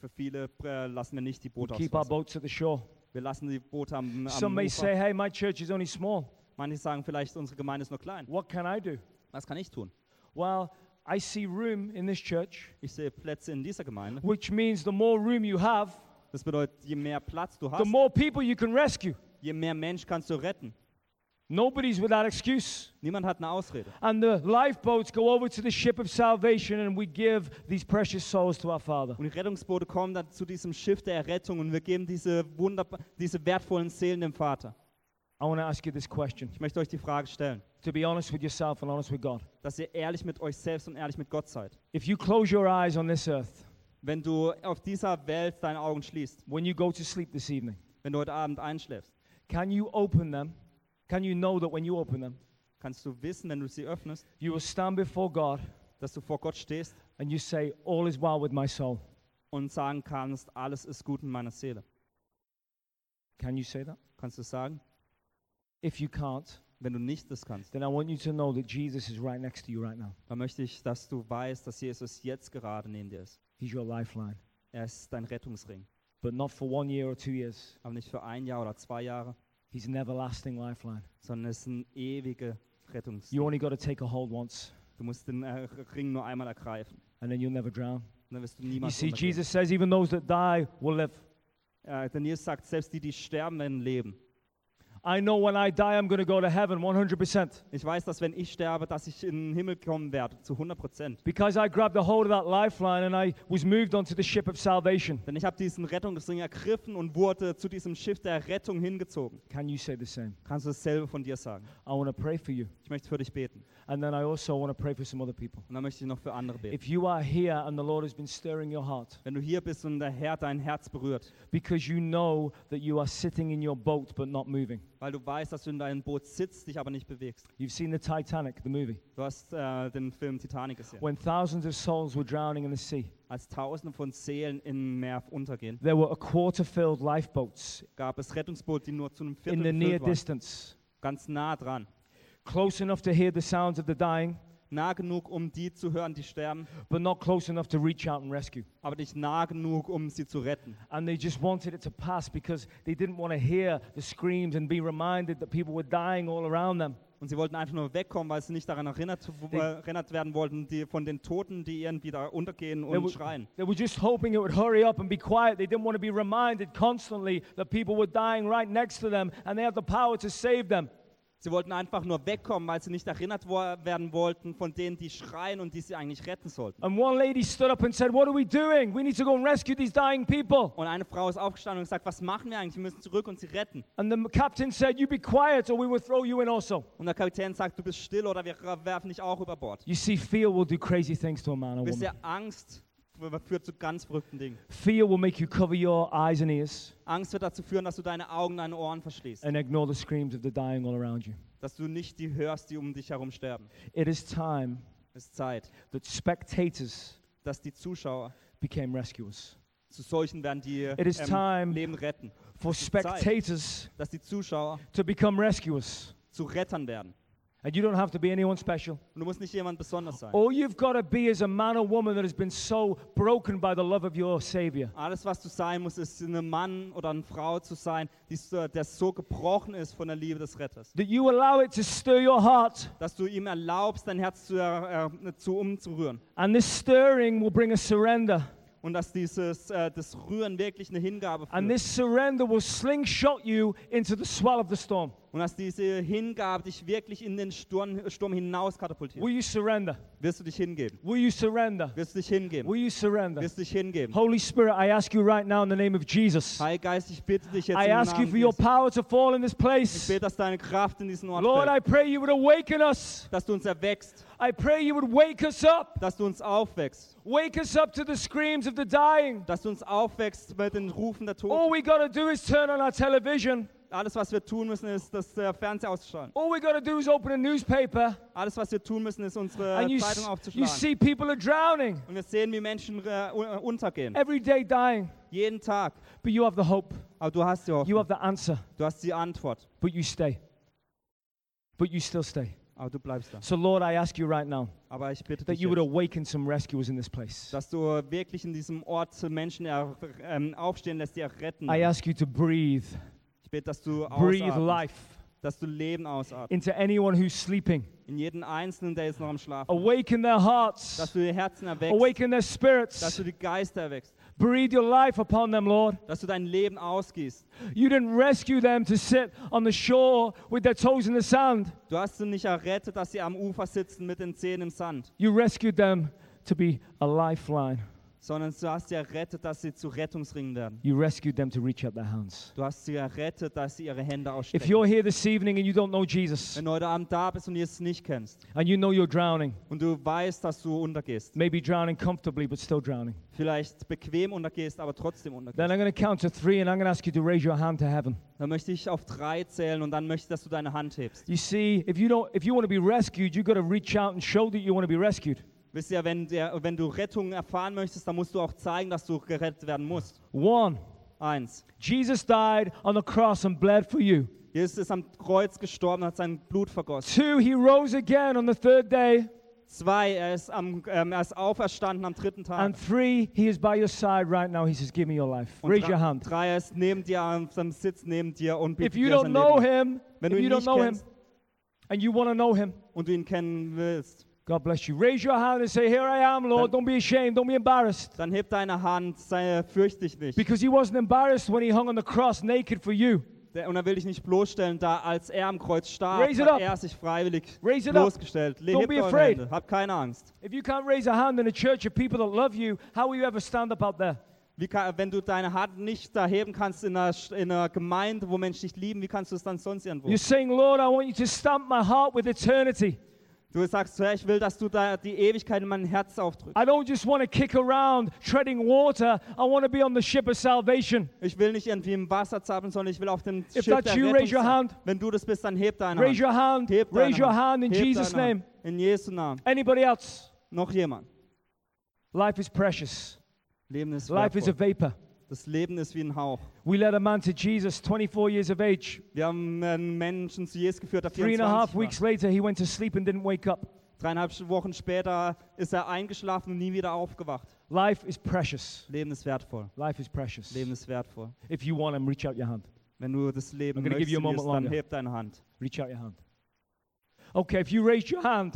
[SPEAKER 2] für viele äh, lassen wir nicht die Boote aufs
[SPEAKER 3] Keep our
[SPEAKER 2] Wasser.
[SPEAKER 3] boats at the shore.
[SPEAKER 2] Wir lassen die Boote am,
[SPEAKER 3] Some
[SPEAKER 2] am
[SPEAKER 3] may say,
[SPEAKER 2] Ufer.
[SPEAKER 3] hey, my church is only small.
[SPEAKER 2] Manche sagen vielleicht, unsere Gemeinde ist nur klein.
[SPEAKER 3] What can I do?
[SPEAKER 2] Was kann ich tun?
[SPEAKER 3] Well, I see room in this church,
[SPEAKER 2] Ich sehe Plätze in dieser Gemeinde.
[SPEAKER 3] which means the more room you have,
[SPEAKER 2] Das bedeutet, je mehr Platz du
[SPEAKER 3] the
[SPEAKER 2] hast,
[SPEAKER 3] more people you can rescue.
[SPEAKER 2] je mehr Mensch kannst du retten.
[SPEAKER 3] Nobody's without excuse.
[SPEAKER 2] Niemand hat eine Ausrede.
[SPEAKER 3] And the lifeboats go over to the ship of salvation, and we give these precious souls to our Father.
[SPEAKER 2] Und die Rettungsboote kommen dann zu diesem Schiff der Errettung und wir geben diese, wunderba- diese wertvollen Seelen dem Vater.
[SPEAKER 3] I want to ask you this question
[SPEAKER 2] Ich möchte euch die Frage stellen,
[SPEAKER 3] to be honest with yourself and honest with God.
[SPEAKER 2] dass ihr ehrlich mit euch selbst und ehrlich mit Gott seid.
[SPEAKER 3] If you close your eyes on this earth,
[SPEAKER 2] Wenn du auf dieser Welt deine Augen schließt,
[SPEAKER 3] when you go to sleep this evening,
[SPEAKER 2] wenn du heute Abend einschläfst,
[SPEAKER 3] can you open them? Can you know that when you open them,
[SPEAKER 2] kannst du wissen, wenn du sie öffnest,
[SPEAKER 3] you will stand before God
[SPEAKER 2] dass du vor Gott stehst
[SPEAKER 3] and you say, All is well with my soul?
[SPEAKER 2] und sagen kannst, alles ist gut in meiner Seele.
[SPEAKER 3] Can you say that?
[SPEAKER 2] Kannst du es sagen?
[SPEAKER 3] If you can't,
[SPEAKER 2] Wenn du nicht das kannst,
[SPEAKER 3] then I want you to know that Jesus is right next to you right now.
[SPEAKER 2] dann möchte ich, dass du weißt, dass Jesus jetzt gerade neben dir ist.
[SPEAKER 3] He's your lifeline,
[SPEAKER 2] Er ist dein Rettungsring,
[SPEAKER 3] but not for one year or two years.
[SPEAKER 2] aber nicht für ein Jahr oder zwei Jahre,
[SPEAKER 3] He's an everlasting lifeline.
[SPEAKER 2] sondern es ist ein ewiger Rettungs.
[SPEAKER 3] You only got to take a hold once,
[SPEAKER 2] Du musst den äh, Ring nur einmal ergreifen.
[SPEAKER 3] and then you'll never drown.
[SPEAKER 2] Dann wirst du
[SPEAKER 3] You
[SPEAKER 2] niemals
[SPEAKER 3] see,
[SPEAKER 2] untergehen.
[SPEAKER 3] Jesus says, even those that die will live.
[SPEAKER 2] Äh, denn Jesus sagt, selbst die, die sterben, werden leben.
[SPEAKER 3] I know when I die, I'm going to go to heaven 100%.
[SPEAKER 2] Ich weiß, dass wenn ich sterbe, dass ich in den Himmel kommen werde, zu 100 Prozent.
[SPEAKER 3] Because I grabbed a hold of that lifeline and I was moved onto the ship of salvation.
[SPEAKER 2] Denn ich habe diesen Rettungsring ergriffen und wurde zu diesem Schiff der Rettung hingezogen.
[SPEAKER 3] Can you say the same?
[SPEAKER 2] Kannst du dasselbe von dir sagen?
[SPEAKER 3] I want to pray for you.
[SPEAKER 2] Ich möchte für dich beten.
[SPEAKER 3] And then I also want to pray for some other people.
[SPEAKER 2] Und dann möchte ich noch für andere beten.
[SPEAKER 3] If you are here and the Lord has been stirring your heart
[SPEAKER 2] Wenn du hier bist und der Herr dein Herz berührt,
[SPEAKER 3] because you know that you are sitting in your boat but not moving,
[SPEAKER 2] weil du weißt, dass du in deinem Boot sitzt, dich aber nicht bewegst.
[SPEAKER 3] you've seen the Titanic, the movie,
[SPEAKER 2] Du hast äh, den Film Titanic gesehen.
[SPEAKER 3] when thousands of souls were drowning in the sea.
[SPEAKER 2] Als Tausende von Seelen im Meer untergehen,
[SPEAKER 3] There were a quarter filled lifeboats
[SPEAKER 2] gab es Rettungsboote, die nur zu einem Viertel
[SPEAKER 3] in the near
[SPEAKER 2] gefüllt waren.
[SPEAKER 3] distance,
[SPEAKER 2] Ganz nah dran.
[SPEAKER 3] close enough to hear the sounds of the dying,
[SPEAKER 2] Nah genug, um die zu hören, die sterben,
[SPEAKER 3] but not close enough to reach out and rescue.
[SPEAKER 2] aber nicht nah genug, um sie zu retten.
[SPEAKER 3] And they just wanted it to pass because they didn't want to hear the screams and be reminded that people were dying all around them.
[SPEAKER 2] Und sie wollten einfach nur wegkommen, weil sie nicht daran erinnert, äh, erinnert werden wollten, die von den Toten, die irgendwie da untergehen
[SPEAKER 3] They
[SPEAKER 2] und
[SPEAKER 3] were,
[SPEAKER 2] schreien.
[SPEAKER 3] they were just hoping it would hurry up and be quiet. They didn't want to be reminded constantly that people were dying right next to them and they had the power to save them.
[SPEAKER 2] Sie wollten einfach nur wegkommen, weil sie nicht erinnert wo werden wollten von denen, die schreien und die sie eigentlich retten sollten.
[SPEAKER 3] And one lady stood up and said, What are we doing? We need to go and rescue these dying people.
[SPEAKER 2] Und eine Frau ist aufgestanden und gesagt, was machen wir eigentlich? Wir müssen zurück und sie retten.
[SPEAKER 3] And the captain said, You be quiet or we will throw you in also.
[SPEAKER 2] Und der Kapitän sagt, du bist still oder wir werfen dich auch über Bord.
[SPEAKER 3] You see, fear will do crazy things to a man or
[SPEAKER 2] Wisst
[SPEAKER 3] woman.
[SPEAKER 2] ihr, Angst führt zu ganz verrückten Dingen.
[SPEAKER 3] Fear will make you cover your eyes and ears
[SPEAKER 2] Angst wird dazu führen, dass du deine Augen, deine Ohren verschließt.
[SPEAKER 3] and ignore the screams of the dying all around you.
[SPEAKER 2] Dass du nicht die hörst, die um dich herum sterben.
[SPEAKER 3] It is time
[SPEAKER 2] Es ist Zeit,
[SPEAKER 3] that spectators
[SPEAKER 2] dass die Zuschauer
[SPEAKER 3] became rescuers.
[SPEAKER 2] zu solchen werden, die
[SPEAKER 3] It is time-
[SPEAKER 2] ähm, Leben retten.
[SPEAKER 3] For
[SPEAKER 2] Es ist Zeit,
[SPEAKER 3] spectators
[SPEAKER 2] dass die Zuschauer
[SPEAKER 3] to become rescuers.
[SPEAKER 2] zu Rettern werden.
[SPEAKER 3] And you don't have to be anyone special.
[SPEAKER 2] Und du musst nicht jemand besonders sein.
[SPEAKER 3] All you've got to be is a man or woman that has been so broken by the love of your Savior
[SPEAKER 2] Alles, was du sein musst, ist ein Mann oder eine Frau zu sein, die, so- der so gebrochen ist von der Liebe des Retters.
[SPEAKER 3] that you allow it to stir your heart.
[SPEAKER 2] Dass du ihm erlaubst, dein Herz zu, äh, äh, zu umzurühren.
[SPEAKER 3] And this stirring will bring a surrender.
[SPEAKER 2] Und dass dieses äh, das Rühren wirklich eine Hingabe
[SPEAKER 3] And
[SPEAKER 2] führt.
[SPEAKER 3] this surrender will slingshot you into the swell of the storm.
[SPEAKER 2] Und dass diese Hingabe dich wirklich in den Sturm, Sturm hinaus katapultiert.
[SPEAKER 3] Will you surrender?
[SPEAKER 2] Wirst du dich hingeben?
[SPEAKER 3] Will you surrender?
[SPEAKER 2] Wirst du dich hingeben?
[SPEAKER 3] Will you surrender?
[SPEAKER 2] Wirst du dich hingeben?
[SPEAKER 3] Holy Spirit, I ask you right now in the name of Jesus.
[SPEAKER 2] Heiliger Geist, ich bitte dich jetzt
[SPEAKER 3] I
[SPEAKER 2] im
[SPEAKER 3] ask you
[SPEAKER 2] Namen
[SPEAKER 3] for your
[SPEAKER 2] Jesu.
[SPEAKER 3] power to fall in this
[SPEAKER 2] Ich
[SPEAKER 3] place.
[SPEAKER 2] bete, dass deine Kraft in diesen Ort
[SPEAKER 3] Lord, I
[SPEAKER 2] fällt,
[SPEAKER 3] pray you would awaken us.
[SPEAKER 2] dass du uns erweckst,
[SPEAKER 3] I pray you would wake us up.
[SPEAKER 2] dass du uns aufwächst,
[SPEAKER 3] Wake us up to the screams of the dying.
[SPEAKER 2] dass du uns aufwächst mit den Rufen der Toten.
[SPEAKER 3] All we got to do is turn on our television.
[SPEAKER 2] Alles, was wir tun müssen, ist das äh, Fernseher auszuschalten.
[SPEAKER 3] All we got to do is open a newspaper
[SPEAKER 2] Alles, was wir tun müssen, ist unsere
[SPEAKER 3] and you, s-
[SPEAKER 2] Zeitung
[SPEAKER 3] you
[SPEAKER 2] aufzuschlagen.
[SPEAKER 3] see people are drowning
[SPEAKER 2] Und wir sehen, wie Menschen äh, un- äh, untergehen.
[SPEAKER 3] every day dying.
[SPEAKER 2] Jeden Tag.
[SPEAKER 3] But you have the hope.
[SPEAKER 2] Aber du hast die
[SPEAKER 3] You
[SPEAKER 2] Hoffnung.
[SPEAKER 3] have the answer.
[SPEAKER 2] Du hast die Antwort.
[SPEAKER 3] But you stay. But you still stay.
[SPEAKER 2] Aber du bleibst da.
[SPEAKER 3] So, Lord, I ask you right now
[SPEAKER 2] Aber ich bitte
[SPEAKER 3] that
[SPEAKER 2] dich,
[SPEAKER 3] you would
[SPEAKER 2] jetzt,
[SPEAKER 3] awaken some rescuers in this place.
[SPEAKER 2] dass du wirklich in diesem Ort Menschen er, ähm, aufstehen lässt, die er retten.
[SPEAKER 3] I ask you to breathe,
[SPEAKER 2] Ich bete, dass du
[SPEAKER 3] breathe
[SPEAKER 2] ausatmest,
[SPEAKER 3] life
[SPEAKER 2] dass du Leben ausatmest.
[SPEAKER 3] into anyone who's sleeping.
[SPEAKER 2] In jeden Einzelnen, der jetzt noch am Schlaf ist.
[SPEAKER 3] Awaken their hearts.
[SPEAKER 2] Dass du die Herzen erweckst.
[SPEAKER 3] Awaken their
[SPEAKER 2] Dass
[SPEAKER 3] spirits.
[SPEAKER 2] du die Geister erweckst.
[SPEAKER 3] Breathe your life upon them, Lord.
[SPEAKER 2] Dass du dein Leben ausgießt.
[SPEAKER 3] You didn't rescue them to sit on the shore with their toes in the sand.
[SPEAKER 2] Du hast sie nicht errettet, dass sie am Ufer sitzen mit den Zehen im Sand.
[SPEAKER 3] You rescued them to be a lifeline.
[SPEAKER 2] Sondern du hast sie errettet, dass sie zu Rettungsringen werden.
[SPEAKER 3] You rescued them to reach out their hands.
[SPEAKER 2] Du hast sie errettet, dass sie ihre Hände
[SPEAKER 3] If
[SPEAKER 2] ausstrecken.
[SPEAKER 3] you're here this evening and you don't know Jesus
[SPEAKER 2] Wenn du heute Abend da bist und Jesus nicht kennst
[SPEAKER 3] and you know you're drowning,
[SPEAKER 2] und du weißt, dass du untergehst,
[SPEAKER 3] maybe drowning comfortably but still drowning,
[SPEAKER 2] vielleicht bequem untergehst, aber trotzdem
[SPEAKER 3] then
[SPEAKER 2] untergehst,
[SPEAKER 3] I'm going to count to three and I'm going to ask you to raise your hand to heaven.
[SPEAKER 2] dann möchte ich auf drei zählen und dann möchte ich, dass du deine Hand hebst.
[SPEAKER 3] You see, if you don't, if you want to be rescued, you've got to reach out and show that you want to be rescued.
[SPEAKER 2] Wisst ihr, wenn, der, wenn du Rettung erfahren möchtest, dann musst du auch zeigen, dass du gerettet werden musst.
[SPEAKER 3] One,
[SPEAKER 2] Eins.
[SPEAKER 3] Jesus died on the cross and bled for you.
[SPEAKER 2] Jesus ist am Kreuz gestorben, hat sein Blut vergossen.
[SPEAKER 3] Two, he rose again on the third day.
[SPEAKER 2] Zwei, er ist, am, ähm, er ist auferstanden am dritten Tag.
[SPEAKER 3] And three, he is by your side right now. He says, Give me your life.
[SPEAKER 2] Und
[SPEAKER 3] Raise
[SPEAKER 2] dra-
[SPEAKER 3] your hand.
[SPEAKER 2] Drei, er ist neben dir, am am Sitz neben dir und bietet
[SPEAKER 3] If you
[SPEAKER 2] dir sein
[SPEAKER 3] don't know
[SPEAKER 2] Leben. an.
[SPEAKER 3] him,
[SPEAKER 2] Wenn
[SPEAKER 3] if
[SPEAKER 2] du ihn
[SPEAKER 3] you don't
[SPEAKER 2] nicht
[SPEAKER 3] know him,
[SPEAKER 2] kennst
[SPEAKER 3] and you want to know him,
[SPEAKER 2] und du ihn kennen willst,
[SPEAKER 3] God bless you. Raise your hand and say, Here I am, Lord. Don't be ashamed. Don't be embarrassed.
[SPEAKER 2] dann heb deine Hand, sei, fürchte dich nicht.
[SPEAKER 3] Because he wasn't embarrassed when he hung on the cross naked for you.
[SPEAKER 2] Der, und er will dich nicht bloßstellen, da als er am Kreuz starb,
[SPEAKER 3] Raise it
[SPEAKER 2] hat
[SPEAKER 3] up.
[SPEAKER 2] er sich freiwillig
[SPEAKER 3] Raise it up.
[SPEAKER 2] bloßgestellt. Le-
[SPEAKER 3] Don't
[SPEAKER 2] hebt
[SPEAKER 3] be
[SPEAKER 2] eure
[SPEAKER 3] afraid.
[SPEAKER 2] Hände. Habt keine Angst.
[SPEAKER 3] If you can't raise a hand in a church of people that love you, how will you ever stand up out there?
[SPEAKER 2] Wie kann, wenn du deine Hand nicht da heben kannst in einer, Sch- in einer Gemeinde, wo Menschen dich lieben, wie kannst du es dann sonst irgendwo?
[SPEAKER 3] You're saying, Lord, I want you to stamp my heart with eternity.
[SPEAKER 2] Du sagst, Herr, ich will, dass du da die Ewigkeit in mein Herz aufdrückst.
[SPEAKER 3] I don't just want to kick around treading water. I want to be on the ship of salvation.
[SPEAKER 2] Ich will nicht irgendwie im Wasser zappeln, sondern ich will auf dem Schiff
[SPEAKER 3] If
[SPEAKER 2] der
[SPEAKER 3] that's you,
[SPEAKER 2] Rettung
[SPEAKER 3] raise your
[SPEAKER 2] sein.
[SPEAKER 3] hand.
[SPEAKER 2] Wenn du das bist, dann heb deine
[SPEAKER 3] Raise your
[SPEAKER 2] Hand.
[SPEAKER 3] hand.
[SPEAKER 2] Heb deine
[SPEAKER 3] Raise your hand in
[SPEAKER 2] Heb
[SPEAKER 3] Jesus'
[SPEAKER 2] deine
[SPEAKER 3] name.
[SPEAKER 2] Hand. In Jesu Namen.
[SPEAKER 3] Anybody else?
[SPEAKER 2] Noch jemand.
[SPEAKER 3] Life is precious.
[SPEAKER 2] Leben ist
[SPEAKER 3] Life is a
[SPEAKER 2] wertvoll.
[SPEAKER 3] vapor.
[SPEAKER 2] Das Leben ist wie ein Hauch.
[SPEAKER 3] We led a man to Jesus, 24 years of age.
[SPEAKER 2] Wir haben einen Menschen zu Jesus geführt, der
[SPEAKER 3] Three
[SPEAKER 2] 24
[SPEAKER 3] and a half
[SPEAKER 2] war.
[SPEAKER 3] weeks later, he went to sleep and didn't wake up.
[SPEAKER 2] Dreieinhalb Wochen später ist er eingeschlafen und nie wieder aufgewacht.
[SPEAKER 3] Life is precious.
[SPEAKER 2] Leben ist wertvoll.
[SPEAKER 3] Life is precious.
[SPEAKER 2] Leben ist wertvoll.
[SPEAKER 3] If you want him, reach out your hand.
[SPEAKER 2] Wenn du das Leben
[SPEAKER 3] I'm gonna give
[SPEAKER 2] möchtest,
[SPEAKER 3] you
[SPEAKER 2] in
[SPEAKER 3] a
[SPEAKER 2] Jesus,
[SPEAKER 3] moment
[SPEAKER 2] dann
[SPEAKER 3] longer.
[SPEAKER 2] heb deine Hand.
[SPEAKER 3] Reach out your hand. Okay, if you raise your hand,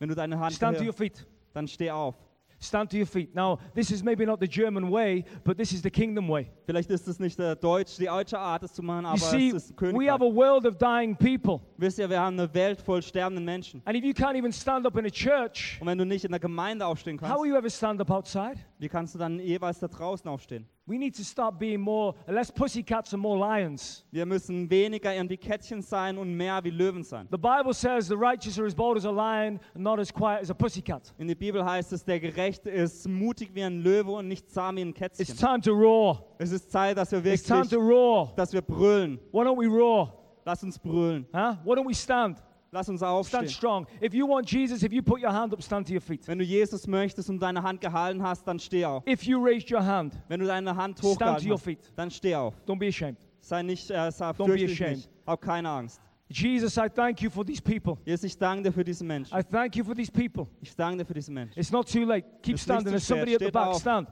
[SPEAKER 2] Wenn du deine Hand
[SPEAKER 3] stand to your
[SPEAKER 2] hebt,
[SPEAKER 3] feet.
[SPEAKER 2] dann steh auf.
[SPEAKER 3] Stand to your feet. Now, this is maybe not the German way, but this is the kingdom way.
[SPEAKER 2] Vielleicht ist es nicht der Deutsch, die deutsche Art, es zu machen, aber
[SPEAKER 3] You see,
[SPEAKER 2] es ist
[SPEAKER 3] we have a
[SPEAKER 2] Königreich.
[SPEAKER 3] world of dying people.
[SPEAKER 2] Wisst ihr, wir haben eine Welt voll sterbenden Menschen.
[SPEAKER 3] And if you can't even stand up in a church,
[SPEAKER 2] Und wenn du nicht in der Gemeinde aufstehen
[SPEAKER 3] how will
[SPEAKER 2] kannst,
[SPEAKER 3] you ever stand up outside?
[SPEAKER 2] wie kannst du dann jeweils da draußen aufstehen?
[SPEAKER 3] We need to start being more, less pussycats and more lions.
[SPEAKER 2] Wir müssen weniger irgendwie Kätzchen sein und mehr wie Löwen sein.
[SPEAKER 3] The Bible says the righteous are as bold as a lion, and not as quiet as a pussycat.
[SPEAKER 2] In der Bibel heißt es, der Gerechte ist mutig wie ein Löwe und nicht zahm wie ein
[SPEAKER 3] It's
[SPEAKER 2] Kätzchen.
[SPEAKER 3] time to roar.
[SPEAKER 2] Es ist Zeit, dass wir
[SPEAKER 3] It's time to
[SPEAKER 2] wirklich,
[SPEAKER 3] roar.
[SPEAKER 2] dass wir brüllen.
[SPEAKER 3] Why don't we roar?
[SPEAKER 2] Lass uns brüllen.
[SPEAKER 3] Huh? Why don't we stand?
[SPEAKER 2] Lass uns
[SPEAKER 3] Stand
[SPEAKER 2] aufstehen.
[SPEAKER 3] strong. If you want Jesus, if you put your hand up, stand to your feet.
[SPEAKER 2] Wenn du Jesus möchtest und deine Hand gehalten hast, dann steh auf.
[SPEAKER 3] If you raised your hand,
[SPEAKER 2] Wenn du deine Hand
[SPEAKER 3] Stand to
[SPEAKER 2] hochgehalten
[SPEAKER 3] your
[SPEAKER 2] hast,
[SPEAKER 3] feet.
[SPEAKER 2] dann steh auf.
[SPEAKER 3] don't be ashamed.
[SPEAKER 2] Sei nicht, äh, sei
[SPEAKER 3] be
[SPEAKER 2] fürchte dich
[SPEAKER 3] ashamed.
[SPEAKER 2] nicht. Hab keine Angst.
[SPEAKER 3] Jesus, I thank you for these people.
[SPEAKER 2] Jesus, ich danke dir für diese Menschen.
[SPEAKER 3] I thank you for these people.
[SPEAKER 2] Ich danke dir für diese Menschen.
[SPEAKER 3] It's not too late. Keep
[SPEAKER 2] It's
[SPEAKER 3] standing.
[SPEAKER 2] nicht zu
[SPEAKER 3] There's somebody
[SPEAKER 2] schwer.
[SPEAKER 3] at the
[SPEAKER 2] Steht
[SPEAKER 3] back.
[SPEAKER 2] auf.
[SPEAKER 3] Stand.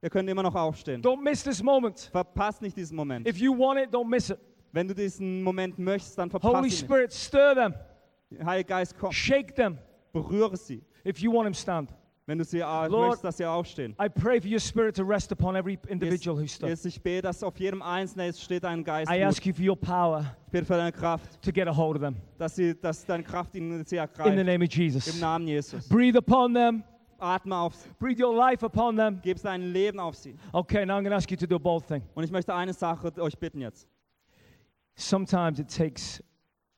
[SPEAKER 2] Wir können immer noch aufstehen.
[SPEAKER 3] Don't miss this moment.
[SPEAKER 2] Verpass nicht diesen Moment.
[SPEAKER 3] If you want it, don't miss it.
[SPEAKER 2] Wenn du diesen Moment möchtest, dann verpass
[SPEAKER 3] Holy
[SPEAKER 2] ihn nicht.
[SPEAKER 3] Spirit, stir them,
[SPEAKER 2] Heiliger Geist, komm,
[SPEAKER 3] shake them.
[SPEAKER 2] berühre sie.
[SPEAKER 3] If you want them, stand.
[SPEAKER 2] Wenn du sie äh,
[SPEAKER 3] Lord,
[SPEAKER 2] möchtest, dass sie aufstehen.
[SPEAKER 3] I pray for your spirit to rest upon every
[SPEAKER 2] Jesus,
[SPEAKER 3] individual who stood.
[SPEAKER 2] Jesus, ich bete, dass auf jedem Einzelnen jetzt steht ein Geist.
[SPEAKER 3] I
[SPEAKER 2] Mut.
[SPEAKER 3] ask you for your power
[SPEAKER 2] Ich bete für deine Kraft,
[SPEAKER 3] to get a hold of them.
[SPEAKER 2] dass, sie, dass deine Kraft ihnen sie
[SPEAKER 3] In the
[SPEAKER 2] ergreift.
[SPEAKER 3] name of
[SPEAKER 2] Im
[SPEAKER 3] Jesus.
[SPEAKER 2] Namen Jesus.
[SPEAKER 3] Breathe upon them.
[SPEAKER 2] Atme auf sie.
[SPEAKER 3] Breathe your life upon them.
[SPEAKER 2] Gib dein Leben auf sie.
[SPEAKER 3] Okay, now I'm going to ask you to do a bold thing.
[SPEAKER 2] Und ich möchte eine Sache euch bitten jetzt.
[SPEAKER 3] Sometimes it takes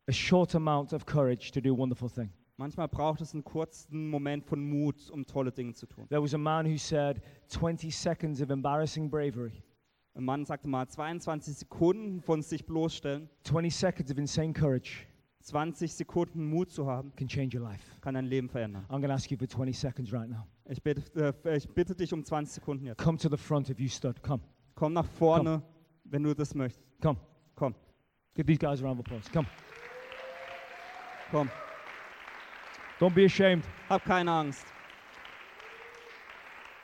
[SPEAKER 3] a short amount of courage to do a wonderful thing.
[SPEAKER 2] Manchmal braucht es einen kurzen Moment von Mut, um tolle Dinge zu tun.
[SPEAKER 3] There was a man who said 20 seconds of embarrassing bravery,
[SPEAKER 2] Ein Mann sagte mal, 22 Sekunden von sich bloßstellen,
[SPEAKER 3] 20 seconds of insane courage
[SPEAKER 2] 20 Sekunden Mut zu haben,
[SPEAKER 3] can change your life.
[SPEAKER 2] kann dein Leben verändern.
[SPEAKER 3] I'm going to ask you for 20 seconds right now.
[SPEAKER 2] Ich bitte, äh, ich bitte dich um 20 Sekunden jetzt.
[SPEAKER 3] Come to the front if you stood. Come,
[SPEAKER 2] Komm nach vorne, wenn du das möchtest.
[SPEAKER 3] come.
[SPEAKER 2] Komm,
[SPEAKER 3] Give these guys a round of applause. Come.
[SPEAKER 2] komm.
[SPEAKER 3] Don't be ashamed.
[SPEAKER 2] Hab keine Angst.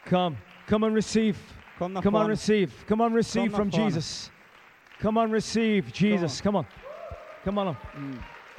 [SPEAKER 3] Come. Come and receive.
[SPEAKER 2] Komm nach
[SPEAKER 3] Come on,
[SPEAKER 2] vorne.
[SPEAKER 3] receive. Come on, receive
[SPEAKER 2] nach
[SPEAKER 3] from
[SPEAKER 2] vorne.
[SPEAKER 3] Jesus. Come on, receive Jesus. Come on. Mm. Come on. up.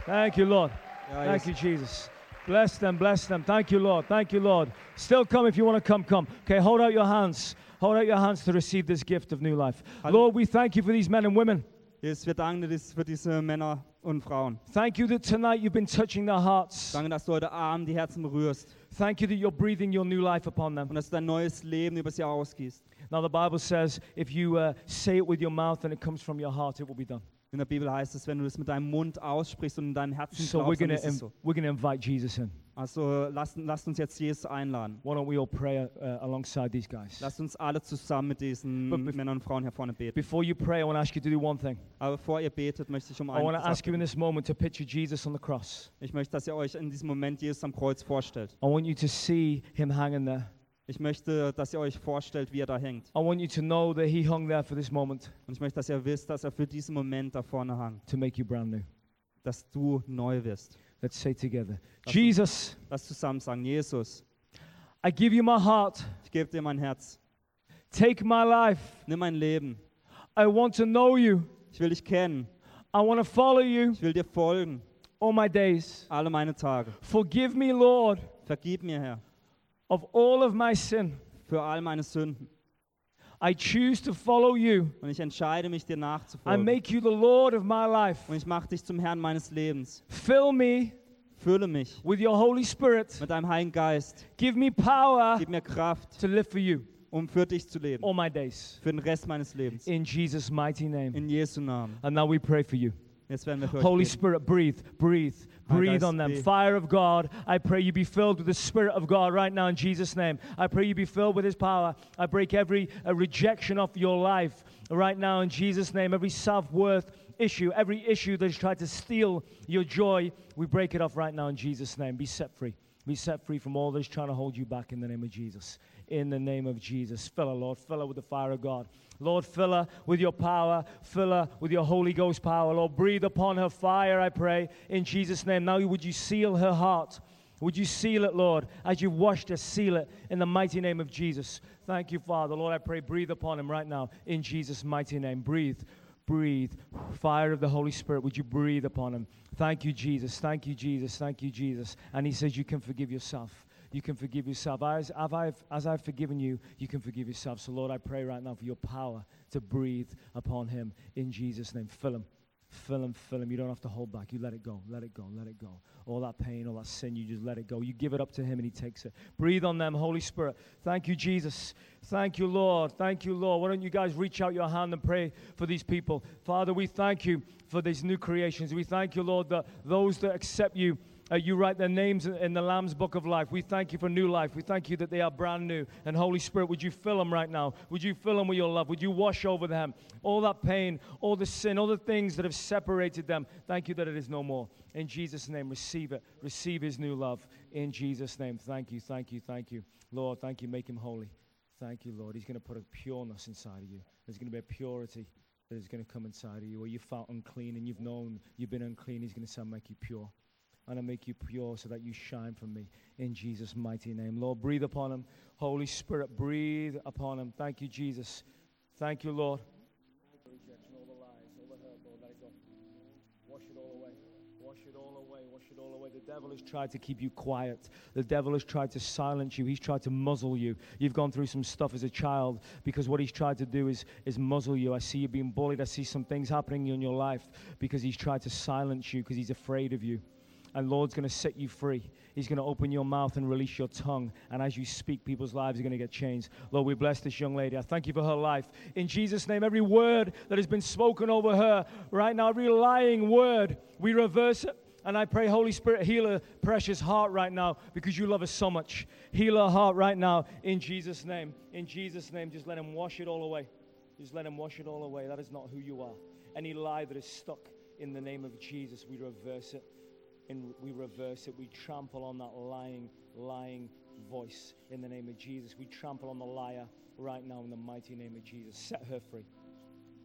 [SPEAKER 3] Thank you, Lord.
[SPEAKER 2] Ja, yes.
[SPEAKER 3] Thank you, Jesus. Bless them, bless them. Thank you, Lord. Thank you, Lord. Still come if you want to come, come. Okay, hold out your hands. Hold out your hands to receive this gift of new life. Lord, we thank you for these men and women.
[SPEAKER 2] Jesus, wir danken dir dies- für diese Männer und Frauen.
[SPEAKER 3] Thank you that tonight you've been touching their hearts.
[SPEAKER 2] Danke, dass du heute Abend die Herzen berührst
[SPEAKER 3] Thank you that you're breathing your new life upon
[SPEAKER 2] und
[SPEAKER 3] them.
[SPEAKER 2] dass du dein neues Leben über sie ausgießt.
[SPEAKER 3] Now, the Bible says if you uh, say it with your mouth and it comes from your heart, it will be done.
[SPEAKER 2] In der Bibel heißt es, wenn du das mit deinem Mund aussprichst und in deinem Herzen
[SPEAKER 3] So we're
[SPEAKER 2] glaubst, dann
[SPEAKER 3] going
[SPEAKER 2] ist es
[SPEAKER 3] to
[SPEAKER 2] so.
[SPEAKER 3] we're gonna invite Jesus in.
[SPEAKER 2] Also lasst, lasst uns jetzt Jesus einladen.
[SPEAKER 3] Why don't we all pray uh, uh, alongside these guys?
[SPEAKER 2] Lasst uns alle zusammen mit diesen
[SPEAKER 3] But bef-
[SPEAKER 2] Männern und Frauen hier vorne beten.
[SPEAKER 3] Before you pray, I want to ask you to do one thing.
[SPEAKER 2] Aber bevor ihr betet, möchte ich um
[SPEAKER 3] I want to
[SPEAKER 2] einen
[SPEAKER 3] ask you in this moment to picture Jesus on the cross.
[SPEAKER 2] Ich möchte, dass ihr euch in diesem Moment Jesus am Kreuz vorstellt.
[SPEAKER 3] I want you to see him hanging there.
[SPEAKER 2] Ich möchte, dass ihr euch vorstellt, wie er da hängt.
[SPEAKER 3] I want you to know that he hung there for this moment
[SPEAKER 2] Und ich möchte, dass ihr wisst, dass er für diesen Moment da vorne hang.
[SPEAKER 3] to make you brand new.
[SPEAKER 2] Dass du neu wirst.
[SPEAKER 3] Let's say together
[SPEAKER 2] That's-
[SPEAKER 3] Jesus,
[SPEAKER 2] Lass zusammen sagen, Jesus,
[SPEAKER 3] I give you my heart.
[SPEAKER 2] ich gebe dir mein Herz.
[SPEAKER 3] Take my life.
[SPEAKER 2] Nimm mein Leben.
[SPEAKER 3] I want to know you.
[SPEAKER 2] Ich will dich kennen.
[SPEAKER 3] I want to follow you
[SPEAKER 2] Ich will dir folgen.
[SPEAKER 3] all my days.
[SPEAKER 2] Alle meine Tage.
[SPEAKER 3] Forgive me, Lord,
[SPEAKER 2] Vergib mir, Herr,
[SPEAKER 3] of all of my sin.
[SPEAKER 2] für all meine Sünden.
[SPEAKER 3] I choose to follow you.
[SPEAKER 2] Und ich entscheide mich, dir
[SPEAKER 3] I
[SPEAKER 2] nachzufolgen.
[SPEAKER 3] make you the Lord of my life.
[SPEAKER 2] Und ich mache dich zum Herrn meines Lebens.
[SPEAKER 3] Fill me
[SPEAKER 2] Fülle mich
[SPEAKER 3] with your Holy Spirit.
[SPEAKER 2] mit deinem Heiligen Geist.
[SPEAKER 3] Give me power
[SPEAKER 2] Gib mir Kraft,
[SPEAKER 3] to live for you
[SPEAKER 2] um für dich zu leben.
[SPEAKER 3] all my days.
[SPEAKER 2] Für den Rest meines Lebens.
[SPEAKER 3] In Jesus' mighty name.
[SPEAKER 2] In Jesu Namen.
[SPEAKER 3] And now we pray for you.
[SPEAKER 2] Jetzt werden wir für
[SPEAKER 3] Holy
[SPEAKER 2] euch beten.
[SPEAKER 3] Spirit, breathe, breathe,
[SPEAKER 2] Hi,
[SPEAKER 3] breathe
[SPEAKER 2] guys.
[SPEAKER 3] on them.
[SPEAKER 2] Breathe.
[SPEAKER 3] Fire of God, I pray you be filled with the Spirit of God right now in Jesus' name. I pray you be filled with His power. I break every uh, rejection off your life right now in Jesus' name. Every self worth issue, every issue that's tried to steal your joy, we break it off right now in Jesus' name. Be set free. Be set free from all that's trying to hold you back in the name of Jesus. In the name of Jesus. Fill her, Lord. Fill her with the fire of God. Lord, fill her with your power. Fill her with your Holy Ghost power. Lord, breathe upon her fire, I pray, in Jesus' name. Now, would you seal her heart? Would you seal it, Lord, as you washed us, seal it in the mighty name of Jesus. Thank you, Father. Lord, I pray, breathe upon him right now in Jesus' mighty name. Breathe, breathe. Fire of the Holy Spirit, would you breathe upon him? Thank you, Jesus. Thank you, Jesus. Thank you, Jesus. And he says, You can forgive yourself. You can forgive yourself. As, have I, as I've forgiven you, you can forgive yourself. So, Lord, I pray right now for your power to breathe upon him in Jesus' name. Fill him. Fill him, fill him. You don't have to hold back. You let it go, let it go, let it go. All that pain, all that sin, you just let it go. You give it up to him and he takes it. Breathe on them, Holy Spirit. Thank you, Jesus. Thank you, Lord. Thank you, Lord. Why don't you guys reach out your hand and pray for these people? Father, we thank you for these new creations. We thank you, Lord, that those that accept you, uh, you write their names in- in the Lamb's Book of Life. We thank you for new life. We thank you that they are brand new. And Holy Spirit, would you fill them right now? Would you fill them with your love? Would you wash over them all that pain, all the sin, all the things that have separated them? Thank you that it is no more. In Jesus' name, receive it. Receive his new love. In Jesus' name, thank you, thank you, thank you. Lord, thank you. Make him holy. Thank you, Lord. He's going to put a pureness inside of you. There's going to be a purity that is going to come inside of you. Where you felt unclean and you've known you've been unclean, he's going to say, make you pure and I make you pure so that you shine for me in Jesus' mighty name. Lord, breathe upon him. Holy Spirit, breathe upon him. Thank you, Jesus. Thank you, Lord. Wash it all away. Wash it all away. Wash it all away. The devil has tried to keep you quiet. The devil has tried to silence you. He's tried to muzzle you. You've gone through some stuff as a child because what he's tried to do is, is muzzle you. I see you being bullied. I see some things happening in your life because he's tried to silence you because he's afraid of you. And Lord's going to set you free. He's going to open your mouth and release your tongue. And as you speak, people's lives are going to get changed. Lord, we bless this young lady. I thank you for her life. In Jesus' name, every word that has been spoken over her right now, every lying word, we reverse it. And I pray, Holy Spirit, heal her precious heart right now because you love us so much. Heal her heart right now in Jesus' name. In Jesus' name, just let him wash it all away. Just let him wash it all away. That is not who you are. Any lie that is stuck in the name of Jesus, we reverse it and we reverse it. We trample on that lying, lying voice in the name of Jesus. We trample on the liar right now in the mighty name of Jesus. Set her free.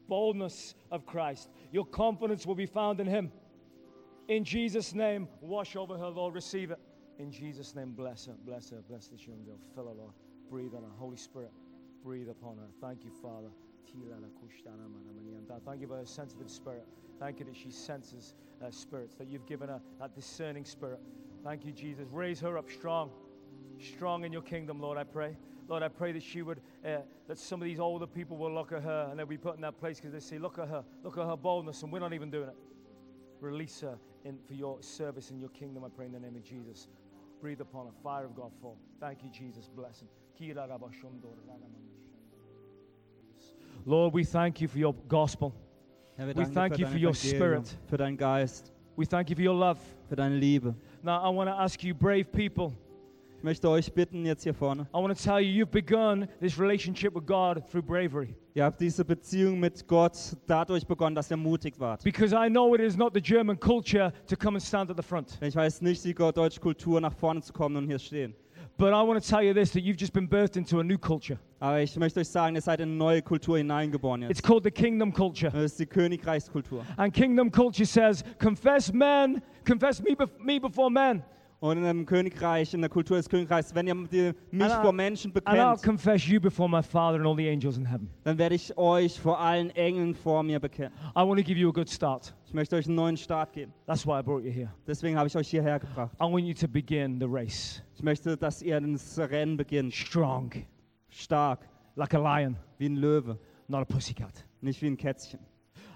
[SPEAKER 3] Boldness of Christ. Your confidence will be found in Him. In Jesus' name, wash over her, Lord. Receive it. In Jesus' name, bless her, bless her, bless this young girl. Fill her, Lord. Breathe on her. Holy Spirit, breathe upon her. Thank you, Father. Thank you for her sensitive spirit. Thank you that she senses uh, spirits, that you've given her that discerning spirit. Thank you, Jesus. Raise her up strong strong in your kingdom, Lord, I pray. Lord, I pray that she would, uh, that some of these older people will look at her and they'll be put in that place because they say, look at her, look at her boldness, and we're not even doing it. Release her in, for your service in your kingdom, I pray in the name of Jesus. Breathe upon her, fire of God fall. Thank you, Jesus. Bless him. Lord, we thank you for your gospel.
[SPEAKER 2] Herr, wir
[SPEAKER 3] We
[SPEAKER 2] danken dir
[SPEAKER 3] thank
[SPEAKER 2] für
[SPEAKER 3] you
[SPEAKER 2] dein
[SPEAKER 3] for your
[SPEAKER 2] Evangelium,
[SPEAKER 3] spirit.
[SPEAKER 2] für deinen Geist,
[SPEAKER 3] We thank you for your love.
[SPEAKER 2] für deine Liebe.
[SPEAKER 3] Now, I want to ask you, brave people,
[SPEAKER 2] Ich möchte euch bitten, jetzt hier vorne,
[SPEAKER 3] I want to tell you, you've begun this relationship with God through bravery.
[SPEAKER 2] ihr habt diese Beziehung mit Gott dadurch begonnen, dass ihr mutig wart.
[SPEAKER 3] Because I know it is not the German culture to come and stand at the front.
[SPEAKER 2] Denn ich weiß nicht, die go- deutsche Kultur nach vorne zu kommen und hier stehen.
[SPEAKER 3] But I want to tell you this that you've just been birthed into a new culture.
[SPEAKER 2] Aber ich möchte euch sagen, ihr seid in eine neue Kultur hineingeboren
[SPEAKER 3] It's
[SPEAKER 2] jetzt.
[SPEAKER 3] called the kingdom culture.
[SPEAKER 2] Das Äh, ist die Königreichskultur.
[SPEAKER 3] And kingdom culture says, confess men, confess me, bef- me before men,
[SPEAKER 2] Und in einem Königreich, in der Kultur des Königreichs, wenn ihr die- mich
[SPEAKER 3] Anna-
[SPEAKER 2] vor Menschen
[SPEAKER 3] and I'll
[SPEAKER 2] bekennt,
[SPEAKER 3] confess you before my Father and all the angels in heaven.
[SPEAKER 2] dann werde ich euch vor allen Engeln vor mir bekennen.
[SPEAKER 3] I want to give you a good start.
[SPEAKER 2] Ich möchte euch einen neuen Start geben.
[SPEAKER 3] That's why I brought you here.
[SPEAKER 2] Deswegen habe ich euch hierher gebracht.
[SPEAKER 3] I want you to begin the race
[SPEAKER 2] Ich möchte, dass ihr ins Rennen beginnt.
[SPEAKER 3] strong,
[SPEAKER 2] Stark.
[SPEAKER 3] like a lion,
[SPEAKER 2] wie ein Löwe,
[SPEAKER 3] not a pussycat.
[SPEAKER 2] nicht wie ein Kätzchen.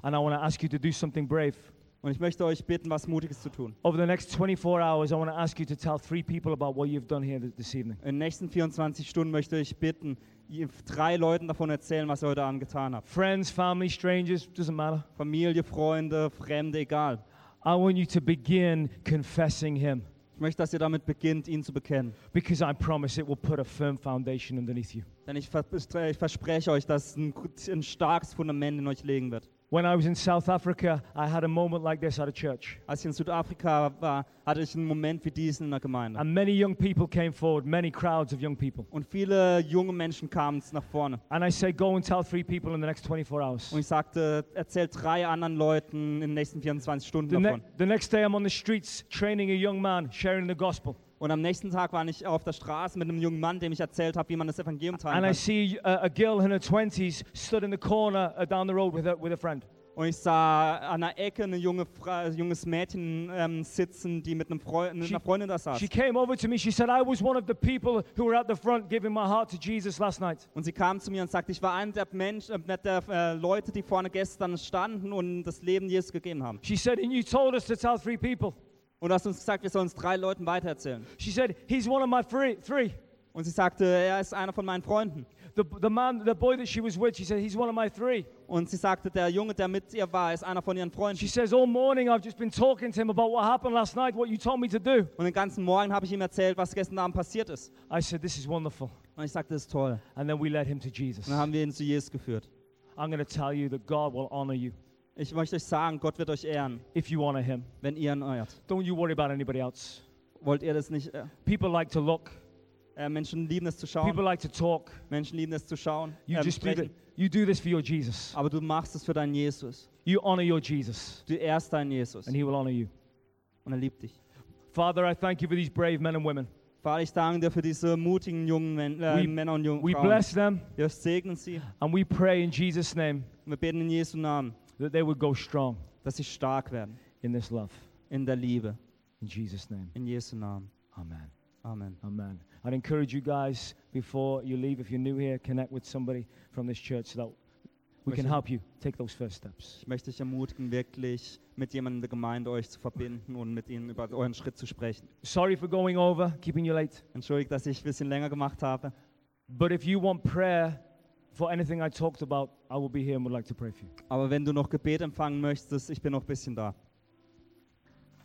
[SPEAKER 3] And I want to ask you to do something brave.
[SPEAKER 2] Und ich möchte euch bitten, was Mutiges zu tun.
[SPEAKER 3] Over the next 24 hours, I want to ask you to tell three people about what you've done here th- this evening.
[SPEAKER 2] In den nächsten 24 Stunden möchte ich bitten, ihr drei Leuten davon erzählen, was ihr heute Abend getan habt.
[SPEAKER 3] Friends, family, strangers, doesn't matter.
[SPEAKER 2] Familie, Freunde, Fremde, egal.
[SPEAKER 3] I want you to begin confessing Him
[SPEAKER 2] Ich möchte, dass ihr damit beginnt, ihn zu bekennen.
[SPEAKER 3] because I promise it will put a firm foundation underneath you.
[SPEAKER 2] Denn ich, vers- ich verspreche euch, dass ein, gut- ein starkes Fundament in euch legen wird.
[SPEAKER 3] When I was in South Africa, I had a moment like this at a church.
[SPEAKER 2] Als ich in Südafrika war, hatte ich einen Moment wie diesen in der Gemeinde.
[SPEAKER 3] And many young people came forward, many crowds of young people.
[SPEAKER 2] Und viele junge Menschen kamen nach vorne.
[SPEAKER 3] And I said, Go and tell three people in the next 24 hours.
[SPEAKER 2] Und ich sagte, erzählt drei anderen Leuten in den nächsten 24 Stunden
[SPEAKER 3] The, ne-
[SPEAKER 2] davon.
[SPEAKER 3] the next day, I'm on the streets training a young man, sharing the gospel.
[SPEAKER 2] Und am nächsten Tag war ich auf der Straße mit einem jungen Mann, dem ich erzählt habe, wie man das Evangelium teilen
[SPEAKER 3] And I
[SPEAKER 2] kann.
[SPEAKER 3] see a, a girl in her 20s stood in the corner uh, down the road with her, with a friend.
[SPEAKER 2] Und ich sah an der Ecke ein junge Fra junges Mädchen ähm, sitzen, die mit, einem Freu mit einer Freundin da saß.
[SPEAKER 3] She came over to me. She said, I was one of the people who were at the front giving my heart to Jesus last night.
[SPEAKER 2] Und sie kam zu mir und sagte, ich war einer der, Mensch, äh, der äh, Leute, die vorne gestern standen und das Leben Jesus gegeben haben.
[SPEAKER 3] She said, And you told us to tell three people.
[SPEAKER 2] Und du hast uns gesagt, wir sollen es drei Leuten weitererzählen.
[SPEAKER 3] She said, He's one of my three. three.
[SPEAKER 2] Und sie sagte, er ist einer von meinen Freunden.
[SPEAKER 3] The, the man, the boy that she was with, she said, He's one of my three.
[SPEAKER 2] Und sie sagte, der Junge, der mit ihr war, ist einer von ihren
[SPEAKER 3] She
[SPEAKER 2] Freunden.
[SPEAKER 3] says, All morning I've just been talking to him about what happened last night, what you told me to do.
[SPEAKER 2] Und den ganzen Morgen habe ich ihm erzählt, was gestern Abend passiert ist.
[SPEAKER 3] I said, This is wonderful.
[SPEAKER 2] Und ich sagte, das ist toll.
[SPEAKER 3] And then we led him to Jesus.
[SPEAKER 2] Und dann haben wir ihn zu Jesus geführt.
[SPEAKER 3] I'm going to tell you that God will honor you
[SPEAKER 2] Ich möchte euch sagen, Gott wird euch ehren,
[SPEAKER 3] if you honor him.
[SPEAKER 2] wenn ihr ihn ehrt.
[SPEAKER 3] Don't you worry about anybody else.
[SPEAKER 2] Wollt ihr das nicht? Äh,
[SPEAKER 3] People like to look,
[SPEAKER 2] äh, Menschen lieben es zu
[SPEAKER 3] people
[SPEAKER 2] schauen.
[SPEAKER 3] like to talk.
[SPEAKER 2] Menschen lieben es zu schauen.
[SPEAKER 3] You
[SPEAKER 2] ähm,
[SPEAKER 3] just do
[SPEAKER 2] sprechen.
[SPEAKER 3] that. You do this for your Jesus.
[SPEAKER 2] Aber du machst es für deinen Jesus.
[SPEAKER 3] You honor your Jesus,
[SPEAKER 2] Du ehrst deinen Jesus.
[SPEAKER 3] and he will honor you.
[SPEAKER 2] Und er liebt dich.
[SPEAKER 3] Father, I thank you for these brave men and women.
[SPEAKER 2] Vater, ich danke dir für diese mutigen jungen Men äh,
[SPEAKER 3] We-
[SPEAKER 2] Männer und jungen
[SPEAKER 3] We
[SPEAKER 2] Frauen.
[SPEAKER 3] bless them,
[SPEAKER 2] Wir segnen sie.
[SPEAKER 3] and we pray in Jesus' name
[SPEAKER 2] Und wir beten in Jesu Namen,
[SPEAKER 3] that they would go strong
[SPEAKER 2] dass sie stark werden
[SPEAKER 3] in this love.
[SPEAKER 2] in der Liebe.
[SPEAKER 3] In Jesus' name,
[SPEAKER 2] In Jesu Namen.
[SPEAKER 3] amen.
[SPEAKER 2] Amen.
[SPEAKER 3] Amen. I'd encourage you guys before you leave, if you're new here, connect with somebody from this church so that we can
[SPEAKER 2] Merci.
[SPEAKER 3] help you take those first steps.
[SPEAKER 2] Ich möchte dich ermutigen, wirklich mit jemandem in der Gemeinde euch zu verbinden und mit ihnen über euren Schritt zu sprechen.
[SPEAKER 3] Sorry for going over, keeping you late.
[SPEAKER 2] Entschuldigt, dass ich ein bisschen länger gemacht habe.
[SPEAKER 3] But if you want prayer for anything I talked about, I will be here and would like to pray for you.
[SPEAKER 2] Aber wenn du noch Gebet empfangen möchtest, ich bin noch ein bisschen da.